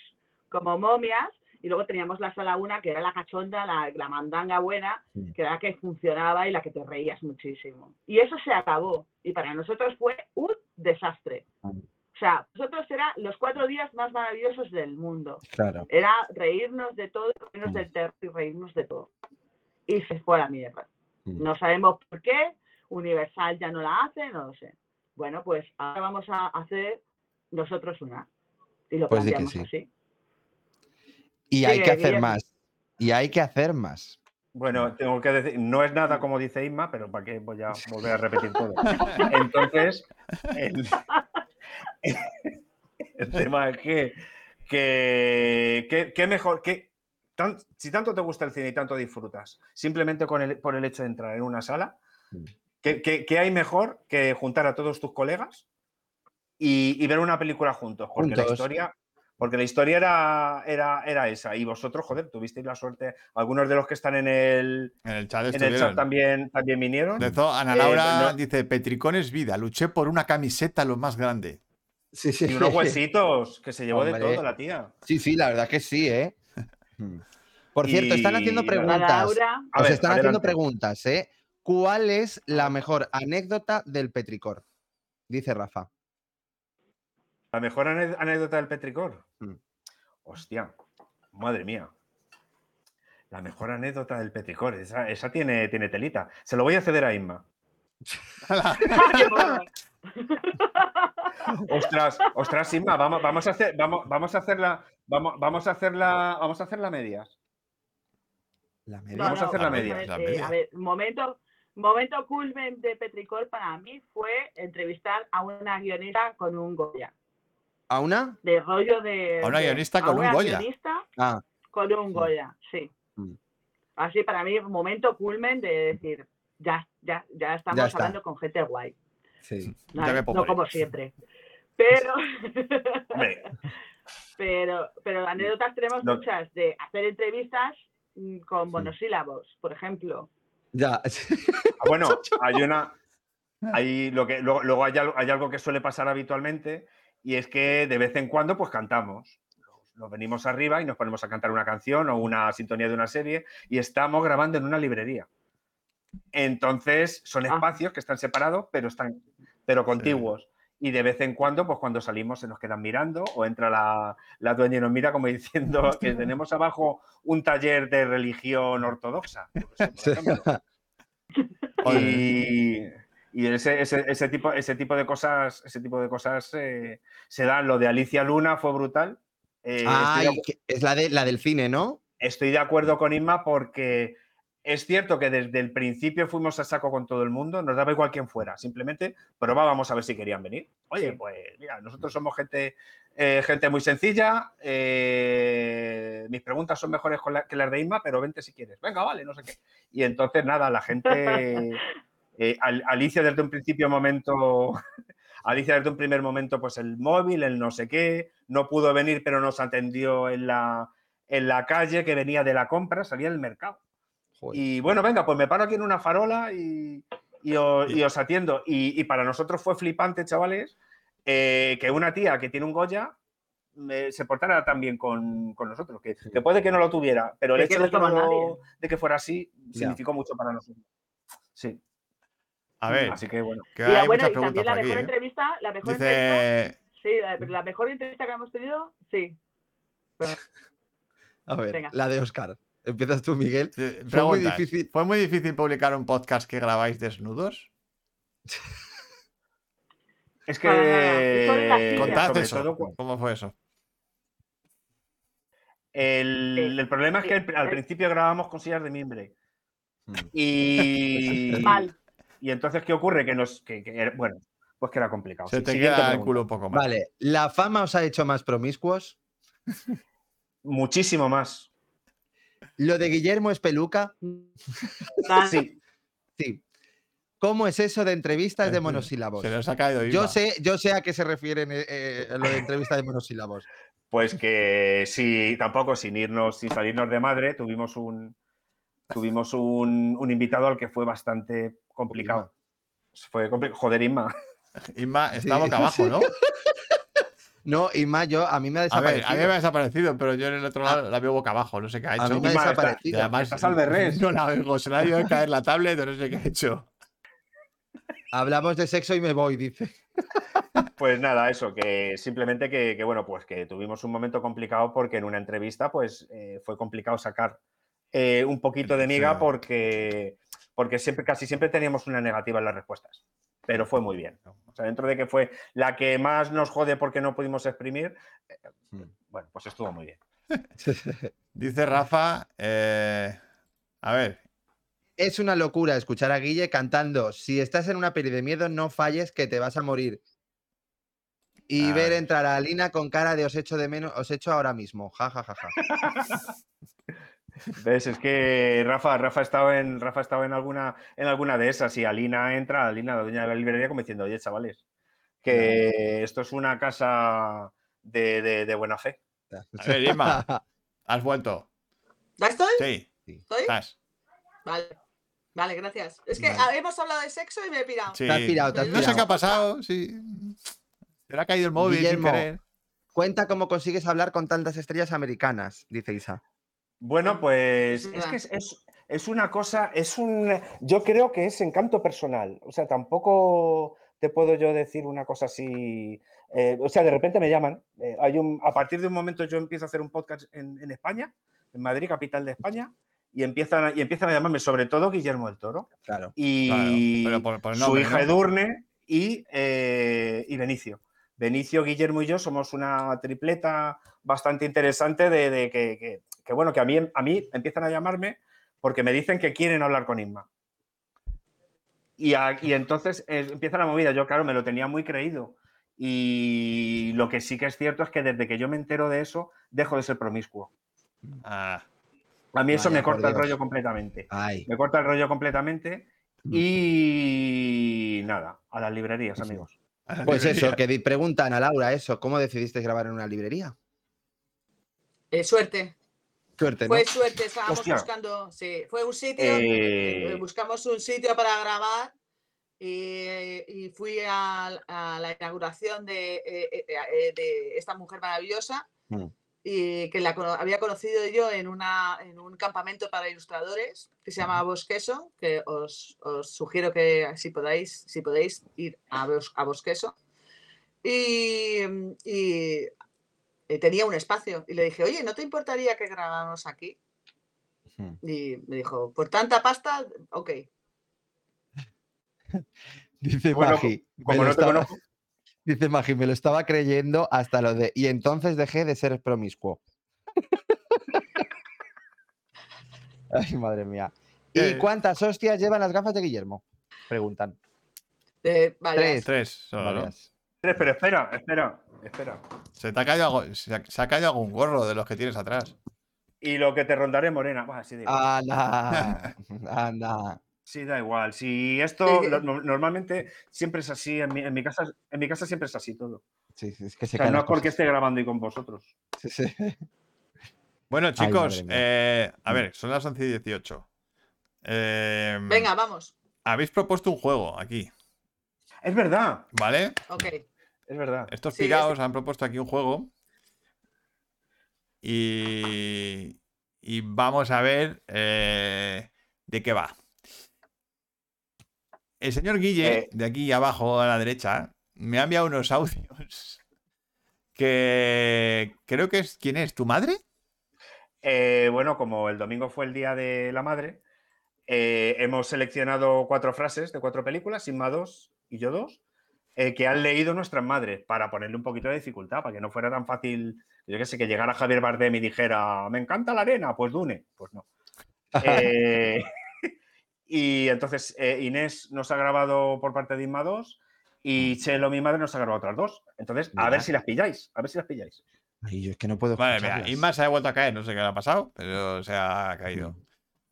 Speaker 6: como momias, y luego teníamos la sala una que era la cachonda, la, la mandanga buena,
Speaker 4: Sí.
Speaker 6: que era la que funcionaba y la que te reías muchísimo. Y eso se acabó, y para nosotros fue un desastre. O sea, nosotros eran los cuatro días más maravillosos del mundo
Speaker 4: Claro.
Speaker 6: era reírnos de todo, reírnos
Speaker 4: Mm.
Speaker 6: del terror y reírnos de todo. Y se fue a la mierda.
Speaker 4: Mm.
Speaker 6: No sabemos por qué, Universal ya no la hace, no lo sé. Bueno, pues ahora vamos a hacer nosotros una. Y lo
Speaker 4: Pues di que
Speaker 6: planteamos
Speaker 4: sí.
Speaker 6: así.
Speaker 4: Y hay
Speaker 6: Sigue,
Speaker 4: que hacer
Speaker 6: Guillermo.
Speaker 4: más. Y hay que hacer más.
Speaker 5: Bueno, tengo que decir, no es nada como dice Inma, pero ¿para qué voy a volver a repetir todo? Entonces, el, el tema es que, que, que- que mejor, que tan- si tanto te gusta el cine y tanto disfrutas, simplemente con el- por el hecho de entrar en una sala, ¿qué, qué- qué hay mejor que juntar a todos tus colegas y, y ver una película juntos? Porque la
Speaker 4: Juntos.
Speaker 5: historia... Porque la historia era, era, era esa. Y vosotros, joder, tuvisteis la suerte. Algunos de los que están en el,
Speaker 1: En el chat
Speaker 5: en el
Speaker 1: estuvieron.
Speaker 5: chat también, también vinieron.
Speaker 1: De hecho, Ana
Speaker 5: Eh,
Speaker 1: Laura
Speaker 5: bueno.
Speaker 1: dice, Petricón es vida, luché por una camiseta lo más grande.
Speaker 4: Sí, sí.
Speaker 5: Y unos huesitos que se llevó de
Speaker 4: Hombre.
Speaker 5: todo la tía.
Speaker 4: Sí, sí, la verdad que sí, ¿eh? Por cierto, están haciendo
Speaker 5: Y-
Speaker 6: Ana
Speaker 4: preguntas.
Speaker 6: Laura,
Speaker 5: A
Speaker 4: Os
Speaker 5: ver,
Speaker 4: están haciendo
Speaker 5: adelante.
Speaker 4: preguntas, ¿eh? ¿Cuál es la mejor anécdota del Petricor? Dice Rafa.
Speaker 5: La mejor ane- anécdota del Petricor.
Speaker 4: Mm.
Speaker 5: Hostia, madre mía. La mejor anécdota del Petricor. Esa, esa tiene, tiene telita. Se lo voy a ceder a Inma.
Speaker 6: bueno,
Speaker 5: Ostras, ostras, Inma, vamos, vamos a hacer, vamos, vamos a hacerla, vamos, vamos a hacerla, vamos a hacerla a medias.
Speaker 4: La media.
Speaker 6: no,
Speaker 5: Vamos a
Speaker 6: no,
Speaker 5: hacer la
Speaker 6: vamos
Speaker 5: media,
Speaker 6: ver,
Speaker 1: la
Speaker 6: eh,
Speaker 1: media.
Speaker 6: A ver, momento, momento culmen de Petricor para mí fue entrevistar a una guionista con un Goya.
Speaker 4: ¿A una?
Speaker 6: De rollo de.
Speaker 1: A una
Speaker 6: de-
Speaker 1: guionista con un
Speaker 6: una
Speaker 1: Goya.
Speaker 6: guionista
Speaker 4: Ah,
Speaker 6: con un Goya, sí.
Speaker 4: Mm.
Speaker 6: Así para mí, un momento culmen de decir, ya, ya, ya estamos
Speaker 4: Ya está.
Speaker 6: hablando con gente guay.
Speaker 4: Sí.
Speaker 1: Ya me
Speaker 6: no
Speaker 1: pondré.
Speaker 6: como siempre. Pero,
Speaker 5: Hombre,
Speaker 6: pero, pero anécdotas tenemos
Speaker 5: No.
Speaker 6: muchas de hacer entrevistas mm, con monosílabos, por ejemplo.
Speaker 4: Ya.
Speaker 5: Ah, Bueno, hay una. Hay lo que, luego luego hay, al- hay algo que suele pasar habitualmente y es que de vez en cuando pues cantamos. Nos venimos arriba y nos ponemos a cantar una canción o una sintonía de una serie y estamos grabando en una librería. Entonces son
Speaker 6: Ah.
Speaker 5: espacios que están separados pero están pero contiguos. Y de vez en cuando, pues cuando salimos se nos quedan mirando o entra la, la dueña y nos mira como diciendo que tenemos abajo un taller de religión ortodoxa. yo qué sé, por ejemplo.
Speaker 1: Joder.
Speaker 5: Y, y ese, ese- ese tipo, ese tipo de cosas, ese tipo de cosas eh, se dan. Lo de Alicia Luna fue brutal. Eh,
Speaker 4: Ay,
Speaker 5: estoy, de, acu-
Speaker 4: que- es la, de, la del cine, ¿no?
Speaker 5: estoy de acuerdo con Inma porque es cierto que desde el principio fuimos a saco con todo el mundo, nos daba igual quién fuera, simplemente probábamos a ver si querían venir. Oye, pues mira, nosotros somos gente, eh, gente muy sencilla, eh, mis preguntas son mejores con la- que las de Inma, pero vente si quieres. Venga, vale, no sé qué. Y entonces, nada, la gente. eh, Al- Alicia desde un principio momento. Alicia desde un primer momento, pues el móvil, el no sé qué. No pudo venir, pero nos atendió en la, en la calle que venía de la compra, salía del mercado.
Speaker 4: Joder.
Speaker 5: Y bueno, venga, pues me paro aquí en una farola y, y o- y os, atiendo. Y, y para nosotros fue flipante, chavales, eh, que una tía que tiene un Goya eh, se portara tan bien con, con nosotros. Que, que puede que no lo tuviera, pero el
Speaker 6: Es que
Speaker 5: hecho
Speaker 6: no
Speaker 5: de que, no
Speaker 6: estaba
Speaker 5: lo-
Speaker 6: nadie.
Speaker 5: de que fuera así
Speaker 4: Ya.
Speaker 5: significó mucho para nosotros. Sí,
Speaker 1: A ver,
Speaker 5: así que bueno.
Speaker 1: que
Speaker 6: Y la-
Speaker 1: hay
Speaker 6: bueno,
Speaker 1: muchas
Speaker 6: y también
Speaker 1: preguntas
Speaker 6: la
Speaker 1: por aquí.
Speaker 6: mejor
Speaker 1: ¿eh?
Speaker 6: entrevista, la mejor entrevista,
Speaker 1: Dice. eh,
Speaker 6: sí, la, pero la mejor entrevista que hemos tenido, sí.
Speaker 4: A ver,
Speaker 6: venga.
Speaker 4: la de Oscar. Empiezas tú, Miguel.
Speaker 1: Sí,
Speaker 4: muy
Speaker 1: preguntas.
Speaker 4: difícil.
Speaker 1: ¿Fue muy difícil publicar un podcast que grabáis desnudos?
Speaker 5: Es
Speaker 6: Para nada.
Speaker 5: que.
Speaker 6: Son las
Speaker 4: Eh,
Speaker 6: sillas.
Speaker 5: sobre
Speaker 1: Contad
Speaker 5: todo,
Speaker 1: eso. ¿Cómo fue eso?
Speaker 5: el, el problema es que el- al
Speaker 6: Sí. Eh.
Speaker 5: principio grabábamos con sillas de mimbre.
Speaker 1: Mm.
Speaker 5: Y.
Speaker 6: Mal.
Speaker 5: Y entonces, ¿qué ocurre? Que nos. Que, que era- bueno, pues que era complicado.
Speaker 1: Se
Speaker 5: Sí,
Speaker 1: te
Speaker 5: siguiente
Speaker 1: queda el
Speaker 5: pregunta.
Speaker 1: culo un poco más.
Speaker 4: Vale, ¿la fama os ha hecho más promiscuos?
Speaker 5: Muchísimo más.
Speaker 4: ¿Lo de Guillermo es peluca?
Speaker 6: Nada.
Speaker 5: Sí.
Speaker 4: Sí. ¿Cómo es eso de entrevistas de
Speaker 1: Entonces,
Speaker 4: monosílabos?
Speaker 1: Se nos ha caído Inma.
Speaker 4: Yo sé, yo sé a qué se refieren eh, eh, lo de entrevistas de monosílabos.
Speaker 5: Pues que sí, tampoco sin irnos, sin salirnos de madre, tuvimos un. Tuvimos un, un invitado al que fue bastante complicado. Fue compli- Joder, Inma.
Speaker 1: Inma está
Speaker 4: Sí.
Speaker 1: boca abajo, ¿no?
Speaker 4: No, y más, yo, a mí me ha
Speaker 1: A ver,
Speaker 4: desaparecido. Ah.
Speaker 1: a mí me ha desaparecido, pero yo en el otro lado la veo boca abajo, no sé qué ha
Speaker 4: A
Speaker 1: hecho.
Speaker 4: mí me ha
Speaker 5: Inma, está-
Speaker 1: Y
Speaker 4: desaparecido.
Speaker 1: además,
Speaker 5: estás al revés.
Speaker 1: No la oigo, se la ha ido a caer la tablet, no sé qué ha hecho.
Speaker 4: Hablamos de sexo y me voy, dice.
Speaker 5: Pues nada, eso, que simplemente que, que, bueno, pues que tuvimos un momento complicado porque en una entrevista pues eh, fue complicado sacar eh, un poquito de miga
Speaker 1: Sí.
Speaker 5: porque, porque siempre, casi siempre teníamos una negativa en las respuestas, pero fue muy bien. O sea, dentro de que fue la que más nos jode porque no pudimos exprimir, eh,
Speaker 1: Hmm.
Speaker 5: bueno, pues estuvo muy bien.
Speaker 1: Dice Rafa, eh, a ver,
Speaker 4: Es una locura escuchar a Guille cantando. Si estás en una peli de miedo, no falles que te vas a morir. Y
Speaker 1: Ah.
Speaker 4: ver entrar a Alina con cara de os echo de menos, os echo ahora mismo. Ja, ja, ja, ja.
Speaker 5: ¿Ves? Es que Rafa, Rafa ha estado en, Rafa ha estado en alguna, en alguna de esas y Alina entra, Alina, la dueña de la librería, como diciendo, oye, chavales, que esto es una casa de, de- de buena fe.
Speaker 1: a ver, Inma, has vuelto.
Speaker 7: ¿Ya estoy?
Speaker 1: Sí,
Speaker 7: ¿Estoy?
Speaker 1: estás.
Speaker 7: Vale. Vale, gracias. Es que
Speaker 1: Vale.
Speaker 7: hemos hablado de sexo y me he pirado.
Speaker 1: Sí.
Speaker 4: Te has pirado, te has
Speaker 1: no sé
Speaker 4: pirado.
Speaker 1: qué ha pasado, sí. Se le ha caído el móvil
Speaker 4: Guillermo.
Speaker 1: sin querer.
Speaker 4: Cuenta cómo consigues hablar con tantas estrellas americanas, dice Isa.
Speaker 5: Bueno, pues es
Speaker 7: Verdad.
Speaker 5: que es, es- es una cosa, es un, yo creo que es encanto personal. O sea, tampoco te puedo yo decir una cosa así. eh, o sea, de repente me llaman. eh, hay un, a partir de un momento yo empiezo a hacer un podcast en, en España, en Madrid, capital de España, y empiezan, a- y empiezan a llamarme, sobre todo Guillermo del Toro.
Speaker 4: Claro.
Speaker 5: y
Speaker 1: Claro, pero por- por el
Speaker 5: su
Speaker 1: nombre,
Speaker 5: hija
Speaker 1: ¿no?
Speaker 5: Edurne y, eh, y Benicio. Benicio, Guillermo y yo somos una tripleta bastante interesante de, de que, que- que, bueno, que a mí, a mí empiezan a llamarme porque me dicen que quieren hablar con Inma. Y, a- y entonces eh, empieza la movida. Yo, claro, me lo tenía muy creído. Y lo que sí que es cierto es que desde que yo me entero de eso, dejo de ser promiscuo.
Speaker 1: Ah,
Speaker 5: A mí eso
Speaker 4: Vaya,
Speaker 5: me corta
Speaker 4: por
Speaker 5: el
Speaker 4: Dios.
Speaker 5: rollo completamente.
Speaker 4: Ay.
Speaker 5: Me corta el rollo completamente. Y nada, a las librerías, amigos.
Speaker 1: A la
Speaker 4: Pues
Speaker 1: librería.
Speaker 4: eso, que di- preguntan a Laura eso, ¿cómo decidiste grabar en una librería?
Speaker 7: Eh, suerte.
Speaker 4: Suerte, ¿no?
Speaker 6: Pues
Speaker 7: Fue suerte, estábamos
Speaker 5: Hostia.
Speaker 7: buscando. Sí, fue un sitio.
Speaker 5: Eh.
Speaker 7: eh, Buscamos un sitio para grabar y, y fui al- a, la inauguración de, eh, eh, eh, de esta mujer maravillosa
Speaker 4: Mm.
Speaker 7: y que la cono- había conocido yo en, una, en un campamento para ilustradores que se llama Bosqueso, que os, os sugiero que si podáis, si podéis ir a, Bos- a Bosqueso. Y, y, eh, tenía un espacio y le dije, oye, ¿no te importaría que grabáramos aquí?
Speaker 4: Ujú.
Speaker 7: Y me dijo, por tanta pasta, ok.
Speaker 4: Dice
Speaker 5: Bueno,
Speaker 4: Magi. me
Speaker 5: Como
Speaker 4: lo
Speaker 5: no te
Speaker 4: estaba-
Speaker 5: conozco,
Speaker 4: Dice Magi, me lo estaba creyendo hasta lo de. Y entonces dejé de ser promiscuo. Ay, madre mía. ¿Y
Speaker 1: Eh.
Speaker 4: cuántas hostias llevan las gafas de Guillermo? Preguntan.
Speaker 7: Eh, vale,
Speaker 4: Tres.
Speaker 1: Tres solo, ¿no?
Speaker 4: Varias.
Speaker 5: Tres, pero espera, espera, espera.
Speaker 1: Se te ha caído algo- se ha- se ha caído algún gorro de los que tienes atrás.
Speaker 5: Y lo que te rondaré, Morena. Buah, sí, da
Speaker 4: Ah.
Speaker 5: igual.
Speaker 4: Anda. Anda.
Speaker 5: Sí, da igual. Si esto
Speaker 7: Sí, sí.
Speaker 5: lo- no- normalmente siempre es así, en mi, en mi casa, en mi casa siempre es así todo.
Speaker 4: Sí, sí, es que se
Speaker 5: O sea,
Speaker 4: caen
Speaker 5: no
Speaker 4: las
Speaker 5: es porque
Speaker 4: cosas.
Speaker 5: esté grabando y con vosotros.
Speaker 4: Sí, sí.
Speaker 1: Bueno,
Speaker 4: madre
Speaker 1: chicos,
Speaker 4: mía.
Speaker 1: eh, a ver, son las 11 y 18. Eh,
Speaker 7: venga, vamos.
Speaker 1: Habéis propuesto un juego aquí,
Speaker 5: Es verdad,
Speaker 1: ¿vale?
Speaker 7: Ok.
Speaker 5: es verdad.
Speaker 1: Estos
Speaker 7: Sí, es-
Speaker 1: piraos han propuesto aquí un juego. Y, y vamos a ver eh, de qué va. El señor Guille,
Speaker 5: Eh.
Speaker 1: de aquí abajo a la derecha, me ha enviado unos audios que creo que es... ¿Quién es? ¿Tu madre?
Speaker 5: Eh, bueno, como el domingo fue el día de la madre, eh, hemos seleccionado cuatro frases de cuatro películas, Sigma 2 y yo 2, eh, que han leído nuestras madres para ponerle un poquito de dificultad, para que no fuera tan fácil, yo qué sé, que llegara Javier Bardem y dijera, me encanta la arena, pues Dune, pues no. Eh, y entonces eh, Inés nos ha grabado por parte de Isma 2 y Chelo, mi madre, nos ha grabado otras dos. Entonces, a ver
Speaker 4: Mira.
Speaker 5: si las pilláis, a ver si las pilláis.
Speaker 4: Ay, yo es que no puedo.
Speaker 1: Vale, mira,
Speaker 4: escucharlas.
Speaker 1: Inma se ha vuelto a caer, no sé qué le ha pasado, pero se ha caído.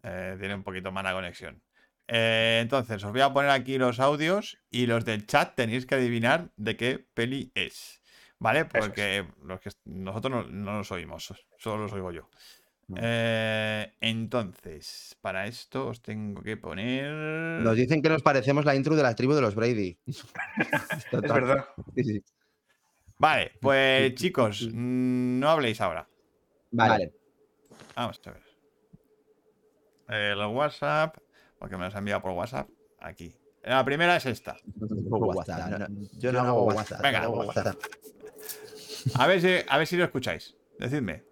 Speaker 1: Eh, tiene un poquito mala conexión. Eh, entonces, os voy a poner aquí los audios y los del chat tenéis que adivinar de qué peli es. ¿Vale?
Speaker 5: es.
Speaker 1: Porque los que, nosotros no, no los oímos, solo los oigo yo. Eh, entonces, para esto os tengo que poner.
Speaker 4: Nos dicen que nos parecemos la intro de la tribu de los Brady.
Speaker 5: Es verdad.
Speaker 4: Sí, sí.
Speaker 1: Vale, pues chicos, mm, no habléis ahora.
Speaker 4: Vale.
Speaker 1: Vamos a ver. El WhatsApp, porque me los ha enviado por WhatsApp. Aquí. La primera es esta.
Speaker 4: WhatsApp, no- yo no hago WhatsApp.
Speaker 1: Venga,
Speaker 4: no hago
Speaker 1: hago
Speaker 4: WhatsApp.
Speaker 1: A ver si, a ver si lo escucháis. Decidme.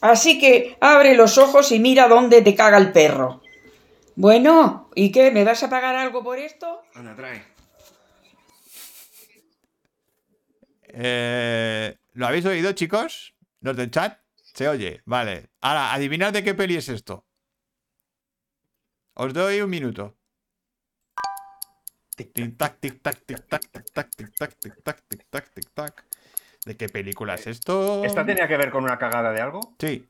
Speaker 8: Así que abre los ojos y mira dónde te caga el perro. Bueno, ¿y qué? ¿Me vas a pagar algo por esto?
Speaker 5: Anda, trae.
Speaker 1: Eh, ¿Lo habéis oído, chicos? ¿Los del chat? Se oye. Vale. Ahora, adivinad de qué peli es esto. Os doy un minuto. Tic tac, tic tac, tic tac, tic tac, tic tac, tic tac, tic tac, tic tac. ¿De qué película es esto?
Speaker 5: ¿Esta tenía que ver con una cagada de algo?
Speaker 1: Sí.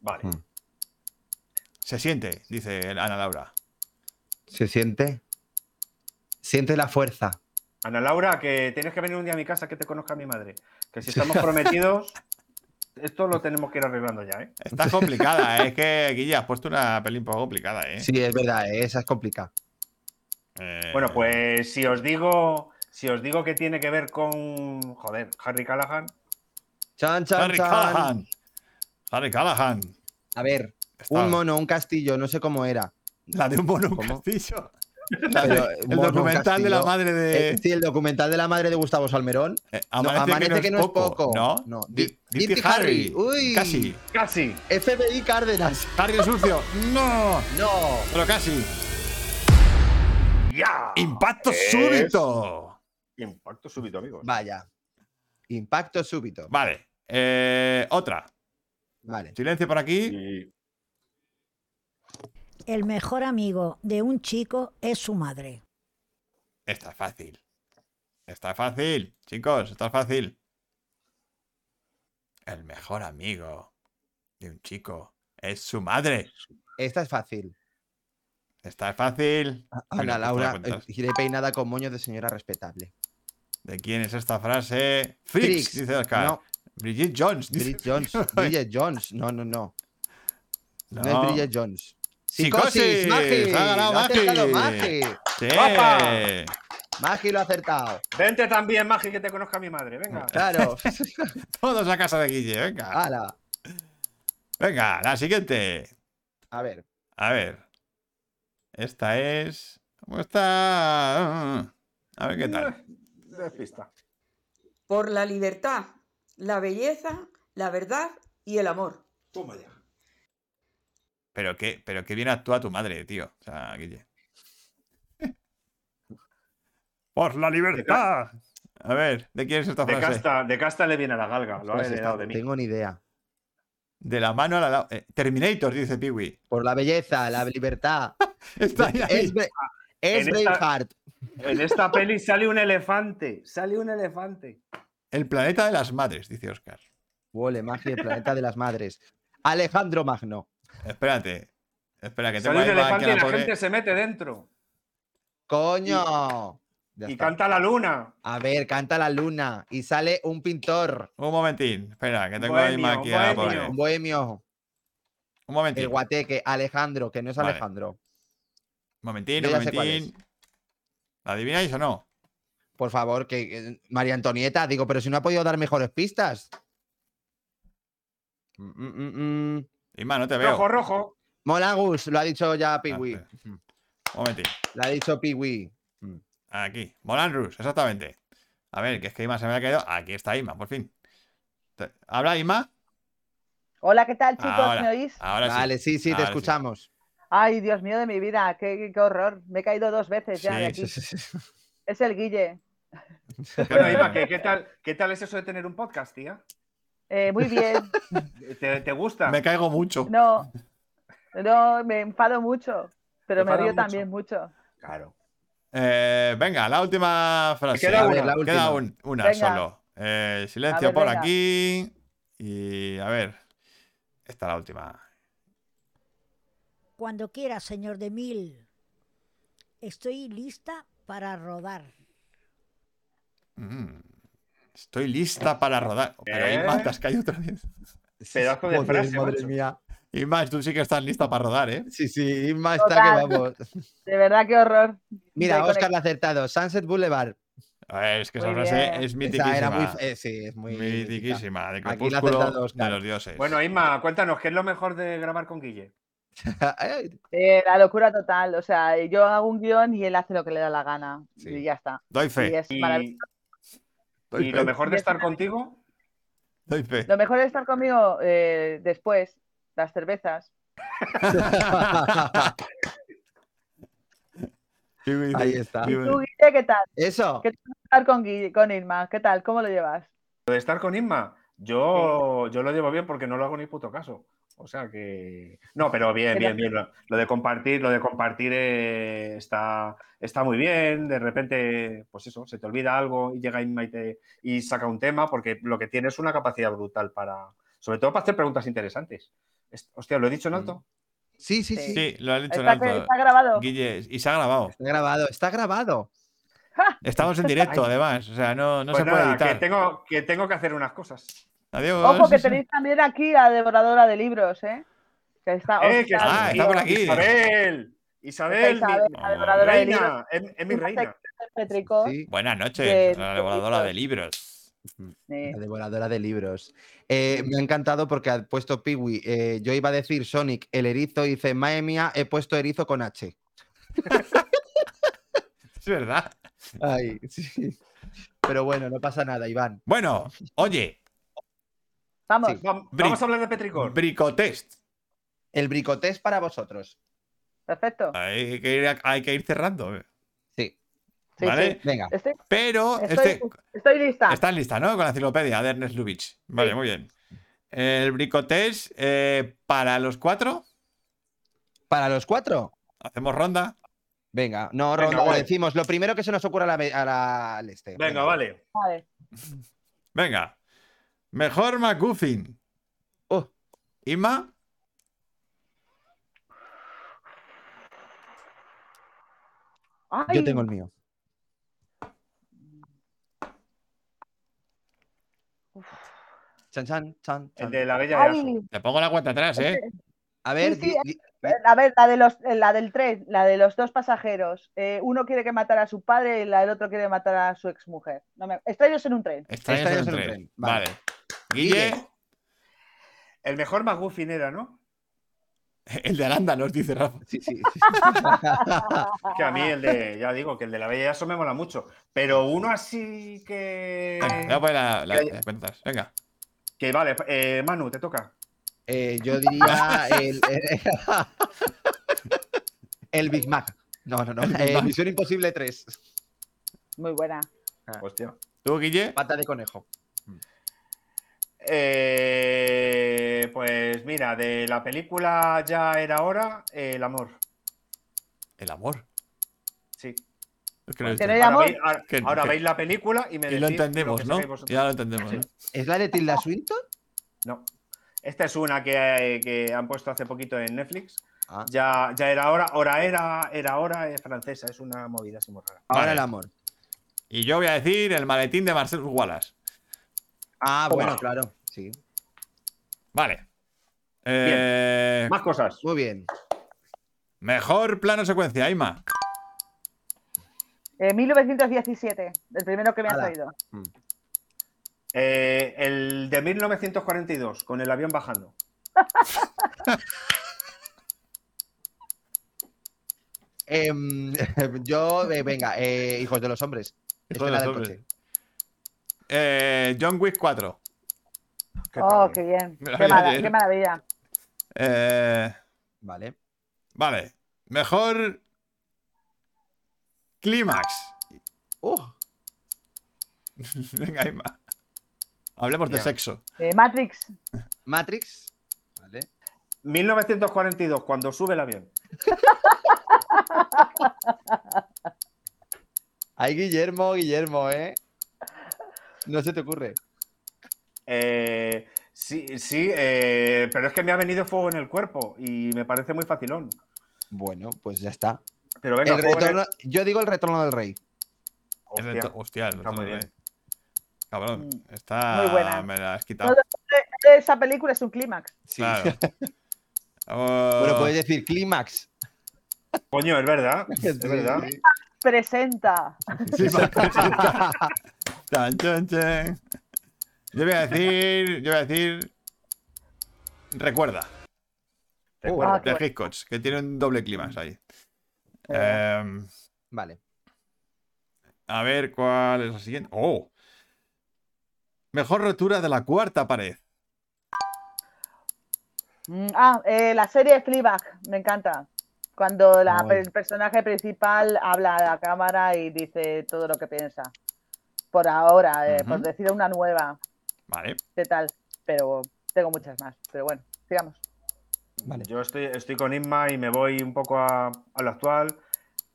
Speaker 5: Vale.
Speaker 1: Hmm.
Speaker 4: Mm.
Speaker 1: Se siente, dice Ana Laura.
Speaker 4: ¿Se siente? Siente la fuerza.
Speaker 5: Ana Laura, que tienes que venir un día a mi casa que te conozca mi madre. Que si estamos prometidos, esto lo tenemos que ir arreglando ya, ¿eh?
Speaker 1: Está complicada, ¿eh? es que Guilla, has puesto una peli un poco complicada, ¿eh?
Speaker 4: Sí, es verdad, eh, esa es complicada.
Speaker 1: Eh,
Speaker 5: Bueno, pues si os digo, si os digo que tiene que ver con. Joder, Harry Callahan.
Speaker 4: Chan, chan,
Speaker 1: Harry
Speaker 4: chan.
Speaker 1: Callahan. Harry Callahan.
Speaker 4: A ver,
Speaker 1: Está-
Speaker 4: un mono, un castillo, no sé cómo era.
Speaker 1: La de un mono en un
Speaker 4: ¿Cómo?
Speaker 1: castillo. La de-
Speaker 4: Pero,
Speaker 1: el
Speaker 4: mono, un
Speaker 1: documental de la
Speaker 4: castillo.
Speaker 1: madre de.
Speaker 4: Eh, sí, el documental de la madre de Gustavo Salmerón.
Speaker 1: eh,
Speaker 4: No,
Speaker 1: amanece, que no es poco. No,
Speaker 4: no.
Speaker 1: Di-
Speaker 4: Di-
Speaker 1: Dirty
Speaker 4: Dirty
Speaker 1: Harry.
Speaker 4: Harry, uy.
Speaker 1: Casi.
Speaker 5: ¡Casi!
Speaker 4: FBI Cárdenas.
Speaker 1: Harry el sucio. No,
Speaker 4: No.
Speaker 1: pero casi.
Speaker 5: ¡Ya!
Speaker 1: Impacto
Speaker 5: Es-
Speaker 1: súbito.
Speaker 5: Impacto súbito, amigos.
Speaker 4: Vaya. Impacto súbito.
Speaker 1: Vale. eh, otra.
Speaker 4: Vale.
Speaker 1: Silencio por aquí.
Speaker 5: Y-
Speaker 9: El mejor amigo de un chico es su madre.
Speaker 1: Está fácil. Está fácil, chicos, está fácil. El mejor amigo de un chico Es su madre.
Speaker 4: Esta es fácil.
Speaker 1: Está fácil. Mira,
Speaker 4: Ana
Speaker 1: pues te la
Speaker 4: Ah, Laura,
Speaker 1: cuentas.
Speaker 4: eh, iré peinada con moños de señora respetable.
Speaker 1: ¿De quién es esta frase? Fricks,
Speaker 4: Fricks.
Speaker 1: dice Oscar.
Speaker 4: No,
Speaker 1: Bridget Jones. dice-
Speaker 4: Bridget Jones. Bridget Jones. No, no, no. No,
Speaker 1: No.
Speaker 4: es Bridget Jones.
Speaker 1: Psicosis,
Speaker 4: Magi.
Speaker 1: ha ganado
Speaker 4: Lo ha acertado
Speaker 1: Magi.
Speaker 4: Magi.
Speaker 1: Sí.
Speaker 5: ¡Guapa!
Speaker 4: Magi lo ha acertado.
Speaker 5: Vente también, Magi, que te conozca mi madre. Venga.
Speaker 1: Ah,
Speaker 4: Claro.
Speaker 1: Todos a casa de Guille, venga.
Speaker 4: Hala.
Speaker 1: Venga, la siguiente.
Speaker 4: A ver.
Speaker 1: A ver. Esta es. ¿Cómo está? A ver qué tal.
Speaker 5: Despista.
Speaker 8: Por la libertad, la belleza, la verdad y el amor.
Speaker 5: Toma ya.
Speaker 1: Pero qué, pero qué bien actúa tu madre, tío. O sea, Guille. Por la libertad. A ver, ¿de quién es esta
Speaker 5: De
Speaker 1: frase?
Speaker 5: casta, de casta le viene a la galga. Lo ha
Speaker 4: Ostras,
Speaker 5: heredado de
Speaker 4: esta no
Speaker 5: mí.
Speaker 4: tengo ni idea.
Speaker 1: De la mano a la. la- eh, Terminator, dice Piwi.
Speaker 4: Por la belleza, la libertad.
Speaker 1: Está ahí, ahí.
Speaker 4: Es, Bra- es
Speaker 5: En esta-
Speaker 4: Braveheart.
Speaker 5: En esta peli sale un elefante. Sale un elefante.
Speaker 1: El planeta de las madres, dice Oscar.
Speaker 4: Huele, Magi, el planeta de las madres. Alejandro Magno.
Speaker 1: Espérate. Espera, que tengo
Speaker 5: Sale
Speaker 1: ahí
Speaker 5: un
Speaker 1: va,
Speaker 5: elefante
Speaker 1: que
Speaker 5: y
Speaker 1: la
Speaker 5: la
Speaker 1: pobre-
Speaker 5: gente se mete dentro.
Speaker 4: ¡Coño! Ya
Speaker 5: Y
Speaker 4: está.
Speaker 5: canta la luna.
Speaker 4: A ver, canta la luna y sale un pintor,
Speaker 1: Un momentín. Espera, que tengo ahí
Speaker 5: Bohemio,
Speaker 1: más que a la
Speaker 5: bohemio.
Speaker 1: pobre.
Speaker 4: un bohemio,
Speaker 1: Un
Speaker 4: el
Speaker 1: momentín. Un
Speaker 4: guateque, Alejandro, que no es
Speaker 1: Vale.
Speaker 4: Alejandro.
Speaker 1: momentín,
Speaker 4: Yo
Speaker 1: un
Speaker 4: ya sé cuál
Speaker 1: momentín. ¿La adivináis o no?
Speaker 4: Por favor, que que- María Antonieta, digo, pero si no ha podido dar mejores pistas. Mm, mm, mm, mm.
Speaker 1: Isma, no te veo. Ah,
Speaker 5: Rojo, rojo.
Speaker 4: Molagus, lo ha dicho ya Piwi.
Speaker 1: espera. Un momentín.
Speaker 4: Lo ha dicho Piwi.
Speaker 1: Aquí. Molanrus, exactamente. A ver, que es que Ima se me ha quedado. Aquí está Ima, por fin. Te- ¿Habla Ima?
Speaker 10: Hola, ¿qué tal, chicos?
Speaker 1: Ahora.
Speaker 10: ¿Me oís?
Speaker 1: Ahora Ah, sí.
Speaker 4: Vale, sí, sí, te
Speaker 1: ahora sí.
Speaker 4: escuchamos.
Speaker 10: Ay, Dios mío de mi vida, qué, qué horror. Me he caído dos veces ya de
Speaker 1: Sí,
Speaker 10: aquí. Es el Guille.
Speaker 5: Bueno, Iba, ¿qué, qué tal, ¿qué tal es eso de tener un podcast, tía?
Speaker 10: Eh, muy bien.
Speaker 5: ¿Te, te gusta?
Speaker 1: Me caigo mucho.
Speaker 10: No, no, me enfado mucho, pero
Speaker 5: Te
Speaker 10: me río
Speaker 5: enfadas
Speaker 10: también mucho.
Speaker 5: Claro.
Speaker 1: Eh, venga, la última frase.
Speaker 5: Queda
Speaker 1: A ver,
Speaker 4: una, la última.
Speaker 1: queda un- una
Speaker 10: Venga.
Speaker 1: solo. Eh, silencio
Speaker 10: A ver,
Speaker 1: por
Speaker 10: venga.
Speaker 1: aquí. Y a ver. Esta es la última.
Speaker 9: Cuando quiera, señor de Mil. Estoy lista para rodar.
Speaker 1: Mm. Estoy lista para rodar. Pero
Speaker 5: ¿Eh?
Speaker 1: Inma, te has caído otra vez.
Speaker 5: Pedazo de
Speaker 4: Joder,
Speaker 5: frase,
Speaker 4: madre
Speaker 5: macho.
Speaker 4: mía.
Speaker 1: Inma, tú sí que estás lista para rodar, ¿eh?
Speaker 4: Sí, sí, Inma está que
Speaker 10: Total.
Speaker 4: vamos.
Speaker 10: De verdad, qué horror.
Speaker 4: Mira,
Speaker 10: Estoy
Speaker 4: Oscar lo ha acertado. Sunset Boulevard.
Speaker 1: A ver, Es que esa
Speaker 10: Muy bien.
Speaker 1: frase es mitiquísima.
Speaker 4: Esa era muy. eh, sí, es muy. mítica.
Speaker 1: mitiquísima. De
Speaker 4: Aquí la ha
Speaker 1: Crepúsculo
Speaker 4: acertado
Speaker 1: de
Speaker 4: Oscar.
Speaker 1: los dioses.
Speaker 5: Bueno, Inma, cuéntanos, ¿qué es lo mejor de grabar con Guille?
Speaker 4: Ay,
Speaker 10: Eh, la locura total. O sea, yo hago un guión y él hace lo que le da la gana.
Speaker 4: Sí.
Speaker 10: Y ya está.
Speaker 1: doy
Speaker 10: Y
Speaker 1: fe.
Speaker 10: es maravilloso.
Speaker 5: Y,
Speaker 1: Doy
Speaker 5: y
Speaker 1: fe.
Speaker 5: lo mejor de estar contigo,
Speaker 1: doy fe.
Speaker 10: Lo mejor es estar conmigo eh, después, las cervezas.
Speaker 1: Piwi dice-
Speaker 4: Ahí está.
Speaker 1: Piwi-
Speaker 10: ¿Tú, Guille, qué tal?
Speaker 4: Eso.
Speaker 10: ¿Qué Estar con, Guille- con Irma, ¿qué tal? ¿Cómo lo llevas?
Speaker 5: lo de estar con Inma, yo, yo lo llevo bien porque no lo hago ni puto caso. O sea que. No, pero bien, bien, bien. Lo, lo de compartir, lo de compartir eh, está, está muy bien. De repente, pues eso, se te olvida algo y llega Inma y, te- y saca un tema, porque lo que tiene es una capacidad brutal para. Sobre todo para hacer preguntas interesantes. Es- Hostia, ¿lo he
Speaker 1: Mm,
Speaker 5: dicho en alto?
Speaker 4: Sí, sí, sí.
Speaker 1: Sí, lo ha dicho en
Speaker 10: ¿Está,
Speaker 1: alto.
Speaker 10: está grabado?
Speaker 1: Guille, y se ha grabado.
Speaker 4: Está grabado, está grabado.
Speaker 1: Estamos en directo, además. O sea, no, no
Speaker 5: Pues
Speaker 1: se puede
Speaker 5: nada,
Speaker 1: editar.
Speaker 5: que tengo, que tengo que hacer unas cosas.
Speaker 1: Adiós.
Speaker 10: Ojo, que tenéis también aquí a Devoradora de Libros, ¿eh? Que está,
Speaker 5: ¡Eh, que
Speaker 10: ostras,
Speaker 1: Ah, está
Speaker 10: tío,
Speaker 1: por aquí.
Speaker 5: Isabel, Isabel,
Speaker 10: Está
Speaker 5: mi-
Speaker 10: Isabel, la devoradora de libros.
Speaker 5: reina, es, es mi reina.
Speaker 10: Petricor.
Speaker 4: Sí,
Speaker 1: Buenas
Speaker 10: Que-
Speaker 1: noches, la devoradora de libros.
Speaker 10: Sí.
Speaker 4: la devoradora de libros. Eh, me ha encantado porque ha puesto Piwi. eh, yo iba a decir Sonic, el erizo, y dice, madre mía, he puesto erizo con H.
Speaker 1: Es verdad.
Speaker 4: Ay, sí. Pero bueno, no pasa nada, Iván.
Speaker 1: Bueno, oye,
Speaker 10: Vamos.
Speaker 4: Sí.
Speaker 5: Vam-
Speaker 1: Bri-
Speaker 5: Vamos a hablar de Petricor.
Speaker 1: bricotest.
Speaker 4: El bricotés para vosotros.
Speaker 10: Perfecto.
Speaker 1: Hay que ir, hay que ir cerrando. eh.
Speaker 4: Sí.
Speaker 10: Sí,
Speaker 1: ¿Vale?
Speaker 4: Venga.
Speaker 10: Estoy,
Speaker 1: Pero
Speaker 10: estoy-
Speaker 1: este,
Speaker 10: estoy lista.
Speaker 1: estás lista, ¿no? Con la enciclopedia de Ernest Lubitsch. Vale, muy bien. El bricotest eh, para los cuatro.
Speaker 4: Para los cuatro.
Speaker 1: Hacemos ronda.
Speaker 4: Venga, no,
Speaker 5: Venga,
Speaker 4: Ronda, lo
Speaker 5: vale.
Speaker 4: decimos. Lo primero que se nos ocurra a la, me- a la- al este.
Speaker 5: Venga, vale.
Speaker 10: Vale.
Speaker 1: Venga. Mejor McGuffin.
Speaker 4: Oh.
Speaker 1: Inma,
Speaker 10: Ay,
Speaker 4: Yo tengo el mío. Chan, chan, chan,
Speaker 5: El
Speaker 4: chan.
Speaker 5: de la bella y
Speaker 10: ay.
Speaker 1: Te pongo la cuenta atrás, ¿eh?
Speaker 4: A ver,
Speaker 10: Sí, sí,
Speaker 4: di- di-
Speaker 10: eh, A ver, la, de los, la del tren, la de los dos pasajeros. Eh, uno quiere que matara a su padre y la del otro quiere matar a su exmujer. No me... Extraños en un tren.
Speaker 4: Este-
Speaker 1: Extraños en un tren. Vale. Guille,
Speaker 4: Guille.
Speaker 5: El mejor McGuffin era, ¿no?
Speaker 1: el de arándanos, dice Rafa.
Speaker 4: sí, sí, sí.
Speaker 5: Que a mí el de, ya digo, que el de la bella y eso me mola mucho. Pero uno así que.
Speaker 1: Venga, voy a poner la- la-
Speaker 5: Eh.
Speaker 1: las cuentas. Venga.
Speaker 5: Que vale, eh, Manu, te toca.
Speaker 4: Eh, yo diría el, el- el Big Mac. No, no, no. eh, Misión Imposible 3.
Speaker 10: Muy buena.
Speaker 5: Hostia.
Speaker 1: ¿Tú, Guille?
Speaker 4: Pata de conejo.
Speaker 5: Eh, pues mira, de la película ya era hora, eh, el amor.
Speaker 1: El amor.
Speaker 5: Sí.
Speaker 1: Es que no he
Speaker 10: Que
Speaker 1: visto.
Speaker 10: no hay
Speaker 5: Ahora,
Speaker 10: amor.
Speaker 5: veis, ahora-
Speaker 1: Que-
Speaker 5: ahora
Speaker 1: que-
Speaker 5: veis la película y me
Speaker 1: Y
Speaker 5: decís
Speaker 1: lo
Speaker 5: que
Speaker 1: entendemos, ¿no?
Speaker 5: sacáis vosotros.
Speaker 1: Ya lo entendemos, ¿no?
Speaker 4: ¿Es la de Tilda Swinton?
Speaker 5: No. Esta es una que, que han puesto hace poquito en Netflix.
Speaker 4: Ah.
Speaker 5: Ya, ya era hora, hora era, era hora, es francesa, es una movida así muy rara.
Speaker 4: Ahora
Speaker 1: Vale.
Speaker 4: el amor.
Speaker 1: Y yo voy a decir el maletín de Marcel Wallace.
Speaker 4: Ah, bueno, claro. Sí.
Speaker 1: Vale. Eh,
Speaker 5: Más cosas.
Speaker 4: Muy bien.
Speaker 1: mejor plano secuencia, Aima.
Speaker 10: Eh, 1917, el primero que me ha
Speaker 4: Ala.
Speaker 10: salido.
Speaker 5: Eh, el de 1942, con el avión bajando.
Speaker 4: Em, yo, eh, venga, eh, Hijos de los Hombres.
Speaker 1: Hijos de
Speaker 4: Escena
Speaker 1: los
Speaker 4: del
Speaker 1: hombres.
Speaker 4: coche.
Speaker 1: Eh, John Wick 4.
Speaker 10: oh, qué bien.
Speaker 1: Me la
Speaker 10: Qué,
Speaker 1: voy a
Speaker 10: mala-
Speaker 1: leer.
Speaker 10: qué maravilla.
Speaker 1: Eh,
Speaker 4: Vale.
Speaker 1: vale. Mejor clímax.
Speaker 4: Uh,
Speaker 1: Venga, Aima. Hablemos de
Speaker 5: Ya.
Speaker 1: sexo.
Speaker 10: Eh, Matrix.
Speaker 4: Matrix. Vale.
Speaker 5: 1942, cuando sube el avión.
Speaker 4: Ay, Guillermo, Guillermo, ¿eh? No se te ocurre.
Speaker 5: Eh, sí, sí, eh, pero es que me ha venido fuego en el cuerpo y me parece muy facilón.
Speaker 4: Bueno, pues ya está.
Speaker 5: Pero venga,
Speaker 4: El
Speaker 5: fuego en el-
Speaker 4: retorno- Yo digo el retorno del rey.
Speaker 1: El
Speaker 5: Hostia.
Speaker 1: reto- Hostia, el
Speaker 5: está
Speaker 1: retorno
Speaker 5: muy
Speaker 1: de-
Speaker 5: bien.
Speaker 1: Cabrón,
Speaker 10: Mm.
Speaker 1: está.
Speaker 10: Muy buena.
Speaker 1: Me la has quitado.
Speaker 10: Todo lo de esa película es un clímax.
Speaker 4: Sí.
Speaker 1: Claro.
Speaker 4: Bueno,
Speaker 1: Oh,
Speaker 5: pues
Speaker 4: puedes decir clímax.
Speaker 5: Coño, es verdad. Es
Speaker 4: Sí.
Speaker 5: verdad.
Speaker 10: Presenta.
Speaker 1: sí, va. Tan, chan, chan. Yo voy a decir. Yo voy a decir. Recuerda.
Speaker 5: Recuerda.
Speaker 10: Ah, qué
Speaker 1: de
Speaker 10: bueno. Oh.
Speaker 1: Hitchcock, que tiene un doble clímax ahí. Em,
Speaker 4: Vale.
Speaker 1: a ver cuál es la siguiente. ¡Oh! Mejor rotura de la cuarta pared.
Speaker 10: Mm, Ah, eh, la serie Fleabag, me encanta. Cuando la-
Speaker 4: Ay.
Speaker 10: el personaje principal habla a la cámara y dice todo lo que piensa. Por ahora, eh, por
Speaker 1: Ujú.
Speaker 10: decir una nueva,
Speaker 1: Vale.
Speaker 10: qué tal. Pero tengo muchas más. Pero bueno, sigamos.
Speaker 4: Vale.
Speaker 5: Yo estoy, estoy con Isma y me voy un poco a, a lo actual.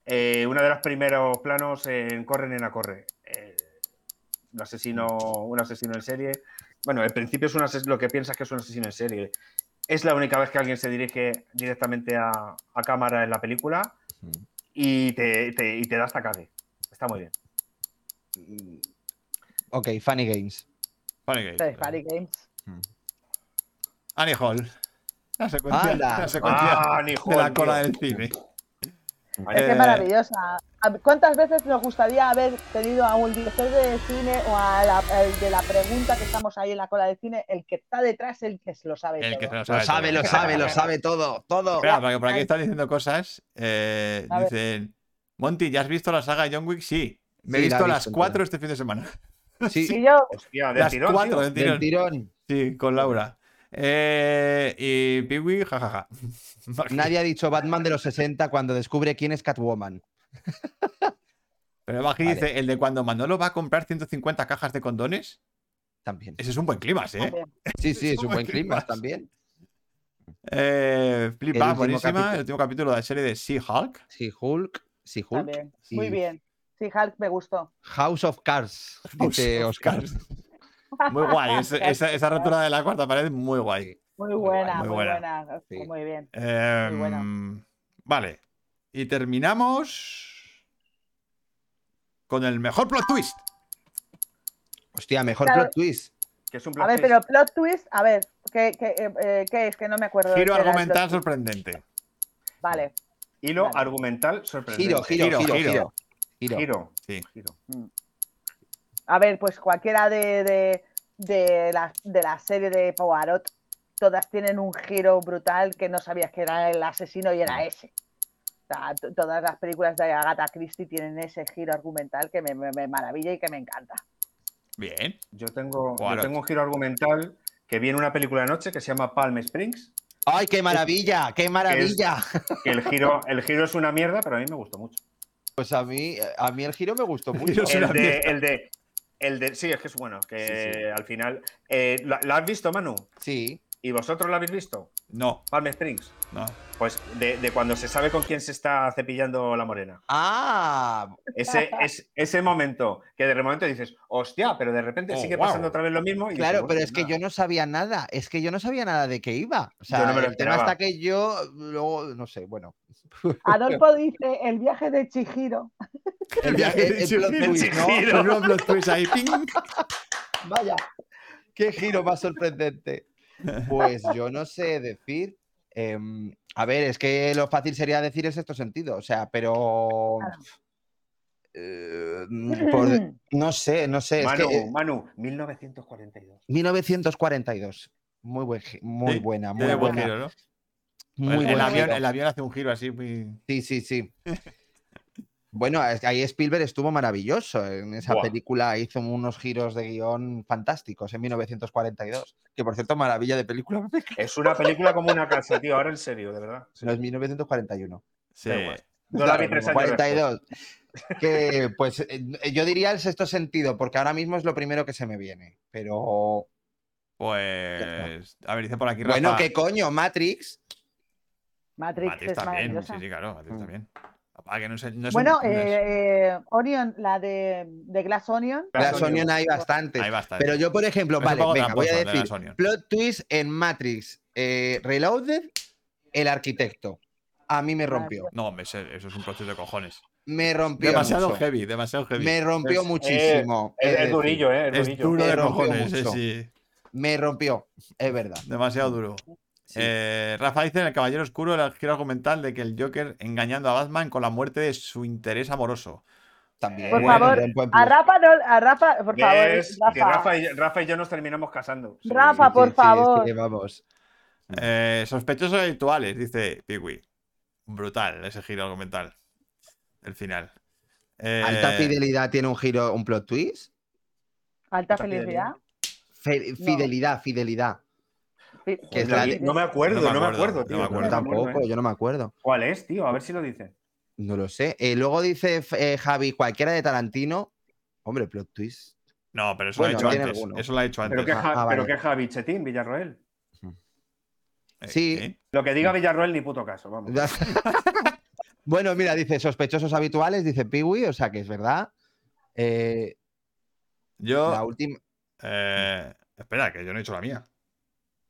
Speaker 5: Eh, uno de los primeros planos en Corre, nena, corre. Eh, un, asesino, un asesino en serie. Bueno, al principio es un ases- lo que piensas que es un asesino en serie. Es la única vez que alguien se dirige directamente a, a cámara en la película y te, te- y te da hasta cague. Está muy bien.
Speaker 4: Ok, Funny Games.
Speaker 1: Funny Games.
Speaker 10: Pero Funny Games.
Speaker 1: Annie Hall. La secuencia,
Speaker 4: Anda.
Speaker 1: la secuencia
Speaker 5: Ah, Annie
Speaker 1: de la
Speaker 5: Hall,
Speaker 1: cola
Speaker 5: tío.
Speaker 1: del cine.
Speaker 10: Es que
Speaker 1: Eh,
Speaker 10: es maravillosa. A- ¿Cuántas veces nos gustaría haber tenido a un director de cine o a la, el de la pregunta que estamos ahí en la cola del cine? El que está detrás, el que se lo sabe.
Speaker 1: El
Speaker 10: todo.
Speaker 1: que se lo sabe. todo.
Speaker 4: Lo sabe, lo sabe, lo sabe todo. Todo.
Speaker 1: Espera, porque por aquí están diciendo cosas. eh,
Speaker 10: Oh, A ver.
Speaker 1: dicen, Monty, ¿ya has visto la saga John Wick? Sí. Me he
Speaker 4: Sí, la he
Speaker 1: visto las
Speaker 4: visto entera.
Speaker 1: cuatro este fin de semana.
Speaker 4: Sí,
Speaker 10: Y yo,
Speaker 5: Hostia, del
Speaker 1: Las
Speaker 5: tirón,
Speaker 1: cuatro eh.
Speaker 5: tío.
Speaker 1: del
Speaker 4: del
Speaker 1: tirón.
Speaker 4: tirón.
Speaker 1: Sí, con Laura. Eh, y Piwi, jajaja.
Speaker 4: Nadie ha dicho Batman de los 60 cuando descubre quién es Catwoman.
Speaker 1: Pero Baji
Speaker 4: Vale.
Speaker 1: dice, el de cuando Manolo va a comprar 150 cajas de condones,
Speaker 4: También.
Speaker 1: ese es un buen clima, ¿eh?
Speaker 10: también.
Speaker 4: Sí, sí, es un buen clima
Speaker 1: climax.
Speaker 4: también.
Speaker 1: eh
Speaker 4: El
Speaker 1: flipa,
Speaker 4: último
Speaker 1: buenísima.
Speaker 4: capítulo.
Speaker 1: El último capítulo de la serie de She-Hulk.
Speaker 4: Sí, Hulk. Sí, Hulk.
Speaker 10: también. Muy
Speaker 4: y-
Speaker 10: bien. Sí, Hulk me gustó.
Speaker 4: House of Cards, dice Oscar.
Speaker 1: Muy guay. es- esa, esa rotura de la cuarta pared, muy guay.
Speaker 10: Muy
Speaker 4: Muy guay,
Speaker 10: buena,
Speaker 1: muy
Speaker 10: muy
Speaker 1: buena.
Speaker 10: buena.
Speaker 4: Sí.
Speaker 10: Muy bien.
Speaker 1: Eh,
Speaker 10: Muy buena.
Speaker 1: Vale. Y terminamos con el mejor plot twist.
Speaker 4: Hostia, mejor
Speaker 10: Claro.
Speaker 4: plot twist.
Speaker 5: Que es un
Speaker 10: A
Speaker 5: plot
Speaker 10: ver,
Speaker 5: twist.
Speaker 10: pero plot twist, a ver, ¿qué, qué, eh, eh, qué es? Que no me acuerdo.
Speaker 1: Giro
Speaker 10: qué era el
Speaker 1: argumental
Speaker 10: plot twist.
Speaker 1: sorprendente.
Speaker 10: Vale.
Speaker 5: Hilo
Speaker 10: Vale.
Speaker 5: argumental sorprendente.
Speaker 4: Giro, giro,
Speaker 1: Giro,
Speaker 4: giro,
Speaker 1: giro.
Speaker 4: giro. Giro.
Speaker 5: Giro,
Speaker 1: Sí.
Speaker 5: giro.
Speaker 10: A ver, pues cualquiera de, de, de la, de la serie de Poirot, todas tienen un giro brutal que no sabías que era el asesino y era ese. O sea, to- todas las películas de Agatha Christie tienen ese giro argumental que me, me- me maravilla y que me encanta.
Speaker 1: Bien.
Speaker 5: Yo tengo, yo
Speaker 1: Poirot.
Speaker 5: tengo un giro argumental que viene en una película de noche que se llama Palm Springs.
Speaker 4: ¡Ay, qué maravilla! ¡Qué maravilla!
Speaker 5: Que el giro, el giro es una mierda, pero a mí me gustó mucho.
Speaker 4: Pues a mí, a mí el giro me gustó mucho. ¿eh?
Speaker 1: giro es una
Speaker 5: El de,
Speaker 1: mierda.
Speaker 5: el de. El de. Sí, es que es bueno, que al final. eh, ¿la, la has visto, Manu?
Speaker 4: Sí.
Speaker 5: ¿Y vosotros la habéis visto?
Speaker 1: No,
Speaker 5: Palm Springs.
Speaker 1: no.
Speaker 5: Pues de, de cuando se sabe con quién se está cepillando la morena.
Speaker 4: Ah,
Speaker 5: Ese, es, ese momento que de momento dices, hostia, pero de repente
Speaker 1: Oh,
Speaker 5: sigue
Speaker 1: wow.
Speaker 5: pasando otra vez lo mismo. y dices,
Speaker 4: claro,
Speaker 5: bueno,
Speaker 4: pero
Speaker 5: pues
Speaker 4: es que
Speaker 5: nada.
Speaker 4: yo no sabía nada. Es que yo no sabía nada de qué iba. O sea,
Speaker 5: Yo no me lo
Speaker 4: el tema
Speaker 5: esperaba.
Speaker 4: está que yo luego, no sé, bueno.
Speaker 10: Adolfo dice el viaje de Chihiro.
Speaker 4: El, viaje
Speaker 1: de
Speaker 4: plot
Speaker 1: Chihiro.
Speaker 4: twist, ¿no?
Speaker 1: Pero no plot twist ahí, ping.
Speaker 4: Vaya, qué giro más sorprendente. Pues yo no sé decir. em, a ver, es que lo fácil sería decir el sexto sentido, o sea, pero.
Speaker 10: Claro.
Speaker 4: eh, por de- no sé, no sé. es que,
Speaker 5: Manu,
Speaker 4: eh,
Speaker 5: Manu, 1942.
Speaker 4: 1942. Muy, buen gi- muy
Speaker 1: Sí,
Speaker 4: buena, muy
Speaker 1: Tiene buen
Speaker 4: buena.
Speaker 1: giro, ¿no?
Speaker 4: muy
Speaker 1: el, el
Speaker 4: buen
Speaker 1: avión,
Speaker 4: giro.
Speaker 1: el avión hace un giro así muy.
Speaker 4: Sí, sí, sí. Bueno, es que ahí Spielberg estuvo maravilloso. En esa
Speaker 5: Buah.
Speaker 4: película hizo unos giros de guión fantásticos en 1942. Que por cierto, maravilla de película. me
Speaker 5: Es una película como una casa, tío, ahora en serio, de verdad.
Speaker 4: No, es 1941.
Speaker 1: Sí.
Speaker 5: Da igual. No la
Speaker 4: Claro,
Speaker 5: vi tres
Speaker 4: como
Speaker 5: años
Speaker 4: 42. Que pues eh, yo diría el sexto sentido, porque ahora mismo es lo primero que se me viene. Pero.
Speaker 1: Pues. A ver, dice por aquí Rafa.
Speaker 4: Bueno, ¿qué coño? Matrix.
Speaker 10: Matrix,
Speaker 1: Matrix
Speaker 10: es
Speaker 1: también.
Speaker 10: maravillosa.
Speaker 1: Sí, sí, claro, Matrix
Speaker 4: Mm.
Speaker 1: también. Ah, que no es el- no es
Speaker 10: Bueno,
Speaker 1: un- no es-
Speaker 10: eh, eh, Onion, la de, de Glass Onion.
Speaker 5: Glass
Speaker 4: La
Speaker 5: Onion.
Speaker 4: Sonion hay bastantes.
Speaker 1: ahí va a estar.
Speaker 4: Pero yo, por ejemplo,
Speaker 1: Es un
Speaker 4: vale,
Speaker 1: poco
Speaker 4: venga, voy a
Speaker 1: tramposo, de la
Speaker 4: decir
Speaker 1: Sonion.
Speaker 4: plot twist en Matrix eh, Reloaded, el arquitecto. A mí me rompió.
Speaker 1: No, hombre, ese- eso es un proceso de cojones.
Speaker 4: Me rompió.
Speaker 1: Demasiado
Speaker 4: mucho.
Speaker 1: heavy, demasiado heavy.
Speaker 4: Me rompió
Speaker 5: Es- eh,
Speaker 4: muchísimo.
Speaker 5: Es, es
Speaker 4: decir,
Speaker 5: durillo, ¿eh? Es,
Speaker 1: es
Speaker 5: durillo.
Speaker 1: duro
Speaker 4: Me
Speaker 1: de
Speaker 4: rompió
Speaker 1: cojones, sí,
Speaker 4: mucho.
Speaker 1: sí.
Speaker 4: Me rompió, es verdad.
Speaker 1: Demasiado duro.
Speaker 4: Sí.
Speaker 1: Eh, Rafa dice en El Caballero Oscuro el giro argumental de que el Joker engañando a Batman con la muerte de su interés amoroso.
Speaker 4: También.
Speaker 10: Por
Speaker 4: Bueno,
Speaker 10: favor,
Speaker 4: buen plan.
Speaker 10: A Rafa, no, a Rafa, por favor.
Speaker 5: ¿Ves? Que
Speaker 10: Rafa.
Speaker 5: Rafa, y, Rafa y yo nos terminamos casando. Sí,
Speaker 10: Rafa,
Speaker 5: sí, sí.
Speaker 10: por favor.
Speaker 4: vamos. Mm.
Speaker 1: Eh, sospechosos habituales, dice Piwi. Brutal ese giro argumental. El final. Eh,
Speaker 4: Alta fidelidad tiene un giro, un plot twist.
Speaker 10: Alta
Speaker 5: También.
Speaker 10: felicidad.
Speaker 4: Fe-
Speaker 10: No.
Speaker 4: fidelidad, fidelidad.
Speaker 10: Fi-
Speaker 4: Que es
Speaker 5: Joder,
Speaker 4: la
Speaker 5: Pues no,
Speaker 4: de-
Speaker 5: me acuerdo, no me acuerdo, tío.
Speaker 1: no me
Speaker 5: no
Speaker 1: acuerdo.
Speaker 5: me acuerdo,
Speaker 4: Tampoco,
Speaker 5: ¿eh?
Speaker 4: yo no me acuerdo.
Speaker 5: ¿Cuál es, tío? A ver si lo dice.
Speaker 4: No lo sé. Eh, luego dice f- eh, Javi, cualquiera de Tarantino. Hombre, plot twist.
Speaker 1: No, pero eso
Speaker 4: Bueno,
Speaker 1: lo ha hecho
Speaker 4: tiene
Speaker 1: antes.
Speaker 4: alguno.
Speaker 1: Eso lo ha hecho antes.
Speaker 5: Pero que,
Speaker 4: Ah,
Speaker 5: Ja-
Speaker 4: ah,
Speaker 5: pero
Speaker 4: vale.
Speaker 5: que Javi Chetín, Villarroel.
Speaker 1: Eh,
Speaker 4: sí.
Speaker 5: Lo que diga Villarroel, ni puto caso, vamos.
Speaker 4: bueno, mira, dice sospechosos habituales, dice Piwi, o sea que es verdad. Eh, la
Speaker 1: Yo.
Speaker 4: última.
Speaker 1: eh, espera, que yo no he hecho la mía.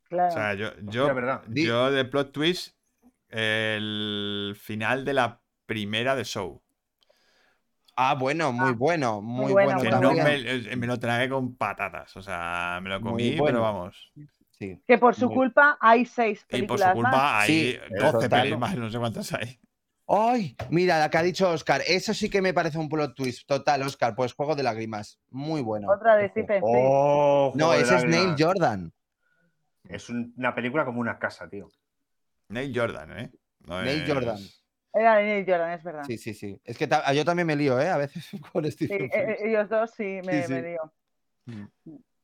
Speaker 10: Claro.
Speaker 1: O sea, yo,
Speaker 5: Hostia,
Speaker 1: yo,
Speaker 5: verdad.
Speaker 4: Di-
Speaker 1: yo de plot twist, el final de la primera de Show.
Speaker 4: Ah, bueno, muy bueno, muy,
Speaker 10: muy
Speaker 4: bueno.
Speaker 10: bueno,
Speaker 1: Que
Speaker 10: muy
Speaker 1: no
Speaker 4: también.
Speaker 1: me, eh, me lo tragué con patatas. O sea, me lo
Speaker 4: Muy
Speaker 1: comí,
Speaker 4: bueno.
Speaker 1: pero vamos.
Speaker 4: Sí.
Speaker 10: que por su
Speaker 4: Muy-
Speaker 10: culpa hay seis
Speaker 1: Y por
Speaker 10: películas
Speaker 1: su culpa hay
Speaker 4: Sí,
Speaker 1: 12
Speaker 4: total.
Speaker 1: pelis más, no sé cuántas hay.
Speaker 4: ¡Ay! Mira, la que ha dicho Oscar. Eso sí que me parece un plot twist. Total, Oscar, pues juego de lágrimas. Muy bueno.
Speaker 10: más. Otra de
Speaker 4: Ojo.
Speaker 10: Stephen King.
Speaker 5: Oh,
Speaker 4: No,
Speaker 5: joder,
Speaker 4: ese es
Speaker 5: Ávila.
Speaker 4: Neil Jordan.
Speaker 5: Es un- una película como una casa, tío.
Speaker 1: Neil Jordan, ¿eh? No
Speaker 4: Neil
Speaker 1: es-
Speaker 4: Jordan.
Speaker 10: Era de Neil Jordan, es verdad.
Speaker 4: Sí, sí, sí. Es que ta- yo también me lío, ¿eh? A veces con
Speaker 10: Sí,
Speaker 4: Stephen
Speaker 10: eh,
Speaker 4: King.
Speaker 10: eh, ellos dos sí me,
Speaker 4: Sí, sí.
Speaker 10: me lío.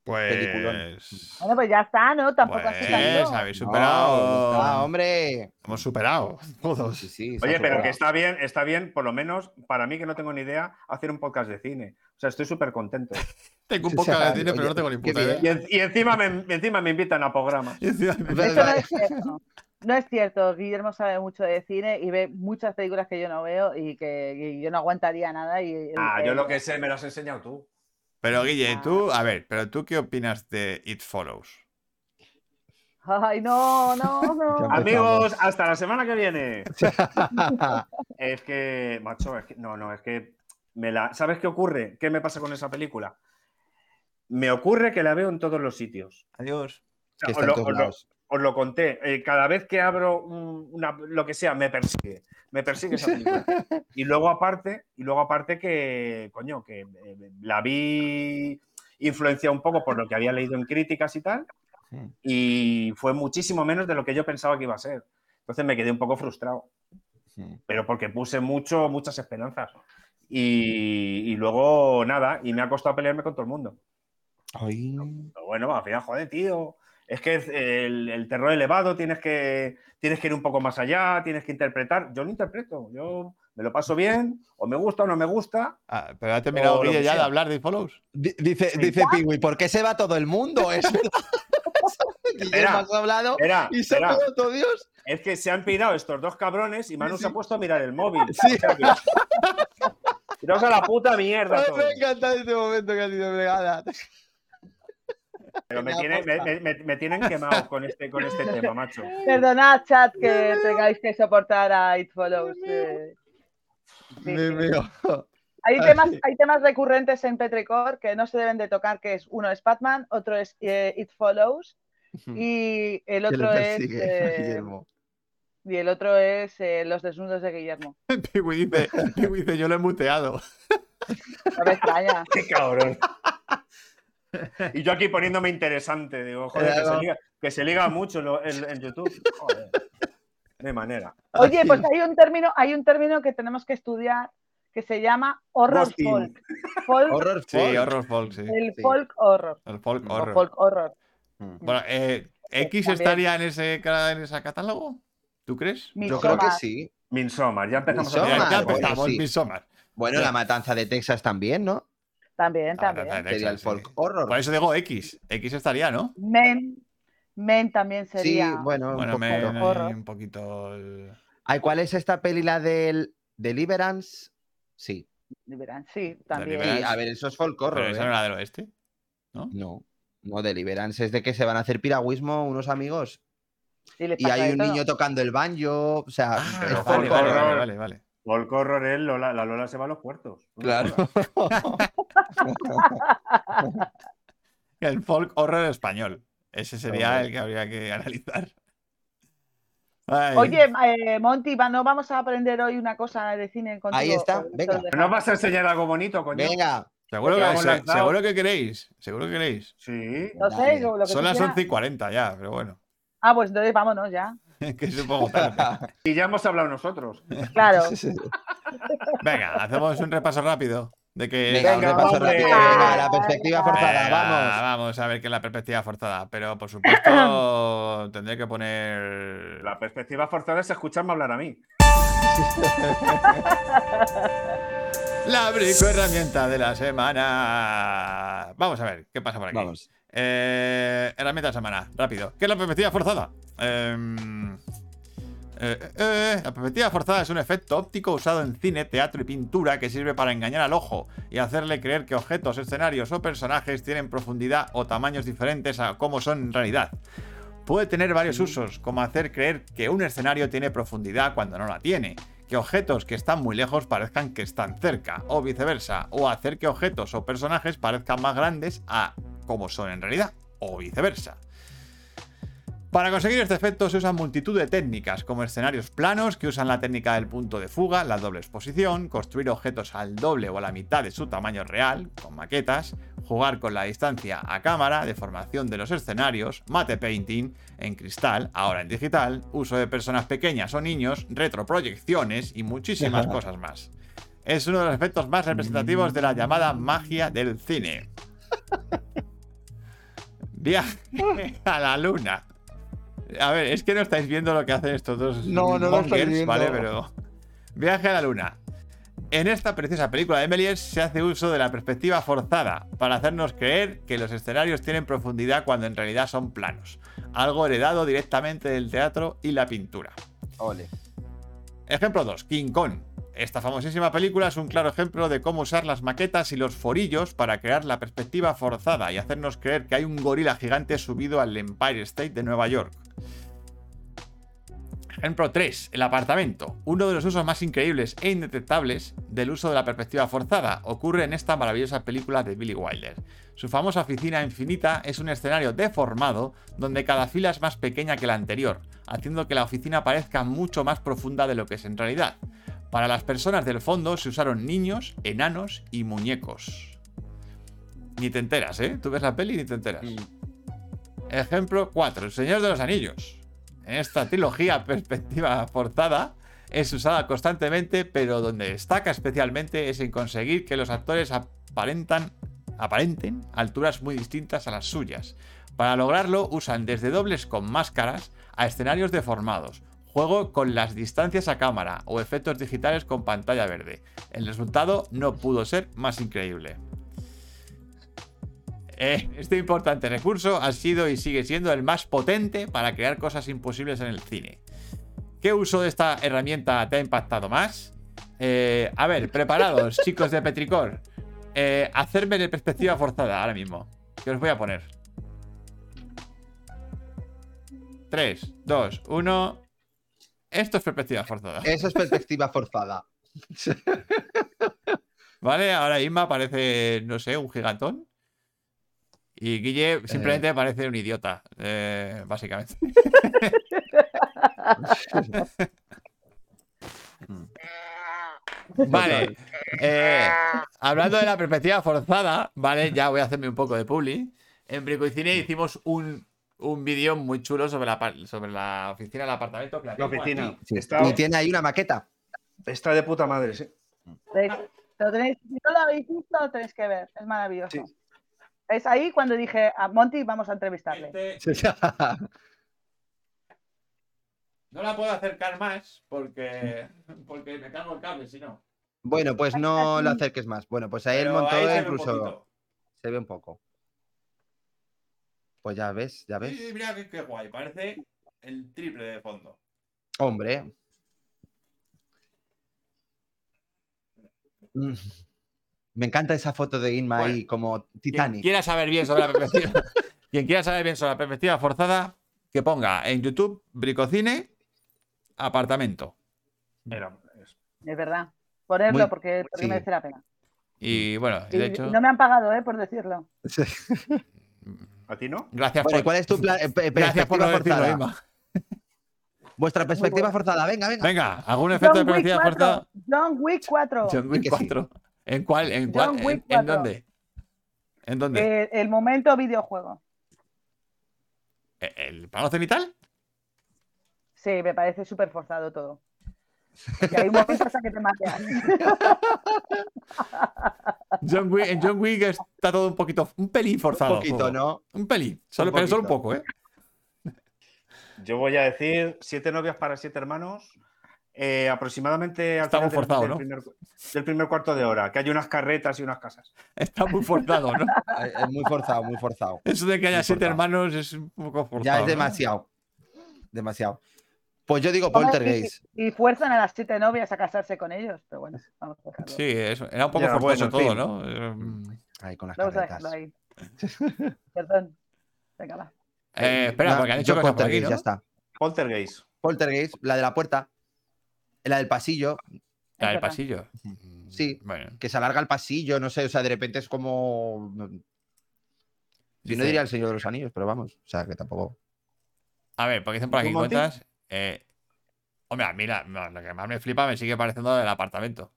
Speaker 4: Peliculón.
Speaker 1: Pues.
Speaker 10: Bueno, pues ya está, ¿no? Tampoco así
Speaker 1: Pues,
Speaker 10: tanto.
Speaker 1: habéis
Speaker 4: No,
Speaker 1: superado.
Speaker 4: Ah, hombre.
Speaker 1: Hemos superado todos.
Speaker 4: Sí, sí, se ha
Speaker 5: Oye, pero
Speaker 4: superado.
Speaker 5: que está bien, está bien, por lo menos para mí que no tengo ni idea, hacer un podcast de cine. O sea, estoy súper contento.
Speaker 1: Tengo un
Speaker 4: Sí,
Speaker 1: poco
Speaker 4: sí,
Speaker 1: de
Speaker 4: sí,
Speaker 1: cine, pero
Speaker 4: oye,
Speaker 1: no tengo ni
Speaker 4: qué
Speaker 1: puta
Speaker 4: bien.
Speaker 5: Y,
Speaker 1: idea.
Speaker 5: en- y encima, me, encima me invitan a programas.
Speaker 1: Y encima me-
Speaker 4: Verdad.
Speaker 10: Eso no es cierto. No es cierto. Guillermo sabe mucho de cine y ve muchas películas que yo no veo y que y yo no aguantaría nada. Y él-
Speaker 5: Ah,
Speaker 10: él-
Speaker 5: yo lo que sé me lo has enseñado tú.
Speaker 1: Pero Guille, tú, a ver, pero tú qué opinas de It Follows?
Speaker 10: Ay, no, no, no.
Speaker 4: Ya
Speaker 5: Amigos, hasta la semana que viene. Es que, macho, es que, no, no, es que Me la, ¿Sabes qué ocurre? ¿Qué me pasa con esa película? Me ocurre que la veo en todos los sitios.
Speaker 1: Adiós.
Speaker 5: O sea,
Speaker 4: Que está
Speaker 5: os,
Speaker 4: en
Speaker 5: lo,
Speaker 4: todos
Speaker 5: os lo-
Speaker 4: lados.
Speaker 5: os lo conté. Eh, cada vez que abro un- una, lo que sea, me persigue. Me persigue esa película. y luego aparte, y luego aparte que, coño, que eh, la vi influenciada un poco por lo que había leído en críticas y tal. Y fue muchísimo menos de lo que yo pensaba que iba a ser. Entonces me quedé un poco frustrado pero porque puse mucho, muchas esperanzas. Y, y luego nada, y me ha costado pelearme con todo el mundo.
Speaker 4: Ay.
Speaker 5: Pero bueno, al final, joder, tío. Es que es el, el terror elevado, tienes que, tienes que ir un poco más allá, tienes que interpretar. Yo no interpreto, yo me lo paso bien, o me gusta o no me gusta.
Speaker 1: Ah, pero ha terminado
Speaker 5: O lo
Speaker 1: Guille
Speaker 5: que
Speaker 1: ya de
Speaker 5: sea.
Speaker 1: hablar de follows.
Speaker 4: Di- Dice, dice Piwi, ¿por qué se va todo el mundo? Es verdad. Guillermo, has hablado
Speaker 5: espera,
Speaker 4: y se ha
Speaker 5: espera.
Speaker 4: todo Dios.
Speaker 5: Es que se han pirado estos dos cabrones y Manu se ha puesto a mirar el móvil.
Speaker 4: Sí.
Speaker 5: Tiraos a la puta mierda.
Speaker 4: Ay,
Speaker 5: todos.
Speaker 4: me encanta este momento que ha sido bregada.
Speaker 5: Pero me,
Speaker 4: Venga,
Speaker 5: tienen- me- me- me- me tienen quemado con este, con este tema, macho.
Speaker 10: Perdonad, chat, que tengáis que soportar a It Follows. eh.
Speaker 4: Me veo.
Speaker 10: Hay,
Speaker 4: Ah,
Speaker 10: temas,
Speaker 4: sí.
Speaker 10: hay temas recurrentes en Petricor que no se deben de tocar, que es uno es Batman, otro es eh, It Follows y
Speaker 4: Que le
Speaker 10: el otro es
Speaker 4: persigue,
Speaker 10: eh,
Speaker 4: Guillermo.
Speaker 10: y el otro es eh, Los desnudos de Guillermo.
Speaker 1: Piwi dice, Piwi dice, yo lo he muteado.
Speaker 10: No me extraña.
Speaker 5: Qué cabrón. Y yo aquí poniéndome interesante, digo, joder, que se
Speaker 4: Claro.
Speaker 5: liga, que se liga mucho lo- en, en YouTube. Joder. De manera.
Speaker 4: Ah,
Speaker 10: Oye, pues hay un término, hay un término que tenemos que estudiar que se llama horror
Speaker 5: Ghosting.
Speaker 10: folk. Folk-
Speaker 4: Horror
Speaker 1: Sí,
Speaker 4: folk.
Speaker 1: horror folk, sí.
Speaker 10: el
Speaker 4: sí.
Speaker 10: folk horror.
Speaker 1: El folk
Speaker 10: o
Speaker 1: horror.
Speaker 10: folk horror.
Speaker 1: Bueno, eh, ¿X
Speaker 10: También.
Speaker 1: estaría en ese, ca- en ese catálogo? ¿Tú crees?
Speaker 4: Yo creo que
Speaker 10: Midsommar.
Speaker 4: sí.
Speaker 5: Midsommar, ya empezamos
Speaker 1: Mira,
Speaker 4: Midsommar,
Speaker 5: a
Speaker 1: ya
Speaker 4: bueno,
Speaker 1: empezamos,
Speaker 4: pues
Speaker 1: Ah,
Speaker 4: sí.
Speaker 1: Midsommar.
Speaker 4: Bueno, la matanza de Texas también, ¿no?
Speaker 10: También,
Speaker 1: Ah,
Speaker 10: también.
Speaker 1: Texas,
Speaker 4: Sería el
Speaker 1: sí. Pues
Speaker 4: folk horror.
Speaker 1: Por eso digo X. X estaría, ¿no?
Speaker 10: Men, men también
Speaker 4: sí,
Speaker 10: sería.
Speaker 4: bueno,
Speaker 1: Bueno,
Speaker 4: un
Speaker 1: me,
Speaker 4: poco.
Speaker 1: me-
Speaker 10: horror.
Speaker 1: un poquito. el-
Speaker 4: Ay, ¿Cuál es esta peli, la del Deliverance? Sí.
Speaker 10: Liberan, Sí, también.
Speaker 4: Sí,
Speaker 1: Deliverance.
Speaker 4: a ver, eso es folk horror.
Speaker 1: Pero esa
Speaker 4: ¿eh?
Speaker 1: no era del oeste.
Speaker 4: No, no, Deliverance es de que se van a hacer piragüismo unos amigos
Speaker 10: Y, les
Speaker 4: y
Speaker 10: pasa
Speaker 4: hay
Speaker 10: de
Speaker 4: un
Speaker 10: todo.
Speaker 4: niño tocando el banjo, o
Speaker 1: Ah,
Speaker 4: sea, es
Speaker 5: pero
Speaker 1: vale,
Speaker 4: folk
Speaker 5: folk
Speaker 1: vale,
Speaker 4: horror.
Speaker 1: vale,
Speaker 5: horror.
Speaker 1: vale, vale.
Speaker 5: Folk horror es Lola, la Lola se va a los puertos. No
Speaker 4: Claro.
Speaker 5: jodas.
Speaker 1: El folk horror español. Ese sería
Speaker 5: Hombre.
Speaker 1: el que habría que analizar. Ay.
Speaker 10: Oye, eh, Monty, va- no vamos a aprender hoy una cosa de cine contigo.
Speaker 4: Ahí está,
Speaker 10: Esto
Speaker 4: venga.
Speaker 10: lo
Speaker 5: Pero no
Speaker 10: dejamos.
Speaker 5: vas a enseñar algo bonito, coño.
Speaker 4: Venga,
Speaker 1: seguro, que,
Speaker 5: Llevamos
Speaker 1: se-
Speaker 5: lanzado.
Speaker 1: seguro que queréis. Seguro que queréis.
Speaker 5: Sí.
Speaker 10: No sé,
Speaker 4: Dale.
Speaker 10: lo que
Speaker 1: Son
Speaker 10: tú
Speaker 1: las
Speaker 10: quieras.
Speaker 1: 11 y 40 ya, pero bueno.
Speaker 10: Ah, pues entonces vámonos ya.
Speaker 1: que es un poco tarde.
Speaker 5: Y ya hemos hablado nosotros.
Speaker 10: Claro.
Speaker 1: Venga, hacemos un repaso rápido. De que
Speaker 4: venga, un
Speaker 5: Venga,
Speaker 4: repaso
Speaker 5: hombre.
Speaker 4: rápido. Venga, la perspectiva
Speaker 10: Venga.
Speaker 4: forzada,
Speaker 1: Venga,
Speaker 4: vamos.
Speaker 1: Vamos a ver qué es la perspectiva forzada. Pero por supuesto, tendré que poner.
Speaker 5: La perspectiva forzada es escucharme hablar a mí.
Speaker 1: La brico herramienta de la semana. Vamos a ver qué pasa por aquí.
Speaker 4: Vamos.
Speaker 1: Eh, herramienta de la semana, rápido. ¿Qué es la perspectiva forzada? Em, eh, eh, eh, la perspectiva forzada es un efecto óptico usado en cine, teatro y pintura que sirve para engañar al ojo y hacerle creer que objetos, escenarios o personajes tienen profundidad o tamaños diferentes a cómo son en realidad. Puede tener varios usos, como hacer creer que un escenario tiene profundidad cuando no la tiene, que objetos que están muy lejos parezcan que están cerca, o viceversa, o hacer que objetos o personajes parezcan más grandes a como son en realidad, o viceversa. Para conseguir este efecto se usan multitud de técnicas, como escenarios planos que usan la técnica del punto de fuga, la doble exposición, construir objetos al doble o a la mitad de su tamaño real, con maquetas, jugar con la distancia a cámara, deformación de los escenarios, mate painting, en cristal, ahora en digital, uso de personas pequeñas o niños, retroproyecciones y muchísimas cosas más. Es uno de los efectos más representativos de la llamada magia del cine. Viaje a la luna. A ver, es que no estáis viendo lo que hacen estos dos.
Speaker 4: No, no lo estoy
Speaker 1: mongers,
Speaker 4: viendo.
Speaker 1: Vale, pero. Viaje a la luna. En esta preciosa película de Méliès se hace uso de la perspectiva forzada para hacernos creer que los escenarios tienen profundidad cuando en realidad son planos, algo heredado directamente del teatro y la pintura.
Speaker 4: Ole.
Speaker 1: Ejemplo 2, King Kong. Esta famosísima película es un claro ejemplo de cómo usar las maquetas y los forillos para crear la perspectiva forzada y hacernos creer que hay un gorila gigante subido al Empire State de Nueva York. Ejemplo 3. El apartamento. Uno de los usos más increíbles e indetectables del uso de la perspectiva forzada ocurre en esta maravillosa película de Billy Wilder. Su famosa oficina infinita es un escenario deformado donde cada fila es más pequeña que la anterior, haciendo que la oficina parezca mucho más profunda de lo que es en realidad. Para las personas del fondo se usaron niños, enanos y muñecos. Ni te enteras, ¿eh? Tú ves la peli y ni te enteras. Ejemplo 4. El Señor de los Anillos. En esta trilogía perspectiva forzada es usada constantemente, pero donde destaca especialmente es en conseguir que los actores aparentan, aparenten alturas muy distintas a las suyas. Para lograrlo usan desde dobles con máscaras a escenarios deformados, juego con las distancias a cámara o efectos digitales con pantalla verde. El resultado no pudo ser más increíble. Eh, este importante recurso ha sido y sigue siendo el más potente para crear cosas imposibles en el cine. ¿Qué uso de esta herramienta te ha impactado más? Eh, a ver, preparados, chicos de Petricor. Eh, hacerme de perspectiva forzada ahora mismo. Que os voy a poner. 3, 2, 1. Esto es perspectiva forzada.
Speaker 4: Eso es perspectiva forzada.
Speaker 1: ¿Vale? Ahora Inma aparece, no sé, un gigantón. Y Guille simplemente parece un idiota, eh, básicamente. vale. eh, hablando de la perspectiva forzada, ¿vale? Ya voy a hacerme un poco de publi. En Brico y Cine hicimos un, un vídeo muy chulo sobre la, par- sobre la oficina del apartamento. que
Speaker 5: La
Speaker 1: tengo
Speaker 5: oficina.
Speaker 1: aquí.
Speaker 5: Está,
Speaker 4: Y tiene ahí una maqueta.
Speaker 5: está de puta madre, sí.
Speaker 10: ¿Veis? Lo tenéis- si no lo habéis visto, lo tenéis que ver. Es maravilloso.
Speaker 5: Sí.
Speaker 10: Es ahí cuando dije a Monty vamos a entrevistarle.
Speaker 1: Este- no la puedo acercar más porque, porque me cago el cable, si no.
Speaker 4: bueno, pues no lo acerques más. Bueno, pues ahí el
Speaker 1: Pero ahí
Speaker 4: montón
Speaker 1: se ve un
Speaker 4: incluso
Speaker 1: poquito.
Speaker 4: se ve un poco. Pues ya ves, ya
Speaker 1: Sí,
Speaker 4: ves.
Speaker 1: sí, mira qué, qué guay, parece el triple de fondo.
Speaker 4: Hombre. Mm. Me encanta esa foto de Inma ahí como
Speaker 1: Quien
Speaker 4: Titanic.
Speaker 1: quiera saber bien sobre la perspectiva, quien quiera saber bien sobre la perspectiva forzada, que ponga en YouTube Bricocine apartamento.
Speaker 5: Era-
Speaker 10: Es verdad. Ponerlo
Speaker 4: Muy-
Speaker 10: porque, porque
Speaker 4: sí.
Speaker 10: merece la pena.
Speaker 1: Y bueno,
Speaker 10: Y-
Speaker 1: de
Speaker 10: y
Speaker 1: hecho,
Speaker 10: no me han pagado, ¿eh? Por decirlo.
Speaker 5: ¿A ti no?
Speaker 1: gracias
Speaker 4: Bueno, ¿y
Speaker 1: por,
Speaker 4: ¿cuál es tu plan? eh, pe-
Speaker 1: gracias por
Speaker 4: perspectiva
Speaker 1: no decirlo,
Speaker 4: forzada?
Speaker 1: Inma.
Speaker 4: Vuestra perspectiva
Speaker 10: bueno.
Speaker 4: forzada, venga, venga.
Speaker 1: Venga, algún efecto de
Speaker 10: John Wick
Speaker 1: perspectiva
Speaker 10: 4,
Speaker 1: forzada.
Speaker 10: John Wick 4.
Speaker 1: John Wick
Speaker 4: que sí.
Speaker 1: 4. ¿En cuál? ¿En cuál?
Speaker 10: John
Speaker 1: ¿En-
Speaker 10: Wick
Speaker 1: ¿En
Speaker 10: 4.
Speaker 1: dónde? ¿En dónde?
Speaker 10: Eh, el momento videojuego.
Speaker 1: ¿El plano cenital?
Speaker 10: Sí, me parece súper forzado todo. Y hay momentos hasta que te mareas.
Speaker 1: John Wick- en John Wick está todo un poquito, un pelín forzado.
Speaker 4: Un poquito,
Speaker 1: todo.
Speaker 4: ¿no?
Speaker 1: Un pelín, solo,
Speaker 4: Un
Speaker 1: pero solo un
Speaker 4: poquito.
Speaker 1: poco, ¿eh?
Speaker 5: Yo voy a decir siete novias para siete hermanos. eh, aproximadamente al
Speaker 1: Estamos
Speaker 5: final del-
Speaker 1: forzados,
Speaker 5: del,
Speaker 1: ¿no?
Speaker 5: primer, cu- del primer cuarto de hora, que hay unas carretas y unas casas.
Speaker 1: Está muy forzado, ¿no?
Speaker 4: Eh, Es muy forzado, muy forzado.
Speaker 1: Eso de que haya
Speaker 4: Muy
Speaker 1: siete
Speaker 4: forzado.
Speaker 1: hermanos es un poco forzado.
Speaker 4: Ya es
Speaker 1: ¿no?
Speaker 4: demasiado. Demasiado. Pues yo digo
Speaker 10: Hombre,
Speaker 4: Poltergeist.
Speaker 10: Y fuerzan a las siete novias a casarse con ellos. Pero bueno, vamos a dejarlo.
Speaker 1: Sí, eso, era un poco
Speaker 5: Ya,
Speaker 1: forzoso
Speaker 5: bueno, en
Speaker 1: todo,
Speaker 4: Mm.
Speaker 1: ¿no? Eh,
Speaker 4: Ahí con las
Speaker 10: Vamos a
Speaker 4: carretas.
Speaker 10: dejarlo ahí. Perdón. Venga, va.
Speaker 1: eh, espera,
Speaker 4: Nah,
Speaker 1: porque han
Speaker 4: yo
Speaker 1: dicho cosas por aquí,
Speaker 4: Poltergeist,
Speaker 1: ¿no?
Speaker 4: ya está.
Speaker 5: Poltergeist.
Speaker 4: Poltergeist, la de la puerta, la del pasillo,
Speaker 1: La del
Speaker 10: Es verdad.
Speaker 1: Ah, pasillo.
Speaker 4: Sí.
Speaker 1: Bueno.
Speaker 4: que se alarga el pasillo, no sé, o sea, de repente es como. Yo no
Speaker 1: dice-
Speaker 4: diría el Señor de los Anillos, pero vamos, o sea, que tampoco.
Speaker 1: A ver, porque dicen por aquí
Speaker 5: ¿Tú, Monty?
Speaker 1: cuentas. Eh, hombre, mira, lo que más me flipa me sigue pareciendo del apartamento.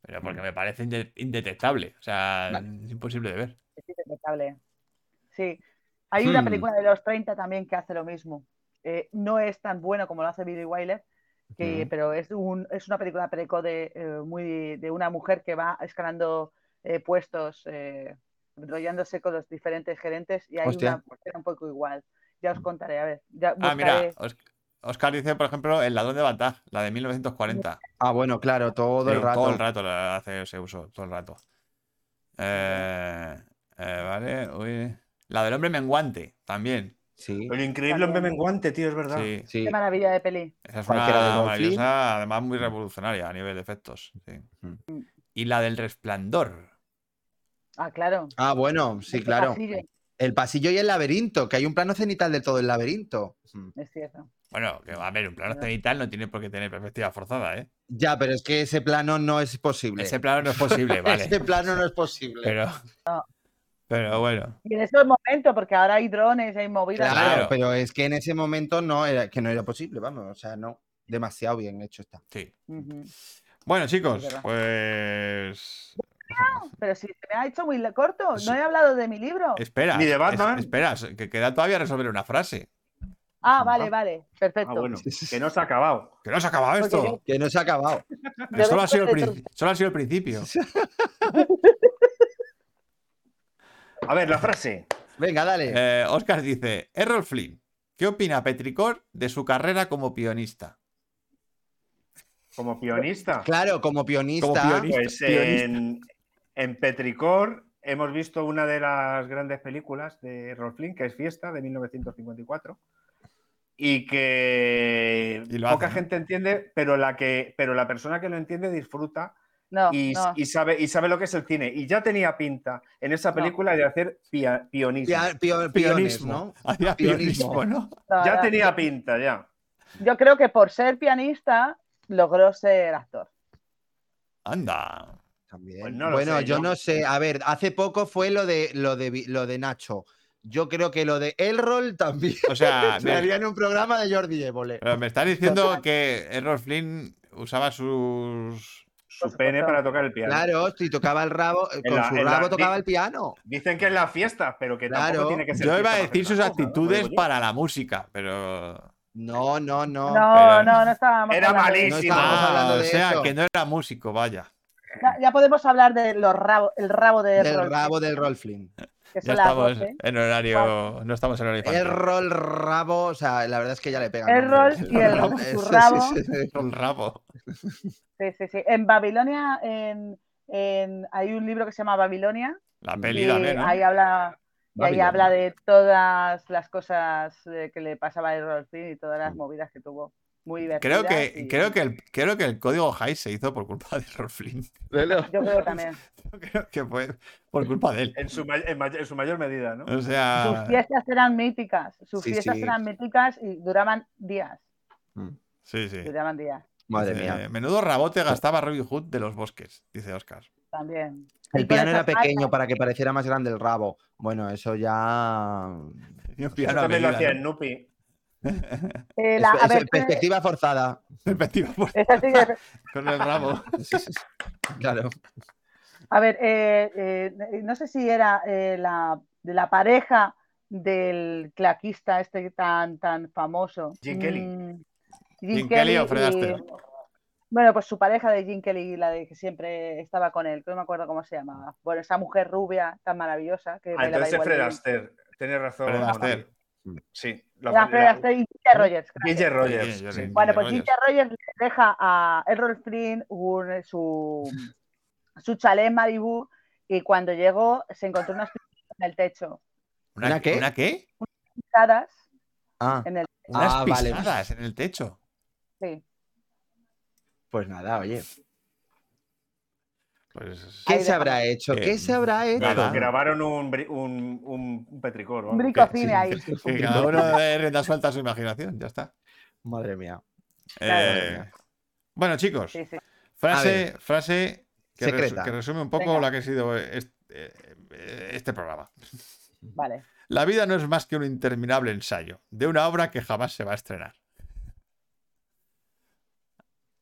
Speaker 1: Pero
Speaker 4: Mm.
Speaker 1: porque me parece inde- indetectable. O sea, es imposible de ver.
Speaker 10: Es indetectable. Sí. Hay una
Speaker 4: Hmm.
Speaker 10: película de los 30 también que hace lo mismo. Eh, no es tan bueno como lo hace Billy Wilder, que,
Speaker 4: Ujú.
Speaker 10: pero es, un, es una película precoz de, eh, muy, de una mujer que va escalando eh, puestos, eh, enrollándose con los diferentes gerentes y hay
Speaker 4: Hostia. Hmm.
Speaker 10: una mujer un poco igual. Ya os contaré, a ver. Ya
Speaker 1: Ah, mira,
Speaker 10: buscaré.
Speaker 1: Os- Oscar dice, por ejemplo, El ladrón de Bantag, la de 1940.
Speaker 4: Ah, bueno, claro, todo el
Speaker 1: Sí,
Speaker 4: rato.
Speaker 1: Todo el rato la hace ese uso, todo el rato. Eh, eh, vale, uy. La del hombre menguante, también.
Speaker 4: Sí,
Speaker 5: Lo increíble en Bemenguante, tío, es verdad.
Speaker 1: Sí,
Speaker 4: sí.
Speaker 10: Qué maravilla de peli.
Speaker 1: esa es
Speaker 4: Ah. Cualquiera de
Speaker 1: una
Speaker 4: Don Flynn.
Speaker 1: maravillosa, además muy revolucionaria a nivel de efectos. sí. Y la del resplandor.
Speaker 10: Ah, claro.
Speaker 4: Ah, bueno, sí,
Speaker 10: Este
Speaker 4: claro.
Speaker 10: pasillo.
Speaker 4: El pasillo y el laberinto, que hay un plano cenital de todo el laberinto. Mm.
Speaker 10: Es cierto.
Speaker 1: Bueno, que, a ver, un
Speaker 4: Ah.
Speaker 1: plano cenital no tiene por qué tener perspectiva forzada, ¿eh?
Speaker 4: Ya, pero es que ese plano no es posible.
Speaker 1: Ese plano no es posible,
Speaker 4: Ese
Speaker 1: vale.
Speaker 4: plano Ah. no es posible.
Speaker 1: Pero,
Speaker 10: No.
Speaker 1: pero bueno,
Speaker 10: Y en esos momentos, porque ahora hay drones, hay movidas.
Speaker 4: Claro,
Speaker 1: Claro.
Speaker 4: pero es que en ese momento no era, que no era posible, vamos, o sea, no. Demasiado bien hecho está.
Speaker 1: sí.
Speaker 10: Ujú.
Speaker 1: Bueno, chicos,
Speaker 10: Es verdad.
Speaker 1: pues.
Speaker 10: Pero si se me ha hecho muy le- corto,
Speaker 1: Sí.
Speaker 10: no he hablado de mi libro.
Speaker 1: Espera.
Speaker 5: Ni de
Speaker 1: es-
Speaker 5: Batman.
Speaker 1: espera, que queda todavía resolver una frase.
Speaker 10: Ah, vale, vale, perfecto.
Speaker 5: Ah, bueno, que no se ha acabado.
Speaker 1: Que no se ha acabado esto.
Speaker 4: Que no se ha acabado.
Speaker 10: yo
Speaker 1: Solo ha,
Speaker 10: después
Speaker 1: sido el
Speaker 10: de
Speaker 1: princi- solo ha sido el principio.
Speaker 5: A ver, la frase.
Speaker 4: Venga,
Speaker 1: Eh,
Speaker 4: dale.
Speaker 1: Oscar dice: Errol Flynn, ¿qué opina Petricor de su carrera como pionista?
Speaker 5: Como pionista.
Speaker 4: Claro, como pionista.
Speaker 1: Como pionista.
Speaker 5: Pues en, en Petricor hemos visto una de las grandes películas de Errol Flynn, que es Fiesta, de 1954, y que
Speaker 1: Y lo
Speaker 5: poca
Speaker 1: hace, ¿no?
Speaker 5: gente entiende, pero la, que, pero la persona que lo entiende disfruta
Speaker 10: No,
Speaker 5: y,
Speaker 10: no.
Speaker 5: y sabe, y sabe lo que es el cine. Y ya tenía pinta en esa película de hacer pia- pionismo.
Speaker 4: Pia- pio- piones, ¿no?
Speaker 1: Hacía
Speaker 4: Pionismo.
Speaker 1: pionismo, ¿no?
Speaker 10: no,
Speaker 5: Ya
Speaker 10: no.
Speaker 5: tenía pinta, ya.
Speaker 10: Yo creo que por ser pianista logró ser actor.
Speaker 1: Anda.
Speaker 4: También.
Speaker 5: Pues no lo
Speaker 4: bueno,
Speaker 5: sé,
Speaker 4: yo
Speaker 5: yo-
Speaker 4: no sé. A ver, hace poco fue lo de lo de Vi- lo de Nacho. Yo creo que lo de Elrol también
Speaker 1: O sea,
Speaker 4: se
Speaker 1: me,
Speaker 4: haría en un programa de Jordi Évole.
Speaker 1: pero me está diciendo que Errol Flynn usaba sus.
Speaker 5: Su pene para tocar el piano.
Speaker 4: Claro, si tocaba el rabo, eh,
Speaker 5: En
Speaker 4: con
Speaker 5: la-
Speaker 4: su
Speaker 5: en la-
Speaker 4: rabo tocaba el piano.
Speaker 5: Dicen que es la fiesta, pero que
Speaker 4: Claro.
Speaker 5: tampoco tiene que ser.
Speaker 1: Yo
Speaker 5: fiesta
Speaker 1: iba a
Speaker 5: para
Speaker 1: decir
Speaker 5: hacer
Speaker 1: sus
Speaker 5: esas cosas, ¿no?
Speaker 1: actitudes
Speaker 5: Digo yo.
Speaker 1: para la música, pero.
Speaker 4: No, no, no.
Speaker 10: No,
Speaker 1: pero-
Speaker 10: no, no estábamos.
Speaker 5: Era
Speaker 10: hablando de-
Speaker 5: malísimo.
Speaker 4: Estábamos hablando
Speaker 1: o
Speaker 4: de
Speaker 1: sea,
Speaker 4: eso.
Speaker 1: que no era músico, vaya.
Speaker 10: Ya, ya podemos hablar de los rabo, el rabo de
Speaker 4: del
Speaker 10: Rolf,
Speaker 4: rabo del Rolfling.
Speaker 10: que
Speaker 1: Ya
Speaker 10: son las
Speaker 1: estamos
Speaker 5: ¿eh?
Speaker 10: 12.
Speaker 1: en horario. No estamos en horario
Speaker 4: El
Speaker 1: infantil.
Speaker 4: rol rabo, o sea, la verdad es que ya le pega.
Speaker 10: El rol y el
Speaker 4: rabo.
Speaker 10: su rabo.
Speaker 1: Un rabo.
Speaker 10: Sí, sí, sí. En Babilonia, en, en- hay un libro que se llama Babilonia.
Speaker 1: La
Speaker 10: Y
Speaker 1: peli también, ¿eh, ¿no?
Speaker 10: ahí habla. Y ahí
Speaker 1: Babilonia.
Speaker 10: habla de todas las cosas eh, que le pasaba a Errol Flynn y todas las movidas que tuvo. Muy divertidas.
Speaker 1: Creo que,
Speaker 10: y-
Speaker 1: creo, que el, creo que el código High se hizo por culpa de Errol Flynn.
Speaker 10: Yo creo también.
Speaker 1: Yo creo que fue por culpa de él.
Speaker 5: En su, may- en may- en su mayor medida, ¿no?
Speaker 1: O
Speaker 10: Sus
Speaker 1: sea.
Speaker 10: fiestas eran míticas. Sus
Speaker 4: Sí,
Speaker 10: fiestas
Speaker 4: sí.
Speaker 10: eran míticas y duraban días.
Speaker 1: Sí, sí.
Speaker 10: Duraban días
Speaker 4: Madre
Speaker 1: Dice,
Speaker 4: mía.
Speaker 1: Menudo rabote gastaba Robin Hood de los bosques, dice Oscar.
Speaker 10: también. Y
Speaker 4: El
Speaker 10: con
Speaker 4: piano era
Speaker 10: esas marcas-
Speaker 4: pequeño para que pareciera más grande el rabo. Bueno, eso ya.
Speaker 1: Tenía un
Speaker 5: Eso
Speaker 1: piano a
Speaker 5: también lo
Speaker 1: medida,
Speaker 5: hacía
Speaker 1: ¿no?
Speaker 5: Snoopy.
Speaker 10: Eh, la-
Speaker 4: Es-
Speaker 10: a
Speaker 4: es
Speaker 10: ver,
Speaker 4: perspectiva forzada.
Speaker 1: Perspectiva por-
Speaker 10: esa sí que-
Speaker 1: con el rabo.
Speaker 4: Claro.
Speaker 10: a ver, eh, eh, no sé si era eh, la, de la pareja del claquista este tan, tan famoso.
Speaker 5: Gene Kelly.
Speaker 10: Mm,
Speaker 1: Gene Kelly o
Speaker 10: y-
Speaker 1: Fred Astaire.
Speaker 10: Bueno, pues su pareja de Jim Kelly, la de que siempre estaba con él, que no me acuerdo cómo se llamaba. Bueno, esa mujer rubia tan maravillosa que
Speaker 5: Ah,
Speaker 10: bailaba
Speaker 5: entonces es
Speaker 10: igual
Speaker 5: Fred
Speaker 10: de bien.
Speaker 5: Astaire. Tienes razón.
Speaker 1: Fred Astaire.
Speaker 5: Sí.
Speaker 10: Era Fred Astaire y Ginger Rogers. gracias.
Speaker 5: Ginger Rogers.
Speaker 1: Ginger
Speaker 5: sí.
Speaker 1: Rogers.
Speaker 10: Bueno, pues
Speaker 1: Rogers.
Speaker 10: Ginger Rogers le deja a Errol Flynn un- eh, su, su chalet en Malibu y cuando llegó se encontró unas pistolas en el techo.
Speaker 4: ¿Una qué?
Speaker 1: ¿Una qué?
Speaker 10: Pisadas
Speaker 4: Ah,
Speaker 10: en el
Speaker 1: Unas
Speaker 4: Ah, vale.
Speaker 1: pisadas en el techo.
Speaker 10: sí.
Speaker 4: pues nada, oye.
Speaker 1: Pues,
Speaker 4: ¿Qué
Speaker 10: Ahí
Speaker 4: se habrá
Speaker 10: dejamos.
Speaker 4: hecho?
Speaker 1: Eh,
Speaker 4: ¿Qué se habrá hecho?
Speaker 1: ¿verdad?
Speaker 5: Grabaron un, bri- un, un- un petricor.
Speaker 10: Un
Speaker 5: vamos.
Speaker 10: bricocine ahí.
Speaker 1: que cada uno de rienda suelta a su imaginación, ya está.
Speaker 4: Madre mía.
Speaker 1: Eh, bueno, chicos,
Speaker 10: Sí, sí.
Speaker 1: frase, frase que, resu-
Speaker 4: Secreta.
Speaker 1: que resume un poco
Speaker 10: Venga.
Speaker 1: lo que ha sido este, eh, este programa.
Speaker 10: Vale.
Speaker 1: La vida no es más que un interminable ensayo de una obra que jamás se va a estrenar.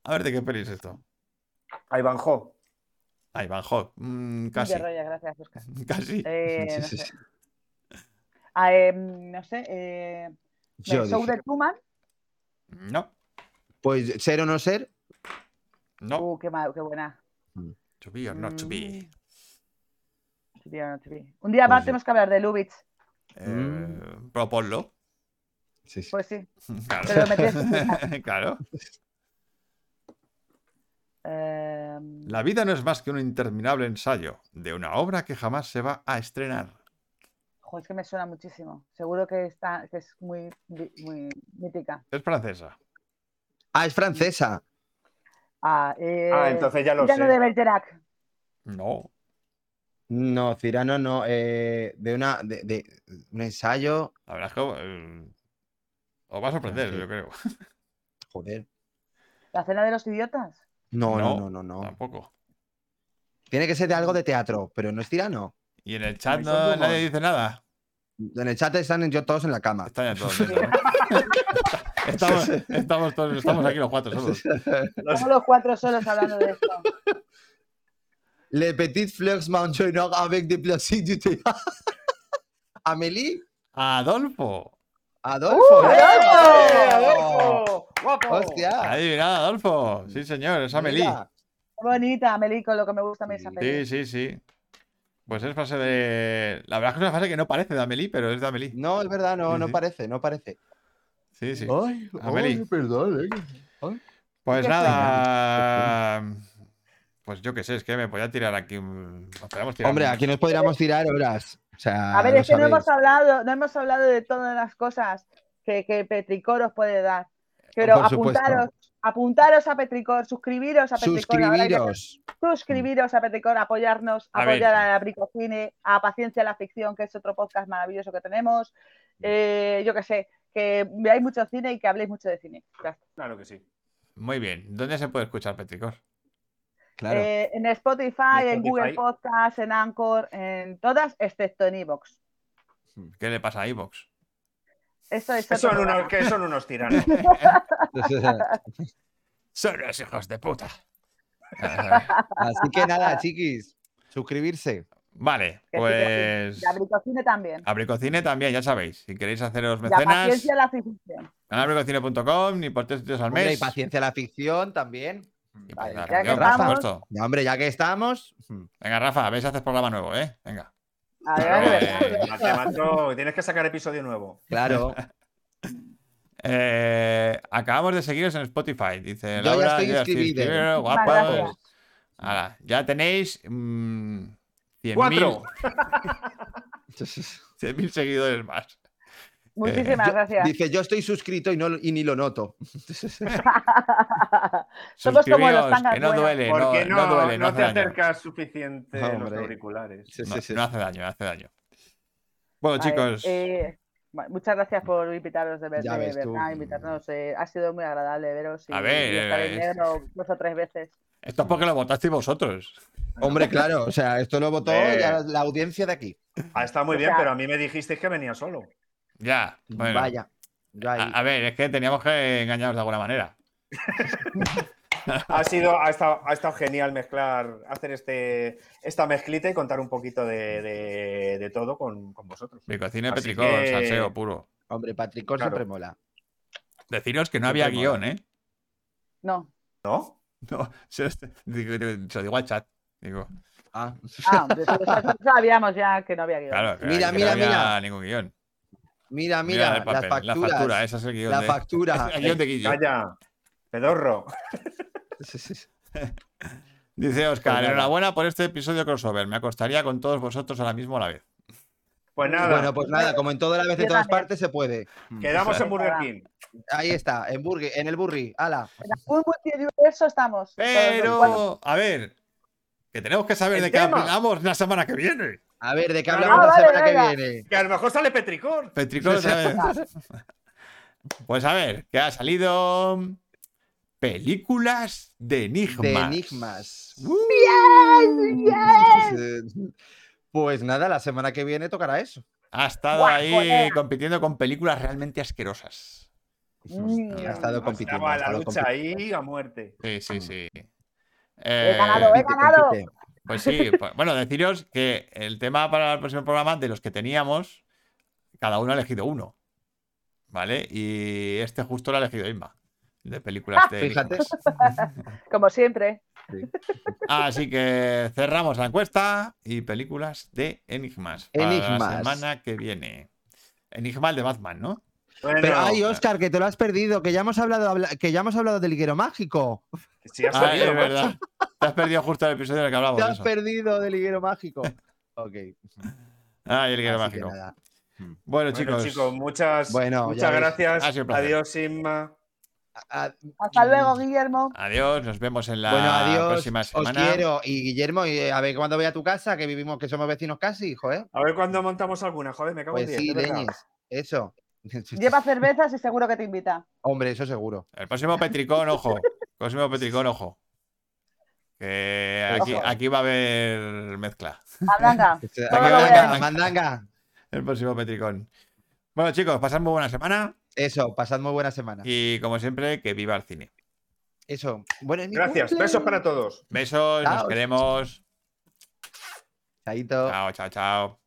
Speaker 1: A ver de qué peli es esto.
Speaker 5: A Ivanhoe.
Speaker 1: Ahí, Van Gogh. Mm, casi.
Speaker 10: Ginger Rogers, gracias, Óscar.
Speaker 1: Casi.
Speaker 10: Eh,
Speaker 4: Sí,
Speaker 10: no
Speaker 4: sí,
Speaker 10: sé.
Speaker 4: sí.
Speaker 10: Ah, em, no sé, eh,
Speaker 4: Yo
Speaker 10: el show
Speaker 4: dije,
Speaker 10: de Truman.
Speaker 1: No,
Speaker 4: Pues ser o no ser,
Speaker 1: no.
Speaker 10: Uh, qué, ma- qué buena.
Speaker 1: To be or not to be.
Speaker 10: Sí, tío, no te vi. Un día más
Speaker 4: Oye.
Speaker 10: tenemos que hablar de Lubitsch.
Speaker 1: Eh,
Speaker 4: Mm.
Speaker 1: proponlo.
Speaker 4: sí, sí.
Speaker 10: Pues sí. Pero
Speaker 1: Claro.
Speaker 10: me tienes
Speaker 1: claro.
Speaker 10: Em,
Speaker 1: La vida no es más que un interminable ensayo de una obra que jamás se va a estrenar.
Speaker 10: jo, es que me suena muchísimo. Seguro que está, que es muy, muy mítica.
Speaker 1: Es francesa.
Speaker 4: Ah, es francesa.
Speaker 10: Ah, eh,
Speaker 5: Ah, entonces ya lo
Speaker 10: Gitano de
Speaker 5: sé.
Speaker 10: Bergerac.
Speaker 1: No.
Speaker 4: No, Cirano no. eh, de, una, de, de un ensayo.
Speaker 1: La verdad es que eh, os va a sorprender,
Speaker 4: Sí.
Speaker 1: yo creo.
Speaker 4: Joder.
Speaker 10: ¿La cena de los idiotas?
Speaker 4: No, no,
Speaker 1: No.
Speaker 4: no, no, no.
Speaker 1: Tampoco.
Speaker 4: Tiene que ser de algo de teatro, pero no es Cirano.
Speaker 1: Y en el chat
Speaker 5: Ahí
Speaker 1: no,
Speaker 5: son rumores.
Speaker 1: nadie dice nada.
Speaker 4: En el chat están yo todos en la cama.
Speaker 1: Están ya todos. dentro, ¿no? estamos, estamos, todos, estamos aquí los cuatro solos.
Speaker 10: Somos los cuatro solos hablando de esto.
Speaker 4: Le petit flex manchonor avec des placidité. Amélie,
Speaker 1: Adolfo.
Speaker 4: Adolfo.
Speaker 10: ¡Adolfo!
Speaker 4: ¡Bravo!
Speaker 5: ¡Guapo!
Speaker 4: ¡Hostia!
Speaker 1: Adivinada, Adolfo. Sí, señor, es Amelie.
Speaker 4: Mira.
Speaker 10: Bonita, Amelie, con lo que me gusta a mí esa
Speaker 1: Sí,
Speaker 10: peli.
Speaker 1: sí, sí. Pues es frase de. La verdad es que es una frase que no parece de Amelie, pero es de Amelie.
Speaker 4: No, es verdad, no,
Speaker 1: Sí,
Speaker 4: no
Speaker 1: sí.
Speaker 4: parece, no parece.
Speaker 1: Sí, sí.
Speaker 4: Ay,
Speaker 1: Amelie.
Speaker 4: perdón, eh.
Speaker 1: Pues
Speaker 10: Ya
Speaker 1: nada. Pues yo qué sé, es que me podía tirar aquí. un- nos podíamos tirar
Speaker 4: Hombre,
Speaker 1: un-
Speaker 4: aquí nos podríamos tirar horas. O sea,
Speaker 10: A ver,
Speaker 4: lo
Speaker 10: es que no
Speaker 4: sabéis.
Speaker 10: hemos hablado, no hemos hablado de todas las cosas que, que Petricor os puede dar. Pero
Speaker 4: Por supuesto.
Speaker 10: apuntaros, apuntaros a Petricor, suscribiros a Petricor, la verdad que-
Speaker 4: Suscribiros.
Speaker 10: suscribiros a Petricor, apoyarnos,
Speaker 1: A ver.
Speaker 10: apoyar a Bricocine, a Paciencia a la Ficción, que es otro podcast maravilloso que tenemos. Eh, yo qué sé, que veáis mucho cine y que habléis mucho de cine. Gracias.
Speaker 5: Claro que sí.
Speaker 1: Muy bien. ¿Dónde se puede escuchar Petricor?
Speaker 4: Claro.
Speaker 10: Eh, en Spotify, en
Speaker 5: Spotify.
Speaker 10: Google Podcast, en Anchor, en todas, excepto en Evox.
Speaker 1: ¿Qué le pasa a Evox?
Speaker 10: Eso es
Speaker 5: Que
Speaker 10: otro
Speaker 5: son unos,
Speaker 10: programa.
Speaker 5: que son unos tiranos.
Speaker 1: Son los hijos de puta.
Speaker 4: Así que nada, chiquis, suscribirse.
Speaker 1: vale,
Speaker 10: Que sí, que
Speaker 1: pues.
Speaker 10: Y a Bricocine también.
Speaker 1: Abricocine también, ya sabéis. Si queréis haceros
Speaker 10: Y a
Speaker 1: mecenas,
Speaker 10: Paciencia a la Ficción.
Speaker 1: canabricocine.com, ni por tres sitios al
Speaker 4: Hombre, y
Speaker 1: mes.
Speaker 4: paciencia a la ficción también.
Speaker 1: Y pues,
Speaker 4: Vale, ya
Speaker 1: la
Speaker 4: que
Speaker 1: reunión, por
Speaker 4: estamos.
Speaker 1: supuesto.
Speaker 4: Ya, hombre, ya que estamos.
Speaker 1: Venga, Rafa, a ver si haces programa nuevo, ¿eh? Venga.
Speaker 10: A ver, a ver.
Speaker 1: Eh,
Speaker 5: Matemato, tienes que sacar episodio nuevo.
Speaker 4: Claro.
Speaker 1: eh, acabamos de seguiros en Spotify, dice
Speaker 4: Yo ya
Speaker 1: Laura.
Speaker 4: estoy inscribido.
Speaker 1: inscribido,
Speaker 10: Muchísimas
Speaker 1: guapos.
Speaker 10: gracias.
Speaker 1: Hala, ya tenéis mm, 100.000
Speaker 5: Cuatro.
Speaker 1: 100.000 seguidores más.
Speaker 10: Muchísimas gracias.
Speaker 4: Dice, yo estoy suscrito y, no, y ni lo noto.
Speaker 10: Somos como
Speaker 1: Suscribíos,
Speaker 10: los
Speaker 1: que no
Speaker 10: tangas
Speaker 1: duele, no, Eh,
Speaker 5: Porque no,
Speaker 1: no duele, no,
Speaker 5: no
Speaker 1: hace
Speaker 5: te
Speaker 1: daño.
Speaker 5: acercas suficiente a los
Speaker 4: Hombre.
Speaker 5: auriculares.
Speaker 4: Sí,
Speaker 1: No,
Speaker 4: sí, sí.
Speaker 1: no hace daño, no hace daño. Bueno,
Speaker 10: Vale,
Speaker 1: chicos,
Speaker 10: eh, bueno, muchas gracias por invitarnos de, ver-
Speaker 4: Ya
Speaker 10: de
Speaker 4: ves tú.
Speaker 10: verdad, invitarnos. eh, ha sido muy agradable veros. Y,
Speaker 1: A ver,
Speaker 10: y estar en
Speaker 1: eh,
Speaker 10: negro dos o tres veces.
Speaker 1: esto es porque lo votasteis vosotros.
Speaker 4: Hombre, claro, o sea, esto lo votó
Speaker 5: Eh.
Speaker 4: ya la audiencia de aquí.
Speaker 5: Ah, está muy
Speaker 10: O
Speaker 5: bien,
Speaker 10: sea-
Speaker 5: pero a mí me dijisteis que venía solo.
Speaker 1: Ya, bueno. Ah,
Speaker 4: Vaya. Yo ahí.
Speaker 1: A, a ver, es que teníamos que engañaros de alguna manera.
Speaker 5: Ha sido, ha estado, ha estado genial mezclar, hacer este, esta mezclita y contar un poquito de, de- de todo con, con vosotros.
Speaker 1: Bricocine,
Speaker 5: Así
Speaker 1: petricor,
Speaker 5: que-
Speaker 1: salseo puro.
Speaker 4: Hombre, Patricor
Speaker 5: Claro.
Speaker 4: siempre mola.
Speaker 1: Deciros que no
Speaker 4: Qué
Speaker 1: había
Speaker 4: tema.
Speaker 1: guión, ¿eh?
Speaker 10: No.
Speaker 5: ¿No?
Speaker 1: No, se, se- digo- digo- se lo digo al chat. Digo,
Speaker 4: Ah.
Speaker 10: Ah, de todo eso sabíamos ya que no había guión.
Speaker 1: claro, que
Speaker 4: Mira,
Speaker 1: aquí
Speaker 4: mira,
Speaker 1: no había
Speaker 4: mira.
Speaker 1: ningún guión.
Speaker 4: Mira,
Speaker 1: Mira,
Speaker 4: mira,
Speaker 1: el papel,
Speaker 4: las facturas.
Speaker 1: la factura, eh. ese es el guión.
Speaker 4: la
Speaker 1: de,
Speaker 4: factura.
Speaker 1: el guión de Guillo.
Speaker 5: Calla, pedorro.
Speaker 1: Dice Oscar,
Speaker 5: Pues nada.
Speaker 1: enhorabuena por este episodio crossover. Me acostaría con todos vosotros ahora mismo a la vez.
Speaker 5: Pues nada,
Speaker 4: Bueno, pues nada, como en toda la vez en
Speaker 10: Yo
Speaker 4: todas
Speaker 10: también.
Speaker 4: partes se puede.
Speaker 5: quedamos en Burger King.
Speaker 4: Ahí está, en, Burger- en el Burri. Ala.
Speaker 10: En algún multiverso estamos. todos los cuatro.
Speaker 1: Pero, a ver, que tenemos que saber
Speaker 5: El
Speaker 1: de qué
Speaker 5: tema.
Speaker 1: hablamos la semana que viene.
Speaker 4: A ver, ¿de qué
Speaker 5: Ah,
Speaker 4: hablamos la
Speaker 10: vale,
Speaker 4: semana
Speaker 10: venga.
Speaker 4: que viene?
Speaker 5: Que a lo mejor sale Petricor.
Speaker 1: Petricor otra vez. Pues a ver, que ha salido películas de enigmas.
Speaker 4: De enigmas.
Speaker 1: Uh,
Speaker 4: Pues nada, la semana que viene tocará eso.
Speaker 1: Ha estado
Speaker 10: Guau,
Speaker 1: ahí
Speaker 10: colega.
Speaker 1: compitiendo con películas realmente asquerosas.
Speaker 10: Mm,
Speaker 4: Ha estado compitiendo.
Speaker 5: Estaba
Speaker 4: ha
Speaker 5: la
Speaker 4: estado
Speaker 5: lucha
Speaker 4: compitiendo.
Speaker 5: ahí a muerte.
Speaker 1: Sí, sí, sí.
Speaker 10: He
Speaker 1: Eh,
Speaker 10: ganado, he
Speaker 4: Compite,
Speaker 10: ganado.
Speaker 4: compite.
Speaker 1: Pues sí, pues, bueno, deciros que el tema para el próximo programa, de los que teníamos, cada uno ha elegido uno. ¿Vale? Y este justo lo ha elegido Inma, de películas de
Speaker 4: Fíjate.
Speaker 1: enigmas.
Speaker 10: Como siempre.
Speaker 1: Así que cerramos la encuesta y películas de enigmas. para
Speaker 4: Enigmas.
Speaker 1: La semana que viene. Enigma el de Batman, ¿no?
Speaker 5: Bueno,
Speaker 4: Pero ay, Oscar, que te lo has perdido, que ya hemos hablado, habla- que ya hemos hablado del liguero mágico.
Speaker 5: si ha
Speaker 1: Ah,
Speaker 5: salido,
Speaker 1: es
Speaker 5: macho.
Speaker 1: verdad. Te has perdido justo el episodio en el que hablamos
Speaker 4: Te
Speaker 1: de
Speaker 4: has
Speaker 1: eso.
Speaker 4: perdido del liguero mágico. Ok.
Speaker 1: Ah, y el liguero
Speaker 4: así que
Speaker 1: mágico.
Speaker 4: nada.
Speaker 1: Bueno,
Speaker 5: Bueno,
Speaker 1: chicos.
Speaker 5: chicos, muchas,
Speaker 4: Bueno, ya
Speaker 5: muchas
Speaker 4: ves.
Speaker 1: Ha
Speaker 5: gracias.
Speaker 1: sido un placer.
Speaker 5: Adiós, Inma.
Speaker 4: a-
Speaker 10: Hasta luego, Guillermo.
Speaker 1: Adiós, nos vemos en la
Speaker 4: bueno, adiós.
Speaker 1: próxima
Speaker 4: Os
Speaker 1: semana.
Speaker 4: quiero. Y Guillermo, y, eh, a ver cuándo voy a tu casa, que vivimos, que somos vecinos casi, joder.
Speaker 5: A ver cuándo montamos alguna, joder, me cago
Speaker 4: Pues
Speaker 5: en
Speaker 4: sí,
Speaker 5: diez, ¿eh? de verdad.
Speaker 4: leñes. Eso.
Speaker 10: Lleva cervezas y seguro que te invita.
Speaker 4: Hombre, eso seguro.
Speaker 1: El próximo Petricón, ojo. Próximo Petricón, ojo. Que aquí,
Speaker 10: Ojo.
Speaker 1: aquí va a haber mezcla.
Speaker 10: A Blanca.
Speaker 1: Todo lo
Speaker 4: Mandanga,
Speaker 1: bueno.
Speaker 4: Este, mandanga.
Speaker 1: El próximo Petricón. Bueno, chicos, pasad muy buena semana.
Speaker 4: Eso, pasad muy buena semana.
Speaker 1: Y como siempre, que viva el cine.
Speaker 4: Eso. Bueno, es mi
Speaker 5: Gracias,
Speaker 4: cumple.
Speaker 5: besos para todos.
Speaker 1: Besos, nos
Speaker 4: Chao.
Speaker 1: queremos.
Speaker 4: Chaito.
Speaker 1: Chao, chao, chao.